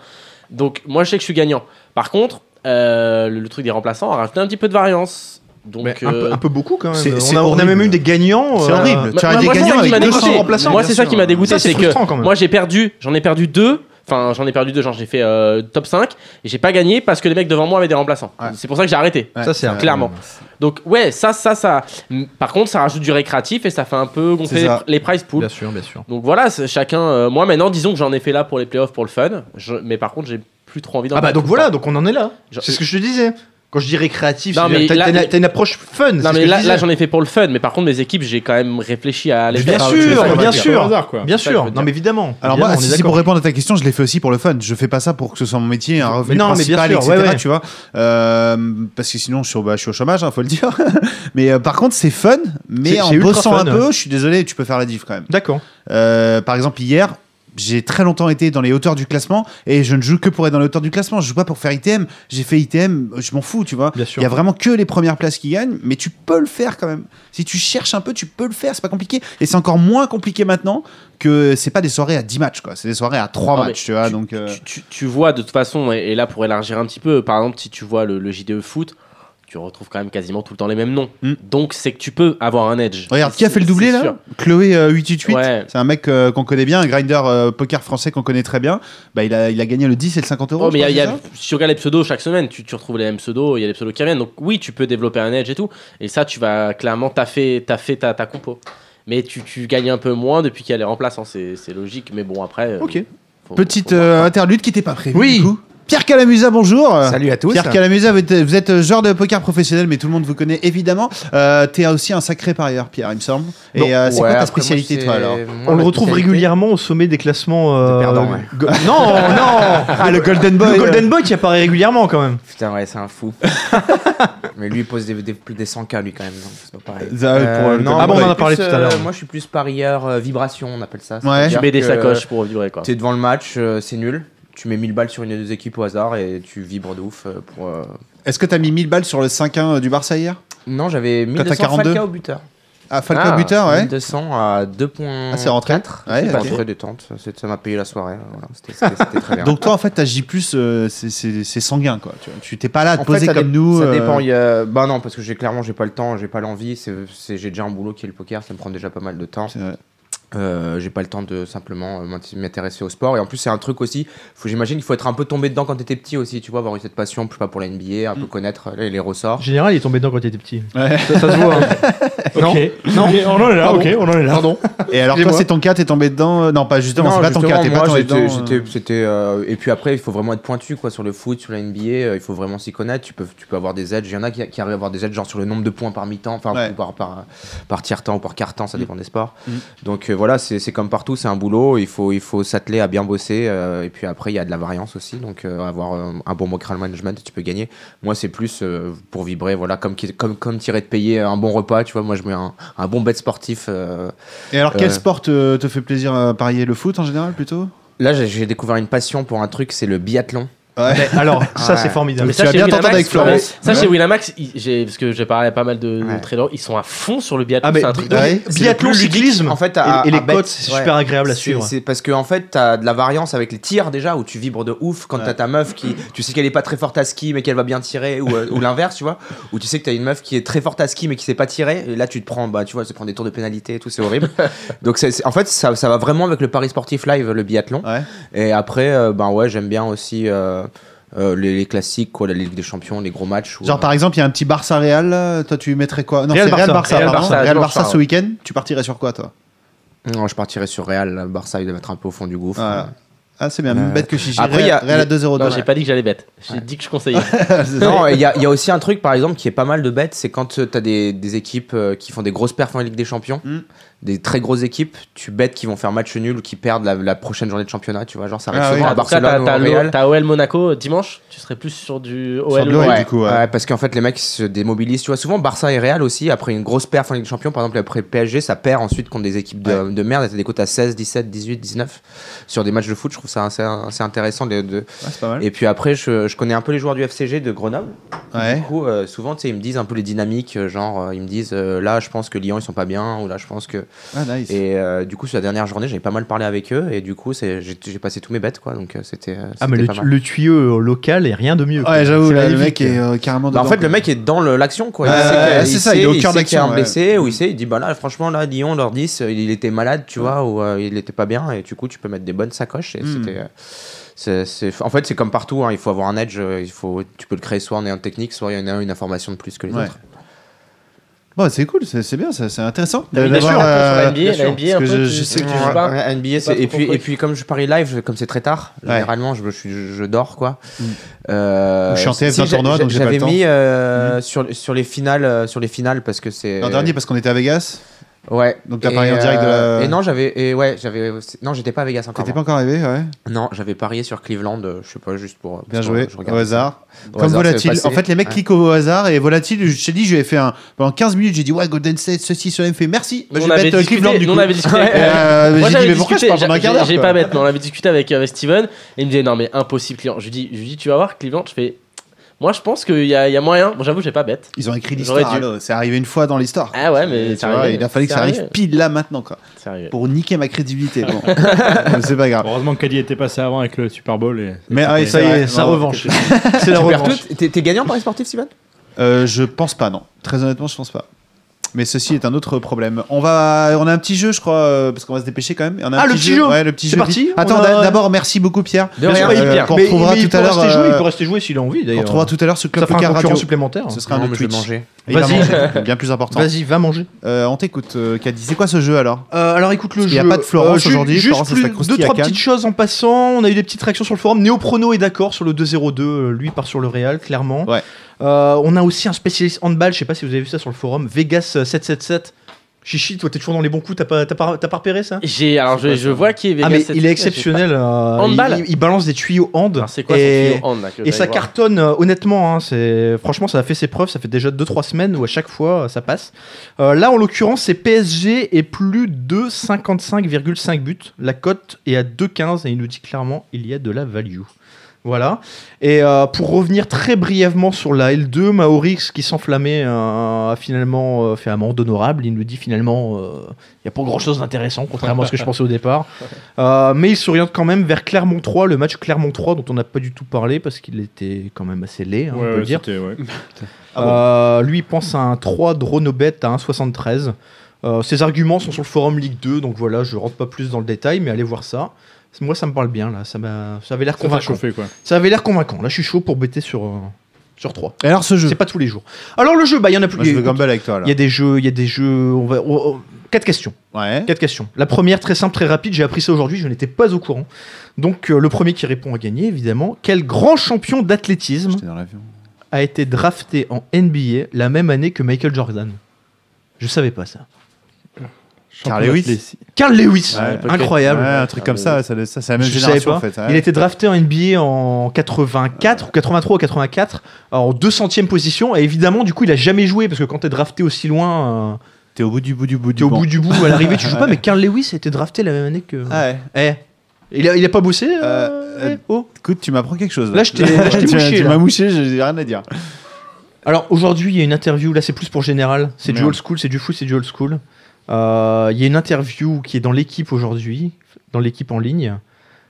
S5: Donc moi je sais que je suis gagnant. Par contre, euh, le, le truc des remplaçants a rajouté un petit peu de variance. Donc,
S4: Mais un, peu,
S5: euh,
S4: un peu beaucoup quand même.
S5: C'est-
S4: on,
S5: c'est
S4: a, on a
S5: horrible.
S4: même eu des gagnants.
S5: C'est
S4: euh,
S5: horrible.
S4: Tu as
S5: Moi,
S4: des
S5: moi, c'est ça
S4: gagnants
S5: qui
S4: avec
S5: m'a
S4: 200
S5: dégoûté.
S4: remplaçants.
S5: Moi,
S4: bien
S5: c'est ça
S4: sûr.
S5: qui m'a dégoûté,
S4: Ça,
S5: c'est
S4: frustrant, quand
S5: que
S4: même.
S5: moi j'ai perdu, j'en ai perdu deux. Enfin, j'en ai perdu deux, genre j'ai fait euh, top 5 et j'ai pas gagné parce que les mecs devant moi avaient des remplaçants. C'est pour ça que j'ai arrêté.
S4: Ouais. Ça, c'est un-
S5: clairement. Donc ouais, ça, ça, ça. M- Par contre, ça rajoute du récréatif et ça fait un peu
S4: C'est
S5: gonfler les,
S4: ça.
S5: les prize pools.
S4: Bien sûr, bien sûr.
S5: Donc voilà, c'est- chacun. euh, moi maintenant, disons que j'en ai fait là pour les playoffs, pour le fun. Je- mais par contre, j'ai plus trop envie d'en
S4: Ah bah
S5: faire
S4: donc
S5: tout le
S4: voilà,
S5: temps.
S4: donc on en est là.
S5: Genre-
S4: C'est ce que je te disais. Quand je dis récréatif,
S5: Non,
S4: c'est-à-dire
S5: mais
S4: t'as
S5: là-
S4: t'as une- t'as une approche fun.
S5: Non mais là, là, j'en ai fait pour le fun, mais par contre mes équipes j'ai quand même réfléchi à les
S4: Bien
S5: faire.
S4: sûr, bien
S5: Ah, tu fais ça,
S4: sûr.
S5: par hasard, quoi.
S4: Bien
S5: C'est ça que je
S4: sûr.
S5: veux
S4: Non
S5: dire.
S4: mais évidemment.
S1: Alors
S4: Évidemment,
S1: moi,
S4: on est
S1: si c'est
S4: d'accord.
S1: pour répondre à ta question, je l'ai fait aussi pour le fun. Je fais pas ça pour que ce soit mon métier, un revenu
S4: non, mais bien
S1: principal,
S4: sûr,
S1: etc.
S4: ouais, ouais.
S1: Tu vois, Euh, parce que sinon, je suis, au- bah, je suis au chômage, hein, faut le dire. *laughs* mais euh, par contre, c'est fun. Mais
S4: C'est-
S1: en
S4: c'est ultra
S1: bossant
S4: fun,
S1: un peu,
S4: ouais.
S1: je suis désolé, tu peux faire la diff quand même.
S4: D'accord.
S1: Euh, par exemple, hier, j'ai très longtemps été dans les hauteurs du classement et je ne joue que pour être dans les hauteurs du classement. Je joue pas pour faire ITM. J'ai fait ITM, je m'en fous, tu vois.
S4: Bien
S1: Il
S4: sûr.
S1: y a vraiment que les premières places qui gagnent, mais tu peux le faire quand même. Si tu cherches un peu, tu peux le faire. C'est pas compliqué et c'est encore moins compliqué maintenant que c'est pas des soirées à 10 matchs, quoi. C'est des soirées à 3
S5: Non, mais
S1: matchs, tu vois. donc, euh,
S5: tu, tu vois de toute façon, et, et là pour élargir un petit peu, par exemple, si tu vois le, le JDE foot, tu retrouves quand même quasiment tout le temps les mêmes noms. Donc c'est que tu peux avoir un edge.
S1: Mm. Regarde, qui a
S5: C'est-
S1: fait le doublé
S5: c'est
S1: là
S5: sûr.
S1: Chloé euh, 888.
S5: Ouais.
S1: C'est un mec euh, qu'on connaît bien, un grinder euh, poker français qu'on connaît très bien. Bah, il, a, il a gagné le 10 et le 50 euros.
S5: Oh, mais
S1: je
S5: il y a-
S1: crois,
S5: il y
S1: c'est
S5: a,
S1: ça
S5: si tu regardes les pseudos chaque semaine, tu, tu retrouves les mêmes pseudos, il y a les pseudos qui reviennent. Donc oui, tu peux développer un edge et tout. Et ça, tu vas clairement taffer, taffer ta, ta compo. Mais tu, tu gagnes un peu moins depuis qu'il y a les remplaçants, hein. c'est c'est logique. Mais bon, après. euh,
S4: Ok.
S5: faut-
S1: Petite
S5: faut-
S1: euh, interlude qui n'était pas prévue.
S4: Oui.
S1: du coup. Pierre Calamusa, bonjour.
S12: Salut à tous.
S1: Pierre Calamusa, vous êtes, vous êtes euh, joueur de poker professionnel, mais tout le monde vous connaît évidemment. Euh, T'es aussi un sacré parieur, Pierre, il me semble.
S4: Bon,
S1: Et euh, c'est
S12: ouais,
S1: quoi ta
S12: après,
S1: spécialité,
S12: moi,
S1: toi
S12: c'est-
S1: alors
S12: moi,
S4: On
S12: ma
S4: le retrouve
S12: spécialité-
S4: régulièrement au sommet des classements. euh,
S12: perdants, ouais. *laughs*
S4: go- Non, non.
S1: Ah, le Golden Boy.
S4: Le Golden Boy qui apparaît régulièrement quand même.
S12: Putain, ouais, c'est un *laughs* fou. Mais lui, il pose des, des- plus des 100K, lui, quand même. Non, c'est pas pareil.
S1: Ça, ouais, pour le Golden
S4: Ah bon, on
S12: Euh,
S4: en a
S12: moi, je suis
S4: parlé
S12: plus,
S4: tout à l'heure.
S12: euh, moi, je suis plus parieur euh, vibration, on appelle ça.
S1: Ouais.
S5: Tu
S12: C'est-à-dire
S5: mets des
S12: que,
S5: sacoches pour vibrer quoi.
S12: T'es devant le match, euh, c'est nul. Tu mets 1000 balles sur une des deux équipes au hasard et tu vibres de ouf euh, pour. euh,
S1: Est-ce que t'as mis 1000 balles sur le 5-1 du Barça hier
S12: Non, j'avais
S1: Quand t'as
S12: 1200
S1: 42.
S12: Falca au buteur.
S1: Ah, Falcao
S12: Ah,
S1: buteur, ouais.
S12: 1200 à 2 points.
S1: Ah, c'est rentré Ouais,
S12: c'est
S1: ok.
S12: rentré détente. C'est- Ça m'a payé la soirée. hein, Voilà, c'était- C'était c'était très bien.
S1: Donc toi, en fait, t'as J+, euh, c'est- c'est c'est sanguin, quoi. Tu vois, Tu t'es pas là à te
S12: En fait,
S1: poser
S12: ça
S1: comme
S12: dé-
S1: nous.
S12: Ça
S1: euh,
S12: dépend. il y a- Bah non, parce que j'ai clairement, j'ai pas le temps, j'ai pas l'envie. c'est- c'est- J'ai déjà un boulot qui est le poker, ça me prend déjà pas mal de temps.
S1: c'est vrai.
S12: Euh, j'ai pas le temps de simplement euh, m'int- m'intéresser au sport. Et en plus, c'est un truc aussi. faut- J'imagine qu'il faut être un peu tombé dedans quand t'étais petit aussi, tu vois, avoir eu cette passion, je sais pas pour la NBA, un peu connaître euh, les, les
S4: En
S12: ressorts.
S4: général, il est tombé dedans quand t'étais petit.
S1: Ouais.
S4: Ça, ça se
S13: *laughs*
S4: voit. hein. Non.
S13: Ok. Mais on en est là,
S4: Pardon.
S13: ok, on en est là.
S4: Pardon.
S1: Et alors toi,
S4: Excusez-moi.
S1: c'est ton cas, t'es tombé dedans. euh, Non, pas justement, c'est pas ton cas,
S12: justement,
S1: t'es pas
S12: moi,
S1: tombé
S12: j'étais-
S1: dedans. euh.
S12: j'étais- c'était, euh, et puis après, il faut vraiment être pointu quoi sur le foot, sur la NBA. euh, il faut vraiment s'y connaître. Tu peux, tu peux avoir des aides. Il y en a qui, qui arrivent à avoir des aides genre sur le nombre de points par mi-temps, enfin
S1: Ouais. Mm.
S12: ou par par, par tiers-temps ou par quart-temps, ça dépend des sports. Donc euh, voilà, c'est c'est comme partout, c'est un boulot. Il faut, il faut s'atteler à bien bosser. euh, et puis après, il y a de la variance aussi. Donc euh, avoir euh, un bon mocral management, tu peux gagner. Moi, c'est plus euh, pour vibrer. Voilà, comme qui- comme comme tirer de payer un bon repas. Tu vois, moi, je mets un, un bon bet sportif. euh,
S1: Et alors, quel
S12: Euh.
S1: sport te, te fait plaisir à parier Le foot en général plutôt
S12: Là, j'ai- j'ai découvert une passion pour un truc, c'est le biathlon.
S4: Mais alors, ça,
S12: Ouais.
S4: c'est formidable.
S5: Mais ça,
S1: vas
S5: chez
S1: bien
S5: Winamax,
S1: t'entendre avec Florence.
S5: Ça, chez Winamax, ils- j'ai- parce que j'ai parlé à pas mal de
S12: Ouais.
S5: traders, ils sont à fond sur le biathlon.
S4: Ah, mais
S5: c'est un truc de-
S1: Ouais.
S4: bi- biathlon,
S12: le plus ludique,
S4: cyclisme.
S12: en fait,
S4: et-
S12: à-
S4: et,
S12: à
S4: les
S12: bet,
S4: côtes, c'est
S12: ouais.
S4: super agréable à
S12: C'est-
S4: suivre.
S12: C'est parce que en fait, t'as de la variance avec les tirs déjà, où tu vibres de ouf quand t'as ta meuf qui, tu sais qu'elle est pas très forte à ski, mais qu'elle va bien tirer, ou, euh, ou l'inverse, tu vois, ou tu sais que t'as une meuf qui est très forte à ski, mais qui sait pas tirer. Et là, tu te prends, bah, tu vois, elle se prend des tours de pénalité et tout, c'est horrible. Donc, c'est c'est- en fait, ça, ça va vraiment avec le Paris sportif live, le biathlon.
S1: Ouais.
S12: Et après, euh, ben ouais, j'aime bien aussi. euh, euh, les, les classiques, quoi, la Ligue des Champions, les gros matchs. où,
S1: Genre,
S12: euh,
S1: par exemple, il y a un petit Barça Real, là, toi tu mettrais quoi Non,
S4: Real
S1: c'est Real
S4: Barça.
S1: Barça,
S12: Real
S1: pardon.
S12: Barça,
S1: Real
S12: Real
S1: Barça
S12: Barça,
S1: ce
S12: ouais.
S1: week-end, tu partirais sur quoi toi
S12: Non, je partirais sur Real. Le Barça, il devait être un peu au fond du gouffre.
S1: Voilà. Ah, c'est bien, même
S12: Euh,
S1: bête que Chichi.
S12: après,
S1: Real,
S12: il y a-
S1: Real à 2 euros. *laughs*
S5: Non, j'ai pas dit que j'allais bête. J'ai dit que je conseillais. *laughs*
S12: Non, et il y, a il y a aussi un truc, par exemple, qui est pas mal de bête, c'est quand euh, t'as des, des équipes euh, qui font des grosses perfs en Ligue des Champions,
S1: Mm.
S12: des très grosses équipes, tu bêtes qui vont faire match nul ou qui perdent la, la prochaine journée de championnat, tu vois. Genre, ça arrive
S1: Ah oui.
S12: souvent à
S5: Ah, donc là, t'as-
S12: Barcelone ou
S5: t'as
S12: au
S5: l'O-
S12: Real.
S5: T'as OL Monaco dimanche, tu serais plus sur du
S1: Sur
S5: OL.
S1: de l'O L. Ouais, du coup, ouais.
S12: parce qu'en fait, les mecs se démobilisent, tu vois. Souvent, Barça et Real aussi, après une grosse perf en Ligue des Champions, par exemple, après PSG, ça perd ensuite contre des équipes de, de merde, et t'as des cotes à 16, 17, 18, 19 sur des matchs de foot. Je trouve ça assez, assez intéressant de, de-
S1: Ah, c'est pas mal.
S12: et puis après, je, je connais un peu les joueurs du FCG de Grenoble.
S1: Ouais.
S12: Du coup, euh, souvent, tu sais, ils me disent un peu les dynamiques, euh, genre, euh, ils me disent euh, là, je pense que Lyon, ils sont pas bien, ou là, je pense que.
S1: Ah, nice.
S12: Et euh, du coup, sur la dernière journée, j'avais pas mal parlé avec eux, et du coup, c'est- j'ai j'ai passé tous mes bêtes, quoi. Donc, euh, c'était. euh,
S4: Ah, mais
S12: c'était
S4: le,
S12: pas mal.
S4: le tuyau local est rien de mieux. quoi.
S1: Ouais, j'avoue,
S4: C'est
S1: là, le
S4: magnifique.
S1: mec est euh, carrément.
S12: Bah, en
S1: dedans,
S12: fait,
S1: quoi.
S12: le mec est dans le- l'action, quoi.
S1: Ouais,
S12: qu'il y a-
S1: ouais, c'est ça, il est
S12: sait-
S1: au cœur
S12: sait qu'il y
S1: d'action,
S12: a un
S1: ouais.
S12: blessé, ou il sait, il dit, bah là, franchement, là, Lyon, leur 10, euh, il était malade, tu vois, ou euh, il était pas bien, et du coup, tu peux mettre des bonnes sacoches. Et
S1: Mm.
S12: c'était. euh, c'est- c'est- En fait, c'est comme partout, hein, il faut avoir un edge, euh, il faut... tu peux le créer soit en ayant une technique, soit en ayant une information de plus que les
S1: Ouais.
S12: autres.
S1: Bon, c'est cool, c'est c'est bien, ça- c'est intéressant.
S5: T'as mis des
S1: d'avoir,
S5: sur-
S1: euh,
S5: sur la NBA, la
S1: parce
S5: NBA, un
S1: que
S5: peu,
S1: je-
S5: tu-
S1: je sais
S5: tu-
S1: que-
S5: tu- sais pas.
S12: Ouais, NBA, c'est-
S5: pas trop
S12: et puis
S5: compris.
S12: et puis comme je parie live, comme c'est très tard,
S1: Ouais. Hmm.
S12: généralement je, me suis- je, je dors quoi. Euh,
S1: Je suis en TF
S12: si,
S1: d'un
S12: j'a-
S1: tournoi,
S12: j'a-
S1: donc j'ai pas
S12: j'avais
S1: le temps.
S12: mis euh, sur sur les finales euh, sur les finales parce que c'est
S1: L'an dernier, parce qu'on était à Vegas,
S12: Ah ouais.
S1: donc t'as
S12: Et,
S1: parié en direct de
S12: euh,
S1: la.
S12: Et non, j'avais et ouais, j'avais non, j'étais pas à Vegas encore.
S1: T'étais pas encore arrivé, ouais.
S12: Non, j'avais parié sur Cleveland, euh, je sais pas juste pour
S1: Bien
S12: parce que,
S1: joué,
S12: euh, je
S1: au
S12: regarde ça.
S1: hasard.
S12: Au
S1: Comme
S12: hasard, ça
S1: volatile.
S12: avait passé.
S1: En fait, les mecs
S12: Ouais.
S1: cliquent au hasard et volatile. Je t'ai dit, je lui ai fait un. Pendant 15 minutes, j'ai dit, ouais, Golden State, ceci, cela, il me fait merci. Bah,
S5: Nous,
S1: Je
S5: on
S1: vais
S5: avait
S1: mettre euh,
S5: discuté-
S1: Cleveland du
S5: nous, on
S1: coup.
S5: avait discuté.
S1: Et, *laughs* euh,
S5: Moi
S1: J'ai dit,
S5: j'avais
S1: mais pourquoi je
S5: discuté,
S1: parle pendant un quart
S5: j'ai-
S1: d'heure
S5: j'ai
S1: quoi
S5: pas bête, mais on avait discuté avec, avec Steven, et il me disait non mais impossible Cleveland. Je lui dis, je lui dis tu vas voir Cleveland, je fais, moi je pense qu'il y a, il y a moyen, bon j'avoue j'ai pas bête.
S1: Ils ont écrit
S5: J'aurais
S1: l'histoire.
S5: dû.
S1: alors, C'est arrivé une fois dans l'histoire.
S5: Ah ouais mais
S1: Et tu
S5: c'est
S1: vois,
S5: arrivé.
S1: il a fallu que
S5: C'est
S1: ça arrive
S5: arrivé.
S1: pile là maintenant quoi,
S5: C'est arrivé.
S1: pour niquer ma crédibilité.
S5: *laughs*
S1: Bon, Mais c'est pas grave.
S13: Heureusement que Caddy était passé avant avec le Super Bowl. Et...
S1: Mais ah,
S4: Ça y est, sa revanche. C'est la
S12: Tu perds
S4: revanche.
S12: tout. T'es t'es gagnant par les sportifs, Steven
S1: Euh, je pense pas, non. Très honnêtement, je pense pas. Mais ceci est un autre problème. On va, on a un petit jeu, je crois, euh, parce qu'on va se dépêcher quand même. On a un
S4: Ah, le petit jeu
S1: Ouais, le petit
S4: C'est
S1: jeu.
S4: parti
S1: vite. Attends,
S4: On a-
S1: d'a- d'abord, merci beaucoup, Pierre.
S12: De rien.
S1: Euh, qu'on
S4: Mais-
S1: retrouvera
S4: mais il
S1: tout
S4: peut
S1: à l'heure.
S4: rester joué, il
S1: euh,
S4: peut rester joué s'il a envie
S1: On
S4: d'ailleurs.
S1: retrouvera tout à l'heure sur Club
S4: Ça fera un
S1: Poker
S4: concurrent
S1: Radio.
S4: supplémentaire.
S1: Ce sera
S12: Non,
S1: le
S12: mais je vais
S1: Twitch.
S12: manger.
S1: Et il va
S4: Vas-y.
S1: manger, bien plus important.
S4: Vas-y, va manger.
S1: Euh, on t'écoute, euh, Caddy. C'est quoi ce jeu alors
S4: Euh, alors écoute le
S1: Parce
S4: jeu. euh,
S1: qu'il y a pas de Florence
S4: ju-
S1: aujourd'hui,
S4: Juste
S1: Florence, elle
S4: plus-
S1: se la croustille
S4: deux
S1: à
S4: trois
S1: Cannes.
S4: petites choses en passant. On a eu des petites réactions sur le forum. Néoprono est d'accord sur le 2-0-2. euh, Lui part sur le Real, clairement.
S1: Ouais.
S4: Euh, on a aussi un spécialiste handball. Je sais pas si vous avez vu ça sur le forum. Vegas euh, 777. Chichi, toi t'es toujours dans les bons coups. T'as pas, t'as pas, t'as pas repéré ça
S5: J'ai alors je, je vois qui est Vegas
S4: Ah mais
S5: cette
S4: il est
S5: semaine, je sais
S4: exceptionnel. euh,
S5: Handball
S4: il, il balance des tuyaux hand.
S5: pas. Alors, C'est quoi
S4: et...
S5: son tuyau hand, là, que
S4: Et
S5: j'allais
S4: ça
S5: voir
S4: cartonne, euh, honnêtement, hein, c'est... franchement, ça a fait ses preuves, ça fait déjà 2-3 semaines où à chaque fois euh, ça passe. Euh, là, en l'occurrence, c'est PSG et plus de 55,5 buts. La cote est à 2,15 et il nous dit clairement il y a de la value. Voilà. Et euh, pour revenir très brièvement sur la L2, Maorix qui s'enflammait euh, a finalement euh, fait amende honorable. Il nous dit finalement euh, il n'y a pas grand chose d'intéressant, contrairement à
S13: *laughs*
S4: ce que je pensais au départ. Euh, mais il s'oriente quand même vers Clermont 3, le match Clermont 3 dont on n'a pas du tout parlé parce qu'il était quand même assez laid, hein, on peut le dire.
S13: c'était- ouais. Ah
S4: Euh, lui, il pense à un 3 Dronobet à 1,73. Euh, ses arguments sont sur le forum Ligue 2, donc voilà, je rentre pas plus dans le détail, mais allez voir ça. Moi, ça me parle bien, là. Ça, m'a- ça avait l'air
S13: Ça t'a
S4: convaincant.
S13: chauffé, quoi.
S4: Ça avait l'air convaincant. Là, je suis chaud pour bêter sur, euh, sur 3.
S1: Et Alors ce jeu.
S4: C'est pas tous les jours. Alors, le jeu, bah, il y en a plus.
S1: Moi, je
S4: il y a-
S1: veux gamble avec toi
S4: il y
S1: là.
S4: a des jeux, il y a des jeux. On va, on- on- quatre questions.
S1: Ouais.
S4: Quatre questions. La première, très simple, très rapide. J'ai appris ça aujourd'hui. Je n'étais pas au courant. Donc, euh, le premier qui répond à gagner, évidemment. Quel grand champion d'athlétisme
S1: J'étais dans l'avion.
S4: a été drafté en NBA la même année que Michael Jordan Je savais pas ça.
S1: Carl Lewis.
S4: Carl Lewis,
S1: Ouais, peut-être.
S4: incroyable.
S1: Ouais, un truc comme ça. Ça, ça, c'est la même
S4: Je savais
S1: génération
S4: pas.
S1: en fait. ouais.
S4: Il a été drafté en NBA en 84 ou 83 ou 84 en 200e position et évidemment du coup il a jamais joué parce que quand t'es drafté aussi loin euh,
S1: T'es au bout du bout du bout
S4: t'es
S1: du.
S4: au
S1: banc.
S4: bout du bout à l'arrivée
S1: *laughs*
S4: tu joues pas mais Carl Lewis a été drafté la même année que
S1: Ah ouais.
S4: eh il a, il a pas bossé euh,
S1: Euh,
S4: eh, oh
S1: Écoute, tu m'apprends quelque chose.
S4: Là, je t'ai- là, je t'ai
S1: Tu m'as-
S4: mouché,
S1: Tu
S4: là.
S1: m'as mouché. J'ai rien à dire.
S4: alors aujourd'hui il y a une interview là c'est plus pour général c'est du old school c'est du fou c'est du old school Euh, il y a une interview qui est dans l'équipe aujourd'hui dans l'équipe en ligne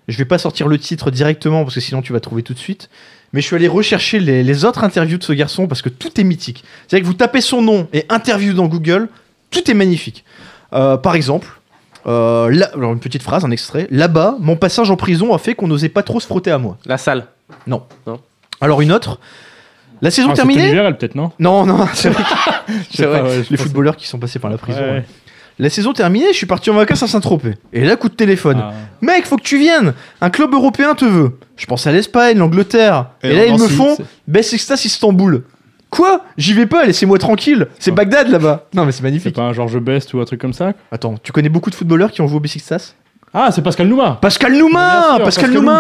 S4: je vais pas sortir le titre directement parce que sinon tu vas trouver tout de suite mais je suis allé rechercher les, les autres interviews de ce garçon parce que tout est mythique. C'est-à-dire que vous tapez son nom et interview dans Google, tout est magnifique. Euh, par exemple, euh, là- alors une petite phrase, un extrait. Là-bas, mon passage en prison a fait qu'on n'osait pas trop se frotter à moi.
S5: La salle.
S4: Alors une autre. La saison
S13: Ah, c'était
S4: terminée
S13: l'hiver, elle, peut-être, non
S4: Non, non, c'est vrai.
S13: Je
S4: C'est
S13: sais
S4: vrai.
S13: pas, ouais, je
S4: les
S13: pense-
S4: footballeurs qui sont passés par la prison.
S13: Ouais, ouais.
S4: ouais. La saison terminée, je suis parti en vacances à Saint-Tropez. Et là, coup de téléphone.
S13: Ah.
S4: Mec, faut que tu viennes. Un club européen te veut. Je pense à l'Espagne, l'Angleterre. Et,
S1: Et
S4: là, ils
S1: Nancy,
S4: me font
S1: c'est-
S4: Bessextas Istanbul. Quoi J'y vais pas, laissez-moi tranquille. C'est
S13: Ouais.
S4: Bagdad là-bas. Non, mais c'est
S13: C'est
S4: magnifique.
S13: pas un George Best ou un truc comme ça
S4: Attends, tu connais beaucoup de footballeurs qui ont joué au Bessextas
S13: Ah, c'est Pascal Nouma
S4: Pascal
S13: Bien
S4: Nouma
S13: sûr,
S4: Pascal
S13: Pascal
S4: Nouma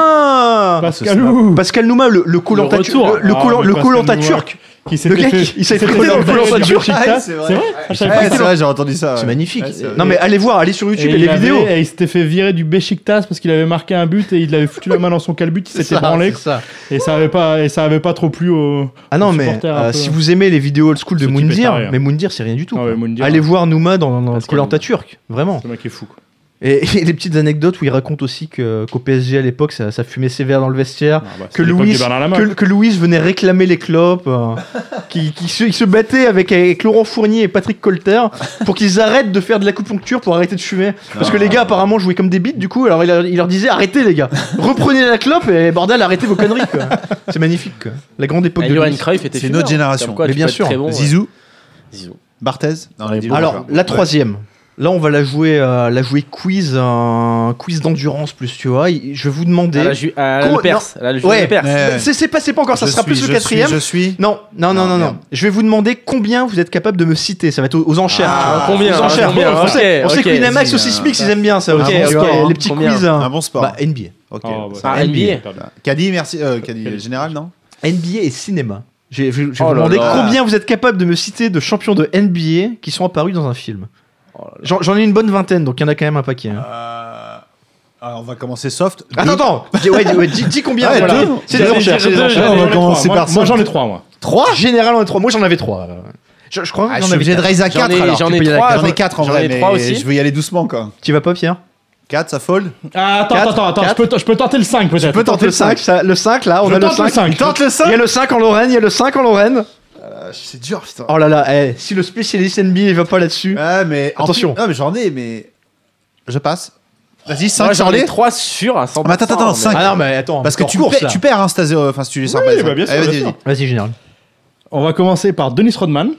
S13: Pascal
S1: Ah,
S4: Pascal Nouma, le, le Colanta
S13: retour.
S4: le, le
S13: Ah,
S4: Colanta-
S13: mais
S4: le
S13: Pascal
S4: Colanta
S13: Nouma.
S4: turc.
S3: qui
S4: Le
S3: s'était
S4: gars
S3: fait.
S4: qui- il s'est fait
S3: s'était
S4: voler en
S3: voler
S4: voulant
S3: le
S4: pas durer.
S3: Beşiktaş.
S4: Ouais,
S3: C'est
S4: c'est
S3: vrai.
S4: vrai.
S3: Ah, je savais
S4: Ouais,
S3: pas que
S4: c'est
S3: c'était
S4: vrai,
S3: dans-
S4: j'ai entendu ça, ouais.
S3: C'est
S4: magnifique.
S3: Ouais, c'est-
S4: Non, mais allez voir, allez sur YouTube, il
S3: Et
S4: y a
S3: il
S4: les
S3: avait-
S4: vidéos.
S3: et il s'était fait virer du Beşiktaş parce qu'il avait marqué un but et il avait foutu la main dans son calbut, il
S4: C'est
S3: s'était
S4: ça,
S3: branlé.
S4: c'est ça.
S3: Et ça avait pas, et ça avait pas trop plu au.
S4: Ah non, mais euh, si vous aimez les vidéos old school de
S3: type est
S4: Moundir,
S3: taré, hein.
S4: mais Moundir c'est rien du tout.
S3: Ah
S4: quoi.
S3: ouais, Moundir,
S4: Allez
S3: hein.
S4: voir Nouma dans, dans
S3: Pascal
S4: Koh-Lanta
S3: Nouma.
S4: turc, vraiment.
S3: Le mec est fou. quoi.
S4: Et, et les petites anecdotes où il raconte aussi que- qu'au PSG à l'époque ça, ça fumait sévère dans le vestiaire,
S3: bah, c'était
S4: que,
S3: l'époque
S4: Louis,
S3: de Bernard Lama.
S4: que, que Louis venait réclamer les clopes, euh, *laughs* qui, qui se, il se battait avec, avec Laurent Fournier et Patrick Colter pour qu'ils arrêtent de faire de l'acupuncture pour arrêter de fumer. Parce que les gars apparemment jouaient comme des bites du coup, alors il, leur- il leur disait arrêtez les gars, reprenez la clope et bordel arrêtez vos conneries. quoi. C'est magnifique. quoi. La grande époque
S5: Ah,
S4: de
S5: Johan
S4: Louis.
S5: Cruyff était
S4: C'est
S5: fumeur,
S4: notre génération.
S5: comme quoi,
S4: Mais
S5: tu
S4: bien
S5: peux être
S4: sûr.
S5: très bon, ouais.
S4: Zizou.
S5: Zizou.
S1: Barthez
S4: Alors, la troisième. Là, on va la jouer, euh, la jouer quiz, un quiz d'endurance plus, tu vois. Il- Je vais vous demander.
S5: Ah, la ju- ah, le
S4: Comment-
S5: Perse,
S4: non.
S5: là, le ju-
S4: ouais.
S5: le Perse.
S4: Mais C'est c'est pas, c'est pas encore, ça
S1: Je
S4: sera
S1: suis,
S4: plus
S1: je
S4: le quatrième.
S1: suis, je suis.
S4: Non, non,
S5: Ah,
S4: non, non, non. Je vais vous demander combien vous êtes capable de me citer. Ça va être aux, aux enchères.
S5: Ah,
S4: tu vois.
S5: combien,
S4: Aux
S5: hein,
S4: enchères.
S5: combien,
S4: on
S5: hein.
S4: sait, on
S5: Ok,
S4: sait que
S5: ok,
S4: Winamax ou
S1: c'est,
S4: Six Mix, ils aiment bien ça.
S1: un
S4: aussi,
S1: bon
S4: tu
S1: sport,
S4: vois,
S1: hein.
S4: Les petits
S5: Combien
S4: quiz.
S1: Un
S4: hein.
S1: bon sport.
S4: Bah, NBA.
S1: Ok.
S3: Ah, bah,
S1: ça-
S5: Ah, NBA.
S1: Caddy, merci. euh, Caddy, général, non
S4: NBA et cinéma. Je je- je vais vous
S5: Oh là
S4: demander
S5: là.
S4: combien vous êtes capable de me citer de champions de NBA qui sont apparus dans un film.
S5: Oh
S4: J'en j'en ai une bonne vingtaine, donc il y en a quand même un paquet. hein.
S1: Euh, Alors, on va commencer soft.
S4: Attends, Ah, attends Dis, ouais, dis- ouais, dis- dis combien
S1: Ouais,
S4: voilà.
S1: deux.
S4: Ah, C'est des enchères, c'est des
S3: J'en ai-
S4: enchères.
S1: on
S3: j'en ai
S1: va
S3: trois.
S1: commencer
S3: Moi-
S1: par ça.
S3: Moi j'en ai trois, moi.
S4: Trois Généralement, on est trois. Moi, j'en avais trois. là. Je, je crois que
S1: Ah,
S4: j'en
S1: je suis
S4: avais
S1: obligé de
S4: quatre.
S1: raise à
S5: J'en
S1: 4
S5: ai-
S1: alors.
S5: j'en
S1: Tu
S5: ai
S1: peux y aller à
S5: trois,
S1: quatre. J'en ai
S5: j'en-
S1: 4 en
S5: j'en
S1: vrai,
S5: ai trois
S1: mais
S5: aussi.
S1: je veux y aller doucement quoi.
S4: Tu vas pas, Pierre
S1: 4, ça fold
S3: Ah, attends,
S4: Quatre,
S3: attends, attends,
S4: quatre.
S3: je peux, t- je peux tenter le 5 peut-être.
S4: Peut tenter le 5, le 5 là, on
S3: Je
S4: a le
S3: tente le
S4: 5.
S3: cinq.
S4: Il tente le 5 Il y a le 5 en Lorraine, il y a le 5 en Lorraine.
S1: Ah, C'est dur, putain.
S4: Oh là là, eh, si le spécialiste NBA il va pas là-dessus.
S1: Ouais, mais. en
S4: Attention.
S1: plus- Non, mais j'en ai, mais. Je passe. Vas-y, 5
S5: Moi, j'en ai 3 sûrs à 100%.
S1: Ah, mais attends, attends,
S5: mais-
S1: cinq.
S4: Ah non, mais attends,
S1: Parce que
S4: encore
S1: tu,
S4: course,
S1: pa-
S4: là.
S1: tu perds, hein, si t'as zéro- enfin, si tu les sors pas. les
S3: bah,
S1: cinq.
S3: bien sûr,
S1: Allez,
S3: bien
S1: vas-y,
S3: sûr.
S1: vas-y.
S4: Vas-y, général.
S3: On va commencer par Dennis Rodman.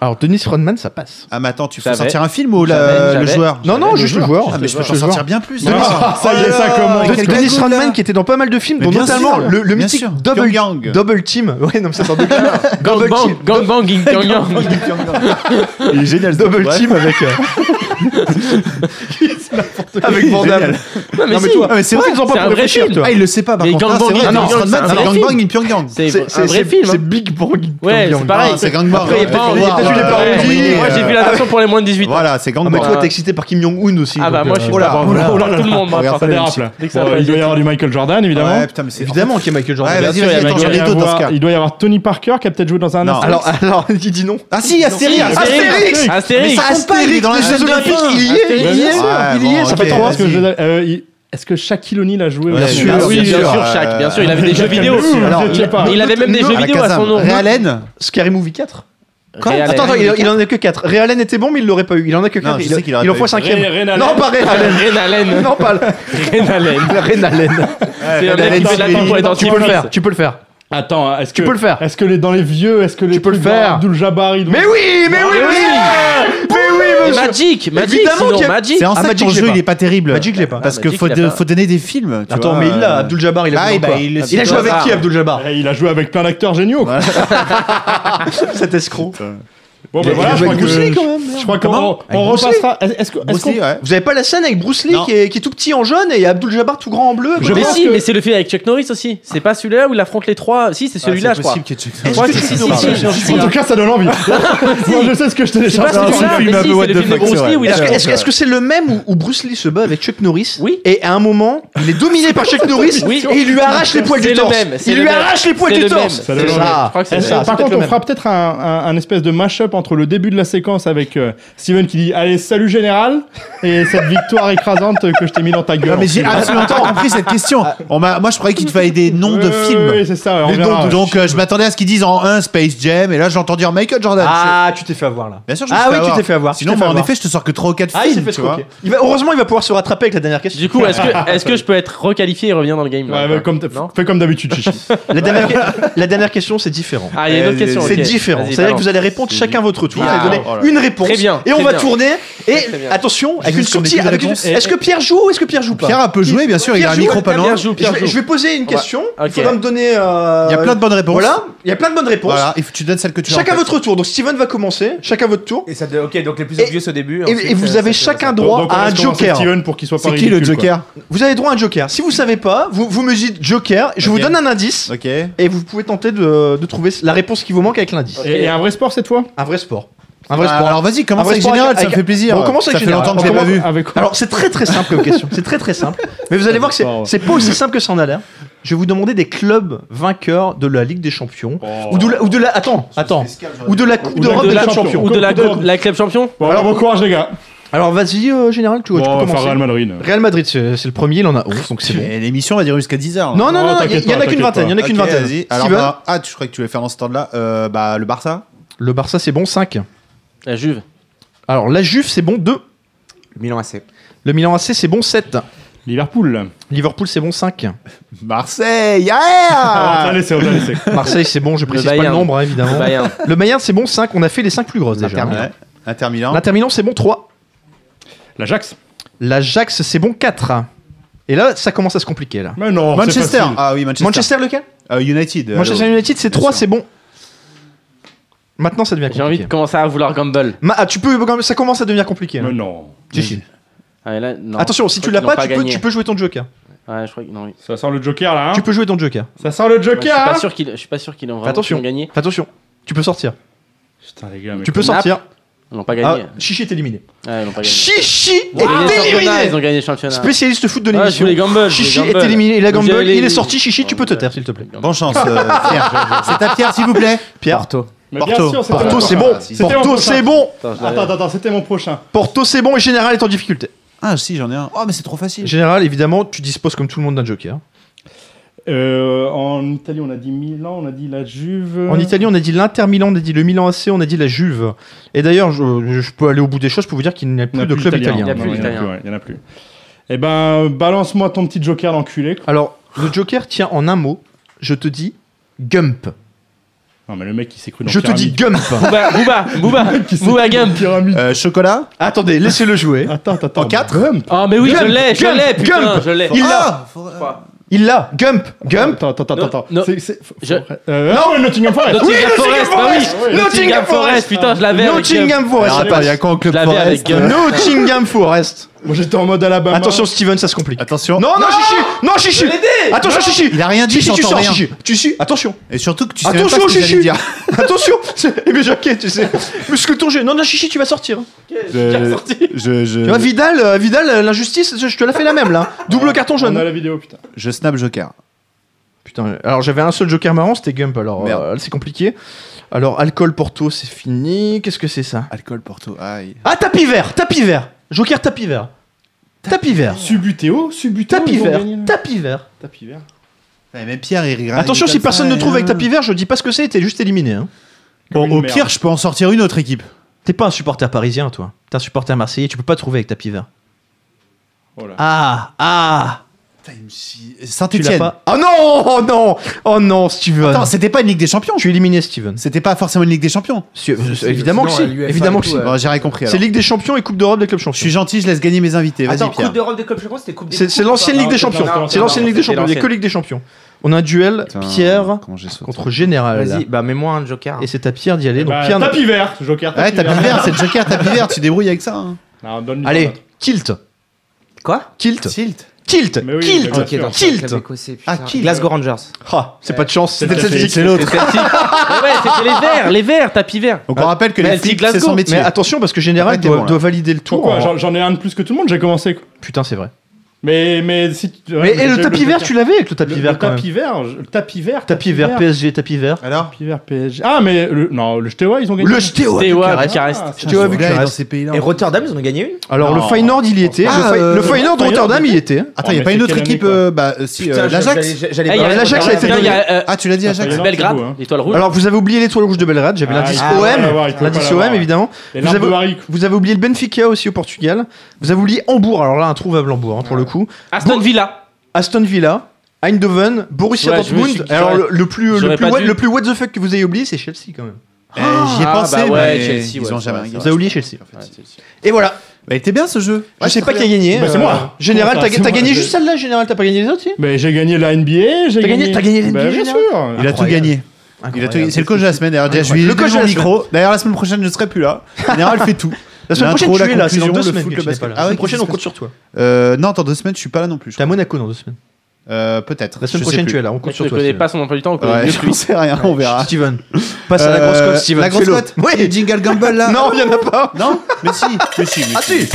S4: Alors, Denis Rodman, ça passe.
S1: Ah, mais attends, tu
S5: Ça
S1: fais
S5: va.
S1: sortir un film ou la-
S5: J'avais,
S1: le
S5: j'avais.
S1: joueur
S4: Non, non, juste le joueur.
S1: Ah, mais je peux
S4: Juste
S1: t'en
S4: le
S1: sortir
S4: joueur.
S1: bien plus. Oh
S3: Ah, ça y est, ça commence.
S1: Quel
S4: Denis
S1: cagoule,
S4: Rodman
S1: là.
S4: qui était dans pas mal de films,
S1: Mais
S4: dont
S1: bien
S4: notamment
S1: sûr,
S4: le, le
S1: bien
S4: mythique
S1: sûr.
S4: Double,
S1: Pyongyang.
S4: Double Team. Ouais, non, mais ça *laughs* c'est dans Double Double
S5: Gangbang,
S4: Team.
S5: gangbang, gang, gang, gang.
S1: Il est génial. ce
S4: Double
S1: truc, ouais.
S4: Team avec.
S1: *laughs*
S4: euh, avec Van Damme.
S5: Non,
S4: Non,
S5: mais
S4: mais
S5: si.
S4: toi,
S1: Ah, mais c'est
S5: Ouais,
S1: vrai.
S5: c'est un vrai film.
S1: Ah, il le sait pas, par
S5: Mais
S1: contre. Ah,
S5: Gangbang,
S1: c'est vrai,
S5: Gangbang,
S1: Dennis Rodman,
S5: c'est un
S1: c'est
S5: vrai
S1: Gangbang
S5: film.
S1: in Pyongyang.
S5: C'est un vrai film.
S4: C'est
S5: hein.
S4: Big Bang.
S5: Ouais,
S4: Pyongyang.
S5: c'est pareil.
S1: Ah, c'est Gangbang.
S5: Après, il y a
S1: Ouais,
S5: pas-
S1: faut
S5: il y a
S1: voir,
S5: peut-être eu les
S1: euh,
S5: parodies.
S1: oui,
S5: Moi, j'ai
S1: euh,
S5: vu la version pour les moins de 18 ans.
S1: Voilà, c'est
S4: Ah, mais
S1: Gangbang.
S4: toi, t'es excité par Kim Jong-un aussi.
S5: Ah bah,
S4: donc,
S5: moi,
S4: euh,
S5: je suis
S4: voilà.
S5: pas
S3: Oh là
S5: par
S3: là
S5: tout le monde.
S1: Regarde
S5: maintenant,
S3: Ça
S5: ça
S3: dérape
S5: dérape.
S3: là.
S5: Dès que ça
S3: Bon,
S5: apparaît,
S3: il doit y avoir du Michael Jordan évidemment.
S1: Ouais, putain, mais c'est.
S4: Évidemment qu'il y a Michael Jordan.
S1: Ouais, vas-y,
S5: sûr, il y a
S1: vas-y, attends,
S3: Il
S1: j'en
S3: doit,
S1: ai
S3: y
S1: deux dans ce
S3: avoir,
S1: cas.
S3: il doit y avoir Tony Parker qui a peut-être joué dans un
S1: Non.
S3: Astérix.
S4: Alors, alors, *laughs* il dit non.
S1: Ah, si, Astérix
S5: Astérix,
S3: Astérix.
S1: Mais
S5: Astérix.
S1: ça compte pas, il est dans la
S4: Les
S1: chaîne
S4: Jeux
S1: de la
S4: Olympiques, il y est, il y est,
S1: Ouais,
S4: il y est.
S1: bon,
S4: Ça
S1: ok.
S4: fait trois.
S3: Parce que je- euh, il- Est-ce que Shaquille O'Neal a joué
S1: Ouais,
S3: aussi Ah
S1: bien
S5: Oui,
S1: sûr,
S5: bien
S1: sûr,
S5: sûr,
S1: euh,
S5: Shaq. Bien sûr, il avait des
S3: Jacques
S5: jeux vidéo.
S3: Camus,
S5: aussi.
S3: alors, il-
S5: Il- mais Il avait même des
S4: Non,
S5: jeux
S1: à la
S5: vidéo à son
S1: Kazam.
S5: nom.
S4: Ah,
S1: Realen
S4: Scary Movie 4.
S5: Quoi Real
S4: Attends, attends,
S5: Allen.
S4: il, il en a que 4. Ray Allen était bon, mais il l'aurait pas eu. Il en a que
S1: Non,
S4: 4.
S1: je
S4: il,
S1: sais qu'il aurait
S4: il en
S1: pas
S4: faut un
S1: eu.
S4: cinquième.
S3: Ray- Ray Allen.
S4: non, pas Ray Allen. *laughs*
S5: Renalen.
S4: non, pas le-
S5: Renalen.
S4: Ray Allen.
S5: C'est un mec qui fait de la pub pour les
S4: Tu
S5: dentifrices.
S4: peux le faire, tu peux le faire.
S3: Attends, est-ce que
S4: peux le faire.
S3: Est-ce que les dans les vieux, est-ce que les
S4: Tu peux le
S3: plus grands,
S4: faire.
S3: Abdul Jabbar, ils
S4: Mais oui, mais oui,
S5: Mais oui.
S4: monsieur Mais oui,
S5: Et
S4: monsieur
S5: Ah, Magic, Magic,
S4: Évidemment qu'il y
S5: sinon
S4: a-
S5: Magic.
S1: C'est en
S4: Ah,
S1: ça que
S4: Magic,
S1: ton
S4: je l'ai
S1: jeu,
S4: pas.
S1: il est pas terrible.
S4: Magic, je l'ai pas.
S1: Parce
S5: Ah,
S1: que
S5: Magic,
S1: faut
S5: il l'a
S1: de-
S5: pas.
S1: faut donner des films. tu
S4: Attends,
S1: vois,
S4: mais il l'a,
S1: euh,
S4: Abdul Jabbar, il a
S1: Ah,
S4: fait
S1: bah,
S4: quoi
S1: il le
S4: Il a
S1: cite
S4: joué
S1: au
S4: avec
S1: hasard.
S4: qui, Abdul
S3: *laughs*
S4: Jabbar
S3: Eh, Il a joué avec plein d'acteurs géniaux. quoi.
S4: Cet escroc.
S3: Bon,
S4: Il
S3: ben
S4: a
S3: voilà, je
S4: joué
S3: crois
S4: avec Bruce Lee,
S3: que
S4: quand même. merde.
S3: je crois qu'on on-
S4: Avec
S3: on
S4: Bruce Lee.
S3: repassera. Est-ce que est-ce
S1: Bruce Lee,
S3: qu'on
S1: ouais.
S4: Vous avez pas la scène avec Bruce Lee
S1: Non.
S4: qui est, qui est tout petit en jaune et Abdul Jabbar tout grand en bleu
S3: Je
S5: Mais
S3: pense
S5: si,
S3: que-
S5: mais c'est le film avec Chuck Norris aussi. C'est pas celui-là où il affronte les trois. Si, c'est celui-là, je crois.
S1: qu'il y ait Chuck
S5: Je crois que c'est si, si, si, si,
S3: En
S5: si.
S3: tout cas, ça donne envie. Moi, je sais ce que je
S5: C'est pas
S3: télécharge.
S5: celui-là, mais si, c'est le film de Bruce Lee où il
S4: Est-ce que
S5: affronte-
S4: est-ce que- est-ce que c'est le même où, où Bruce Lee se bat avec Chuck Norris
S5: Oui.
S4: Et à un moment, il est dominé par Chuck Norris
S5: Oui.
S4: et il lui arrache les poils
S5: C'est
S4: du
S5: le
S4: torse.
S5: même, c'est
S4: il
S5: le
S4: lui
S5: même.
S4: arrache les poils
S5: C'est
S4: du
S5: le
S4: torse.
S5: même.
S3: C'est le même.
S5: Je crois que c'est
S4: C'est
S5: ça.
S4: ça.
S3: Par
S4: peut-être
S3: contre,
S4: le
S3: on
S4: même.
S3: fera peut-être un, un- un espèce de mash-up entre le début de la séquence avec euh, Steven qui dit Allez, salut général et cette victoire écrasante que je t'ai mis dans ta gueule.
S1: Non, mais ah, j'ai
S3: enculé.
S1: absolument pas compris cette question. On m'a- Moi, je croyais qu'il fallait des noms de
S3: Ouais,
S1: films.
S3: ouais, ouais, c'est ça, on
S1: Des noms
S3: verra.
S1: de- Donc, euh, je m'attendais à ce qu'ils disent en 1 Space Jam, et là, j'ai entendu dire Michael Jordan.
S4: Ah, tu t'es fait avoir là.
S1: Bien sûr, je me suis
S4: Ah
S1: fait
S4: oui, tu
S1: avoir.
S4: t'es bah, fait avoir. tu
S1: Sinon,
S4: t'es
S1: moi,
S4: fait
S1: en
S4: avoir.
S1: effet, je te sors que 3 ou 4
S4: Ah, il s'est
S1: films.
S4: fait
S1: tu vois.
S4: stroker. Il va- Heureusement, il va pouvoir se rattraper avec la dernière question.
S5: Du coup, est-ce que, est-ce que je peux être requalifié et revenir dans le game là,
S3: Ouais,
S13: bah,
S3: ouais, comme t-
S5: Non
S3: fais comme d'habitude, Chichi.
S13: *laughs*
S4: La dernière, *laughs* la dernière question, c'est différent.
S5: Ah, il y a une autre question.
S4: C'est
S5: ok.
S4: différent.
S5: Vas-y,
S4: C'est-à-dire que
S5: balance.
S4: vous allez répondre chacun votre tour. Vous
S5: Ah,
S4: allez donner
S1: oh là là.
S4: une réponse.
S5: Très bien,
S4: et on
S5: très
S4: va
S5: bien.
S4: tourner. Et
S5: Très bien.
S4: attention, avec
S5: Je
S4: une
S5: sais qu'on
S4: sortie.
S5: écoute la
S4: avec une-
S5: réponse.
S4: Est-ce que Pierre joue ou est-ce que Pierre joue pas
S1: Pierre a peu joué, bien sûr, il a un
S4: joue,
S1: micro pas
S4: Pierre
S1: loin.
S5: joue,
S4: Je
S5: Pierre
S4: vais,
S5: joue.
S4: je vais poser une question.
S5: Ok.
S4: Il faudra me donner. euh,
S1: Il y a plein de bonnes réponses.
S4: Voilà, il y a plein de bonnes réponses.
S1: Voilà, et tu donnes celle que tu as. en
S4: Chacun
S1: tête.
S4: votre tour. Donc Steven va commencer. Chacun votre tour.
S12: Et ça, ok, donc les plus
S4: Et-
S12: obvious au début.
S4: Et, et vous avez chacun droit
S13: Donc, on
S4: à un
S13: laisse commencer
S4: joker.
S13: Steven pour qu'il soit pas
S1: C'est qui le
S13: ridicule, quoi.
S1: Joker
S4: Vous avez droit à un joker. Si vous savez pas, vous, vous me dites joker. Je vous donne un indice.
S1: Ok.
S4: Et vous pouvez tenter de, de trouver la réponse qui vous manque avec l'indice.
S13: Et, et un vrai sport cette fois
S4: Un vrai sport. Un vrai
S1: Ah,
S4: sport.
S1: Alors vas-y, commence
S4: Un vrai
S1: avec
S4: sport
S1: Général,
S4: avec-
S1: ça me fait plaisir.
S4: Bon, on commence avec
S1: ça fait
S4: Général.
S1: longtemps que
S4: On
S1: je l'ai pas
S4: commence-
S1: vu.
S13: Avec quoi
S4: Alors c'est très très simple comme question, c'est très très simple. Mais vous allez voir que c'est-
S13: D'accord, ouais.
S4: c'est pas aussi simple que ça en a l'air. Je vais vous demander des clubs vainqueurs de la Ligue des Champions ou de la, ou de la attends attends ou de la Coupe
S13: Ou de la Coupe
S4: d'Europe des
S13: des
S4: clubs
S13: Champions.
S4: champions.
S5: Ou de la,
S13: Coupe d'Europe.
S5: la club champion
S13: Bon, alors bon courage les gars.
S4: Alors vas-y euh, général tu, tu
S13: Bon, on
S4: peux
S13: va faire Real
S4: commencer.
S13: Madrid.
S4: Real Madrid c'est c'est le premier, il en a 11 donc c'est bon.
S1: Et L'émission va durer jusqu'à 10h.
S4: Non non
S13: Non,
S4: non, il
S13: t'inquiète
S4: y, y en
S13: pas,
S4: a qu'une
S13: t'inquiète
S4: vingtaine, il y en a
S1: Ok,
S4: qu'une vingtaine.
S1: vas-y. Alors,
S4: Steven,
S1: bah, ah, tu croyais que tu voulais faire dans ce temps-là euh, Bah, le Barça
S4: le Barça c'est bon 5.
S5: La Juve.
S4: Alors la Juve c'est bon 2.
S12: Milan AC.
S4: Le Milan AC c'est bon 7.
S13: Liverpool.
S4: Liverpool c'est bon 5.
S1: Marseille, *laughs*
S13: Ah, on
S1: yeah
S13: t'a laissé, on t'a laissé.
S4: Marseille c'est bon, je précise pas le
S5: Bayern.
S4: nombre hein,
S5: Le
S4: évidemment.
S5: Bayern.
S4: Le Bayern c'est bon 5, on a fait les 5 plus grosses déjà.
S1: Ouais. Inter Milan.
S4: L'Inter Milan c'est bon 3.
S13: *laughs* L'Ajax.
S4: L'Ajax, c'est bon 4. Et là, ça commence à se compliquer là.
S13: Mais non. c'est
S1: Manchester.
S13: facile.
S1: Ah oui, Manchester.
S4: Manchester lequel
S1: Euh, United.
S4: Manchester
S1: allô.
S4: United, c'est
S1: Bien
S4: 3,
S1: sûr.
S4: c'est bon. Maintenant, ça devient
S5: J'ai envie de
S4: compliqué.
S5: commencer à vouloir gamble.
S4: Ma- ah, tu peux, quand même- ça commence à devenir compliqué. là.
S13: Mais non.
S4: Si, si.
S5: Ah, mais là, non.
S4: Attention, si
S5: Je
S4: tu
S5: crois
S4: l'as
S5: qu'ils n'ont
S4: pas, tu, peux,
S5: gagné.
S4: tu peux jouer ton joker.
S5: Ouais, je crois que non. oui.
S13: Ça sent le Joker là. Hein
S4: Tu peux jouer ton joker.
S13: Ça sent le
S5: Ouais, je suis
S13: Joker.
S5: pas
S13: hein
S5: sûr qu'il, je suis pas sûr qu'ils ont
S4: Attention.
S5: vraiment gagné.
S4: Attention, tu peux sortir.
S5: Ah,
S13: Putain les gars. mais
S4: Tu peux
S5: comme
S4: sortir.
S5: Ils n'ont pas
S4: Ah,
S5: gagné.
S4: Chichi est éliminé.
S5: Ouais, ils n'ont pas gagné.
S4: Chichi
S5: Ils ont gagné le
S4: est
S5: championnat, Ils ont
S4: éliminé
S5: gagné le championnat.
S4: Spécialiste foot de
S5: Ouais, Ah, je
S4: l'émission.
S5: voulais gamble. je
S4: Chichi
S5: voulais
S4: est
S5: gamble.
S4: éliminé, il a
S5: Vous
S4: gamble,
S5: avez
S4: il
S5: les-
S4: est sorti. Chichi, tu peux te taire s'il te plaît.
S1: Bonne chance, euh, Pierre. C'est ta Pierre, s'il vous plaît.
S4: Pierre.
S13: Mais bien
S1: Porto.
S13: sûr, c'était
S4: Porto,
S13: mon
S4: c'est
S13: prochain.
S4: bon.
S13: C'était mon
S4: Porto,
S13: prochain.
S4: c'est bon.
S13: Attends, attends, attends, c'était mon prochain.
S4: Porto, c'est bon. Et Général est en difficulté.
S1: Ah si, j'en ai un. Oh, mais c'est trop facile.
S4: Général, évidemment, tu disposes comme tout le monde d'un joker.
S13: Euh, en Italie, on a dit Milan, on a dit la Juve.
S5: Mhm.
S4: En Italie, on a dit l'Inter Milan, on a dit le Milan AC, on a dit la Juve. Et d'ailleurs, je, je peux aller au bout des choses pour vous dire qu'il n'y a
S13: Il
S4: plus
S13: n'y en a
S4: de
S13: plus
S4: club
S13: d'italien.
S4: italien.
S5: Il y a plus
S13: Non,
S5: d'italien.
S13: ouais, Il y en a plus. Eh ben, balance-moi ton petit Joker d'enculé. quoi.
S4: Alors, le Joker tient en un mot. Je te dis Gump.
S13: Non, mais le mec, il s'est cru dans
S4: Je te dis
S13: Pyramide.
S4: Gump.
S13: *laughs*
S5: Booba, Booba, Booba, Booba Gump.
S13: Pyramide.
S1: Euh, chocolat
S4: Attendez, laissez-le jouer.
S13: Euh, Attends, attends, attends.
S1: En quatre
S13: Ah. Gump.
S5: Ah mais oui, je
S4: Gump,
S5: l'ai, je
S4: Gump,
S5: l'ai, putain,
S4: Gump.
S5: je l'ai.
S4: Il l'a.
S1: Ah faut- euh,
S4: Il l'a. Gump. Gump.
S13: Attends, attends, attends,
S5: Non,
S13: attends.
S5: non.
S13: C'est- c'est-
S5: Je-
S13: Euh, non, le Nottingham Forest.
S5: Nottingham
S4: Oh, Nottingham
S5: Forest, bah
S4: Forest.
S5: oui.
S4: Nottingham
S5: Nottingham
S4: Forest.
S5: Forest, putain, je l'avais avec Gump.
S4: Nottingham Forest.
S1: Alors,
S4: ça
S1: attends,
S4: passe.
S1: il y a quoi en club
S5: Je l'avais
S1: Forest
S5: avec Gump.
S4: Nottingham Forest.
S13: Moi, j'étais en mode Alabama.
S4: Attention, Steven, ça se complique.
S1: Attention.
S4: Non, non, Chichi. Non, Chichi. Attention, Chichi.
S1: Il a rien dit,
S4: Chichi, tu
S1: j'entends
S4: sors,
S1: rien.
S4: Chichi. Tu suis. Attention.
S1: Et surtout que tu sais même
S4: Attention,
S1: pas ce que j'allais
S4: Chichi
S1: dire.
S4: *laughs* Attention c'est- Eh bien, Jacquet, tu sais. Muscle jeu. Non, non, Chichi, tu vas sortir.
S1: Je, je, je-
S4: Tu vois, Vidal, euh, Vidal euh, l'injustice, je je te la fais la même,
S13: *laughs*
S4: là. Double carton
S13: Ah, On a
S4: jaune.
S13: la vidéo, putain.
S1: je snap Joker.
S4: Putain, alors j'avais un seul joker marrant, c'était Gump, alors
S1: Merde.
S4: euh, c'est compliqué. Alors, alcool Porto, c'est fini. Qu'est-ce que c'est ça
S1: Alcool, Porto, aïe.
S4: Ah, tapis vert Tapis vert Joker tapis vert. Tapis vert.
S13: Subutéo, Subutéo.
S4: Tapis
S13: ils ont
S4: vert.
S3: hein.
S13: gagné le-
S4: Tapis vert.
S13: Tapis vert.
S1: Ouais, mais Pierre, Ah, il regarde.
S4: Attention, si personne ne trouve
S1: hein. euh,
S4: avec tapis vert, je dis pas ce que c'est, t'es juste éliminé. hein.
S1: Bon,
S13: Une
S1: au
S13: merde.
S1: pire, je peux en sortir une autre équipe.
S4: T'es pas un supporter parisien, toi. T'es un supporter marseillais, tu peux pas trouver avec tapis vert.
S13: Oh là.
S4: Ah, ah Tu l'as
S1: Saint-Etienne.
S4: pas Oh non Oh non Oh non, Steven
S1: Attends, c'était pas une Ligue des Champions.
S4: Je suis éliminé, Steven.
S1: C'était pas forcément une Ligue des Champions.
S4: Si- euh, évidemment que si.
S12: sinon, à l'UEFA
S4: Évidemment
S12: et
S4: que
S12: tout,
S4: si.
S12: ouais.
S1: Bon, j'ai rien compris.
S4: C'est
S1: alors.
S4: Ligue des Champions et Coupe d'Europe des clubs
S1: Je suis
S4: champions.
S1: gentil, je laisse gagner mes invités. Vas-y,
S12: Attends,
S1: Pierre.
S12: Coupe d'Europe de Club Champions, c'était Coupe des
S4: C'est c'est l'ancienne
S12: Ah,
S4: Ligue des
S13: non,
S4: Champions.
S13: non, non,
S4: C'est
S13: non,
S4: l'ancienne
S13: non,
S4: Ligue des
S5: c'était
S4: Champions. Il n'y a que
S5: l'ancienne.
S4: Ligue des Champions. On a un duel
S1: Putain,
S4: Pierre
S1: comment j'ai sauté.
S4: contre Général.
S12: Vas-y, bah mets-moi un Joker.
S4: Et c'est à Pierre d'y aller. Donc
S13: Bah,
S4: Pierre.
S13: tapis vert, ce Joker.
S1: Ouais, tapis vert, c'est le Joker, tapis vert, tu débrouilles avec ça. hein.
S13: Non, donne-lui ton
S4: Allez,
S13: autre.
S4: tilt.
S12: Quoi
S4: Tilt.
S1: Tilt.
S4: Tilt.
S13: Mais oui,
S4: Tilt.
S13: mais bien
S12: donc,
S4: sûr.
S12: club
S4: Tilt.
S12: écossais, putain.
S1: Ah, Kilt.
S12: Glasgow Rangers.
S4: Ah, c'est pas de chance. C'était
S13: C'est-
S4: cette
S13: c'est-
S4: physique.
S1: C'est l'autre.
S5: Ah ouais, c'était les verts, les verts, tapis vert.
S1: Donc on rappelle que les
S5: Celtic
S1: flics, c'est
S5: Glasgow.
S1: son métier.
S4: Mais attention parce que Général
S1: Après, t'es
S4: doit,
S1: bon, là.
S4: doit valider le tour. hein.
S13: Pourquoi J'en-
S4: en-
S13: J'en ai un de plus que tout le monde, j'ai commencé. quoi.
S4: Putain, c'est vrai.
S13: Mais, mais si. tu- ouais,
S4: Mais
S13: j'ai
S4: et le
S13: déjà eu
S4: tapis vert,
S13: Joker.
S4: tu l'avais avec le tapis
S13: Le-
S4: vert
S13: le
S4: quand même.
S13: tapis vert, je- le tapis vert,
S4: Tapis vert, PSG, tapis vert.
S1: Alors
S13: tapis vert PSG. Ah mais le, non, le Steaua ils ont gagné.
S4: Le Stéo.
S5: C'était ouais,
S4: Bucarest.
S5: Bucarest.
S13: Ah,
S4: Stéoa
S1: Le gars est
S4: Bucarest.
S1: dans ces pays-là.
S12: Et Rotterdam, ils ont gagné une
S4: Alors le
S13: Non.
S4: Feyenoord, il y était. Le
S1: Ah,
S4: Fey-
S1: euh,
S4: le Feyenoord
S13: Feyenoord,
S4: de Rotterdam, il y était.
S1: Attends, il
S13: Oh,
S1: a
S13: mais
S1: pas une
S13: c'est
S1: autre
S13: quelle
S1: équipe
S13: année,
S1: euh, Bah, euh, si,
S12: Putain,
S1: euh,
S12: je-
S1: l'Ajax
S12: j'allais- J'allais
S5: Eh, il y
S12: pas-
S5: a-
S4: l'Ajax a été
S5: Non, il y
S4: donné.
S5: a euh,
S1: Ah, tu l'as dit, Ajax
S13: Feyenoord, c'est beau, hein.
S5: Belgrade, l'étoile rouge.
S4: Alors vous avez oublié l'étoile rouge de Belgrade, j'avais
S13: Ah,
S4: l'indice
S13: il faut pas l'avoir, il
S4: OM,
S13: faut
S4: l'indice
S13: pas l'avoir.
S4: OM évidemment.
S13: Les
S4: Vous
S13: larmes
S4: avez-
S13: de Harry.
S4: Vous avez oublié le Benfica aussi au Portugal. Vous avez oublié Hambourg, alors là introuvable Hambourg hein, pour le coup.
S5: Aston Villa.
S4: Aston Villa, Eindhoven, Borussia
S5: Ouais, je me suis
S4: Dortmund.
S5: dit,
S4: Alors le,
S5: j'aurais-
S4: le plus le
S5: j'aurais
S4: plus,
S5: pas
S4: what,
S5: dû.
S4: le plus what the fuck que vous ayez oublié, c'est Chelsea quand même.
S1: Eh, J'y ai
S5: Ah,
S1: pensé,
S5: bah ouais,
S1: mais
S5: Chelsea,
S1: ils
S5: ouais,
S1: ont
S5: c'est
S1: jamais
S5: vrai,
S1: gagné.
S5: c'est vrai.
S4: oublié Chelsea, en fait.
S5: Ouais, Chelsea.
S4: Et voilà.
S1: Bah, il était bien ce jeu.
S4: Je sais pas qui a gagné.
S13: Bah, c'est
S4: euh,
S13: moi.
S4: Général,
S13: Enfin,
S4: t'as
S13: c'est
S4: t'as
S13: moi,
S4: gagné
S13: je-
S4: juste celle-là, Général, t'as pas gagné les autres, si
S13: Mais j'ai gagné la NBA, j'ai
S4: T'as gagné-
S13: gagné.
S4: t'as gagné la
S13: Bah,
S4: NBA,
S13: bien
S4: général
S13: sûr.
S1: Il a tout gagné. Il a tout gagné. C'est le coach de la semaine d'ailleurs. Je vais
S4: Le
S1: le
S4: coach
S1: coach
S4: de la
S1: micro. D'ailleurs la semaine prochaine je ne serai plus là. En Général fait tout.
S4: La semaine
S1: L'intro,
S4: prochaine, tu es là, c'est
S1: conclusion,
S4: dans deux
S1: le
S4: semaines.
S1: foot,
S4: que
S1: le
S4: tu n'es
S1: basket.
S4: pas là.
S1: Ah
S4: La
S1: ouais,
S4: semaine prochaine,
S1: qu'est-ce qui se
S4: on compte sur toi.
S1: passe Euh, non, dans deux semaines, je suis pas là non plus. je
S4: T'es à
S1: crois.
S4: Monaco dans deux semaines.
S1: Euh, Peut-être.
S4: La semaine
S1: Je sais
S4: prochaine,
S1: plus.
S4: tu es là, on
S5: On
S4: compte sur
S5: ne
S4: toi.
S5: connaît
S4: Steven.
S5: pas son emploi du temps, on connaît
S1: Ouais,
S5: mieux
S1: j'en
S5: lui.
S1: sais rien, on verra.
S4: Steven, passe à la grosse
S1: Euh,
S4: cote, Steven.
S1: La grosse
S4: fais-le.
S1: cote
S4: Oui.
S1: Le jingle Gumball là
S4: Non, il y en a pas.
S1: Non Mais si Mais si, mais
S4: Ah
S1: si.
S4: si.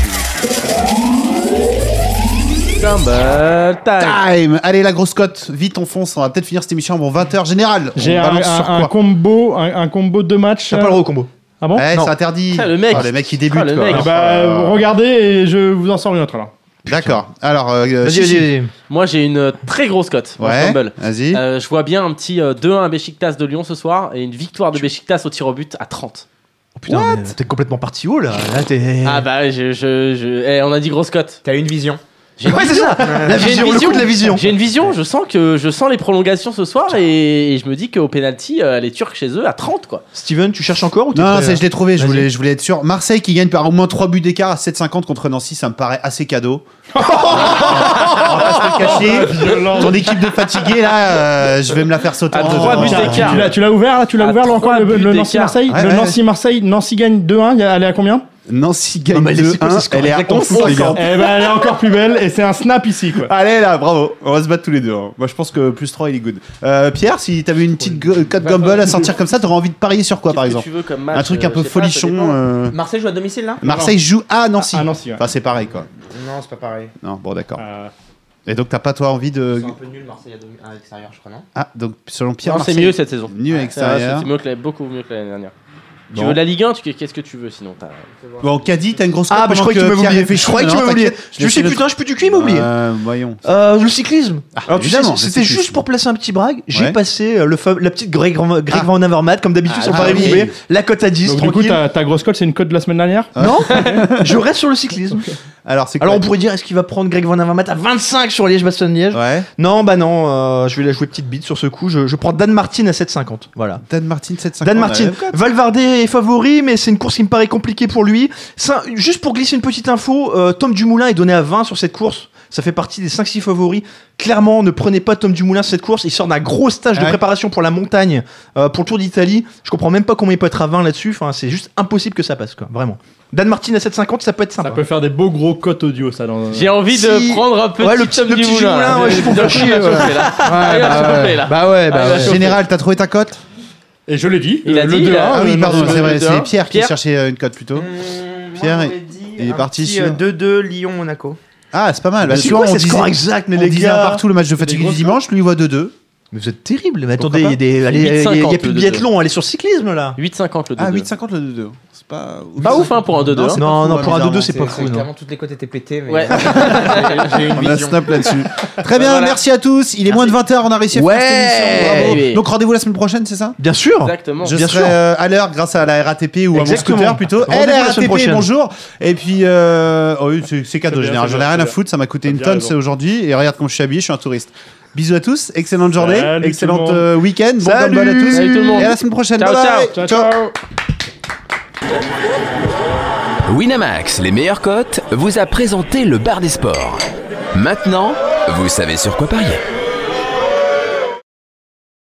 S5: Gumball time.
S1: Time Allez, la grosse cote, vite, on fonce, on va peut-être finir cette émission avant 20h général. On
S13: J'ai un,
S1: balance sur
S13: un- un
S1: quoi
S13: combo, un, un combo de matchs.
S4: T'as pas le droit au combo.
S13: Ah bon
S1: Eh,
S4: Non.
S1: c'est interdit.
S5: Putain, le mec.
S1: Ah, le mec, il débute.
S5: Ah, le
S1: quoi.
S5: mec.
S13: Eh bah, regardez et je vous en sors une autre alors.
S1: D'accord. Alors, euh,
S4: Vas-y,
S1: Chichi.
S4: vas-y, vas-y.
S5: Moi, j'ai une euh, très grosse cote. pour
S1: Ouais.
S5: Gumball.
S1: Vas-y.
S5: Euh, je vois bien un petit euh, 2-1 à Besiktas de Lyon ce soir et une victoire de Besiktas au tir au but à 30.
S4: Oh, Putain, mais t'es complètement parti haut là. Là, t'es.
S5: Ah bah, je, je, je... eh, on a dit grosse cote.
S12: T'as une vision.
S4: Ouais, c'est ça.
S1: Ah,
S4: La
S5: J'ai une
S4: vision, le coup de la vision.
S5: J'ai une vision, je sens que je sens les prolongations ce soir et, et je me dis qu'au penalty, euh, les Turcs chez eux à 30 quoi.
S4: Steven, tu cherches encore ou t'es
S1: Non, non,
S4: prêt,
S1: c'est-
S4: là
S1: je l'ai trouvé, je
S4: Vas-y.
S1: voulais, je voulais être sûr. Marseille qui gagne par au moins 3 buts d'écart à 7,50 contre Nancy, ça me paraît assez cadeau. On va pas se
S13: Ah,
S1: le cacher. Ton équipe de fatigués, là, euh, je vais me la faire sauter.
S5: À
S1: en-
S5: trois buts
S1: en-
S13: Ah, Tiens,
S5: d'écart.
S13: Tu l'as, tu l'as ouvert là, tu l'as
S5: À
S13: ouvert là
S5: Ah, trois
S13: encore le,
S5: buts
S13: le
S5: d'écart.
S13: Nancy-Marseille.
S1: Ouais,
S13: le
S1: ouais.
S13: Nancy-Marseille, Nancy gagne 2-1, y a- elle est à combien
S1: Nancy
S4: Non,
S1: gagne
S4: mais elle est- c'est quoi
S1: 2-1,
S4: ce score
S1: elle est à
S4: exactement
S1: 11
S13: Eh ben elle est encore plus belle et c'est un snap ici quoi.
S1: Allez là, bravo. On va se battre tous les deux. hein. Moi, je pense que plus 3, il est good. Euh, Pierre, si t'avais une petite go- cote Gumball à sortir comme ça, t'aurais envie de parier sur quoi, par
S5: Qu'est-ce que
S1: exemple
S5: tu veux comme match,
S1: Un truc
S5: euh,
S1: un peu
S5: je sais pas, ça
S1: folichon.
S5: dépend.
S1: euh,
S12: Marseille joue à domicile là
S1: Marseille joue à
S4: Ah,
S1: Nancy.
S13: À Nancy, ouais.
S1: Enfin, c'est pareil, quoi.
S12: Non, c'est pas pareil.
S1: Non, bon, d'accord.
S13: Euh,
S1: Et donc, t'as pas, toi, envie de.
S12: C'est un peu nul Marseille à domi- à l'extérieur, je crois, non
S1: Ah, donc, selon Pierre,
S5: Non, c'est
S1: Marseille-
S5: mieux cette saison.
S1: Nul à
S5: Ça,
S1: l'extérieur.
S5: C'est mieux que la- beaucoup mieux que l'année dernière. Tu
S1: Bon.
S5: veux de la Ligue 1 tu- Qu'est-ce que tu veux sinon t'as-
S4: Euh,
S1: Bon, Caddy, t'as une grosse cote.
S4: Ah, bah je
S1: pendant
S4: croyais que tu m'avais
S1: Pierre
S4: oublié. Je
S1: réfléchit.
S4: croyais que tu
S1: Non,
S4: m'avais oublié.
S1: t'inquiète,
S4: Je me suis dit,
S1: laissé
S4: putain, je peux du cul, il m'a
S1: le-
S4: oublié.
S1: Euh, voyons.
S4: Euh, le cyclisme. Alors tu sais,
S1: évidemment, le
S4: c'était
S1: cyclisme.
S4: juste pour placer un petit brag. J'ai
S1: Ouais.
S4: passé euh, le fam- la petite Greg, Van- Greg
S1: Ah.
S4: Van Avermaet, comme d'habitude sur
S1: Ah,
S4: Paris
S1: oui.
S4: Roubaix. La cote à 10,
S13: Donc du coup,
S4: tranquille.
S13: ta, ta grosse cote, c'est une cote de la semaine dernière
S1: *laughs*
S4: non, je reste sur le cyclisme.
S1: Alors, c'est quoi
S4: Alors on pourrait dire, est-ce qu'il va prendre Greg Van Avermaet à 25 sur
S1: *laughs*
S4: Liège-Bastogne-Liège
S1: Ouais.
S4: Non, bah non, euh, je vais la jouer petite bite sur ce coup. Je, je prends Dan Martin à 7,50. Voilà.
S1: Dan Martin, 750.
S4: Dan Martin. Valverde est favori, mais c'est une course qui me paraît compliquée pour lui. Ça- juste pour glisser une petite info, euh, Tom Dumoulin est donné à 20 sur cette course. Ça fait partie des 5-6 favoris. Clairement, ne prenez pas Tom Dumoulin sur cette course. Il sort d'un gros stage de
S1: Ouais.
S4: préparation pour la montagne, euh, pour le Tour d'Italie. Je comprends même pas comment il peut être à 20 là-dessus. Enfin, c'est juste impossible que ça passe, quoi. Vraiment. Dan Martin à 7,50, ça peut être
S13: Ça
S4: sympa.
S13: peut faire des beaux gros cotes audio ça. Dans,
S5: J'ai envie
S4: Si-
S5: de prendre un petit
S4: Ouais, le petit-
S5: Tom
S4: le petit
S5: Dumoulin.
S4: Dumoulin,
S5: *laughs*
S4: ouais, juste pour faire chier, ouais.
S5: Ah, il va se chauffer, là.
S4: Bah ouais,
S5: Ah, il va se chauffer.
S1: Général, t'as trouvé ta cote
S13: Et je l'ai dit.
S5: Il a
S13: le
S5: dit, il
S13: 2-1.
S5: a-
S1: Ah
S13: euh,
S1: oui,
S13: non,
S1: pardon,
S13: pas-
S1: c'est vrai,
S5: deux,
S1: c'est
S5: un.
S1: Pierre qui
S5: Pierre
S1: cherchait euh, une cote plutôt.
S4: Mm.
S1: Pierre, j'aurais il est parti sur-
S12: 2-2 Lyon Monaco.
S1: Ah, c'est pas mal. Bah,
S4: Mais c'est
S1: tu
S4: quoi
S1: vois, on
S4: ces
S1: disait,
S4: scores exacts, mais
S1: on
S4: les
S1: disait un
S4: gars
S1: partout le match de fatigue du
S13: grosses
S1: dimanche, lui, il voit 2-2.
S4: Mais vous êtes terrible, mais attendez,
S5: Pourquoi
S4: il y a des. allez,
S5: C'est
S4: Il n'y a
S5: 8,50
S4: plus de
S5: le
S4: biathlon, allez sur cyclisme là
S5: 8,50 le 2
S1: Ah, 8,50 le 2-2. C'est pas...
S5: Pas ouf hein, pour un 2-2.
S1: Non,
S5: hein.
S1: c'est pas
S4: Non,
S1: fou,
S4: non,
S1: hein,
S4: pour un 2-2,
S1: bizarrement.
S4: c'est pas fou, non.
S12: Clairement, toutes les côtes étaient pétées,
S4: *laughs*
S12: mais.
S5: Ouais.
S12: *laughs* J'ai une
S1: On a
S12: vision.
S1: snap
S5: *laughs*
S1: là-dessus. Très bien,
S5: Voilà.
S1: merci à tous. Il est moins de 20h, on a réussi à
S14: Ouais.
S1: faire cette émission. Bravo.
S5: Oui.
S1: Donc rendez-vous la semaine prochaine, c'est ça
S4: Bien sûr
S5: Exactement.
S1: Je
S4: Bien
S1: serai
S4: sûr.
S1: euh, à l'heure grâce à la RATP ou à mon
S4: Exactement.
S1: scooter plutôt.
S4: Rendez-vous
S1: Eh,
S4: la
S1: la RATP,
S4: semaine prochaine.
S1: bonjour. Et puis, euh, oh oui, c'est- c'est cadeau
S13: bien,
S1: général.
S13: c'est
S1: J'en ai
S13: bien,
S1: rien
S13: c'est
S1: à
S13: bien.
S1: foutre. Ça m'a coûté
S13: T'as
S1: une
S13: bien
S1: tonne
S13: raison.
S1: c'est aujourd'hui. Et regarde comme je suis habillé, je suis un touriste. Bisous à tous, excellente journée,
S13: Salut tout le
S1: excellente
S13: monde.
S1: euh, week-end, bon
S4: Salut.
S1: gumball à tous.
S5: Salut tout le monde.
S1: Et à la semaine prochaine.
S5: Ciao,
S1: Bye bye.
S5: ciao.
S13: Ciao, ciao.
S14: Winamax, les meilleures cotes, vous a présenté le bar des sports. Maintenant, vous savez sur quoi parier.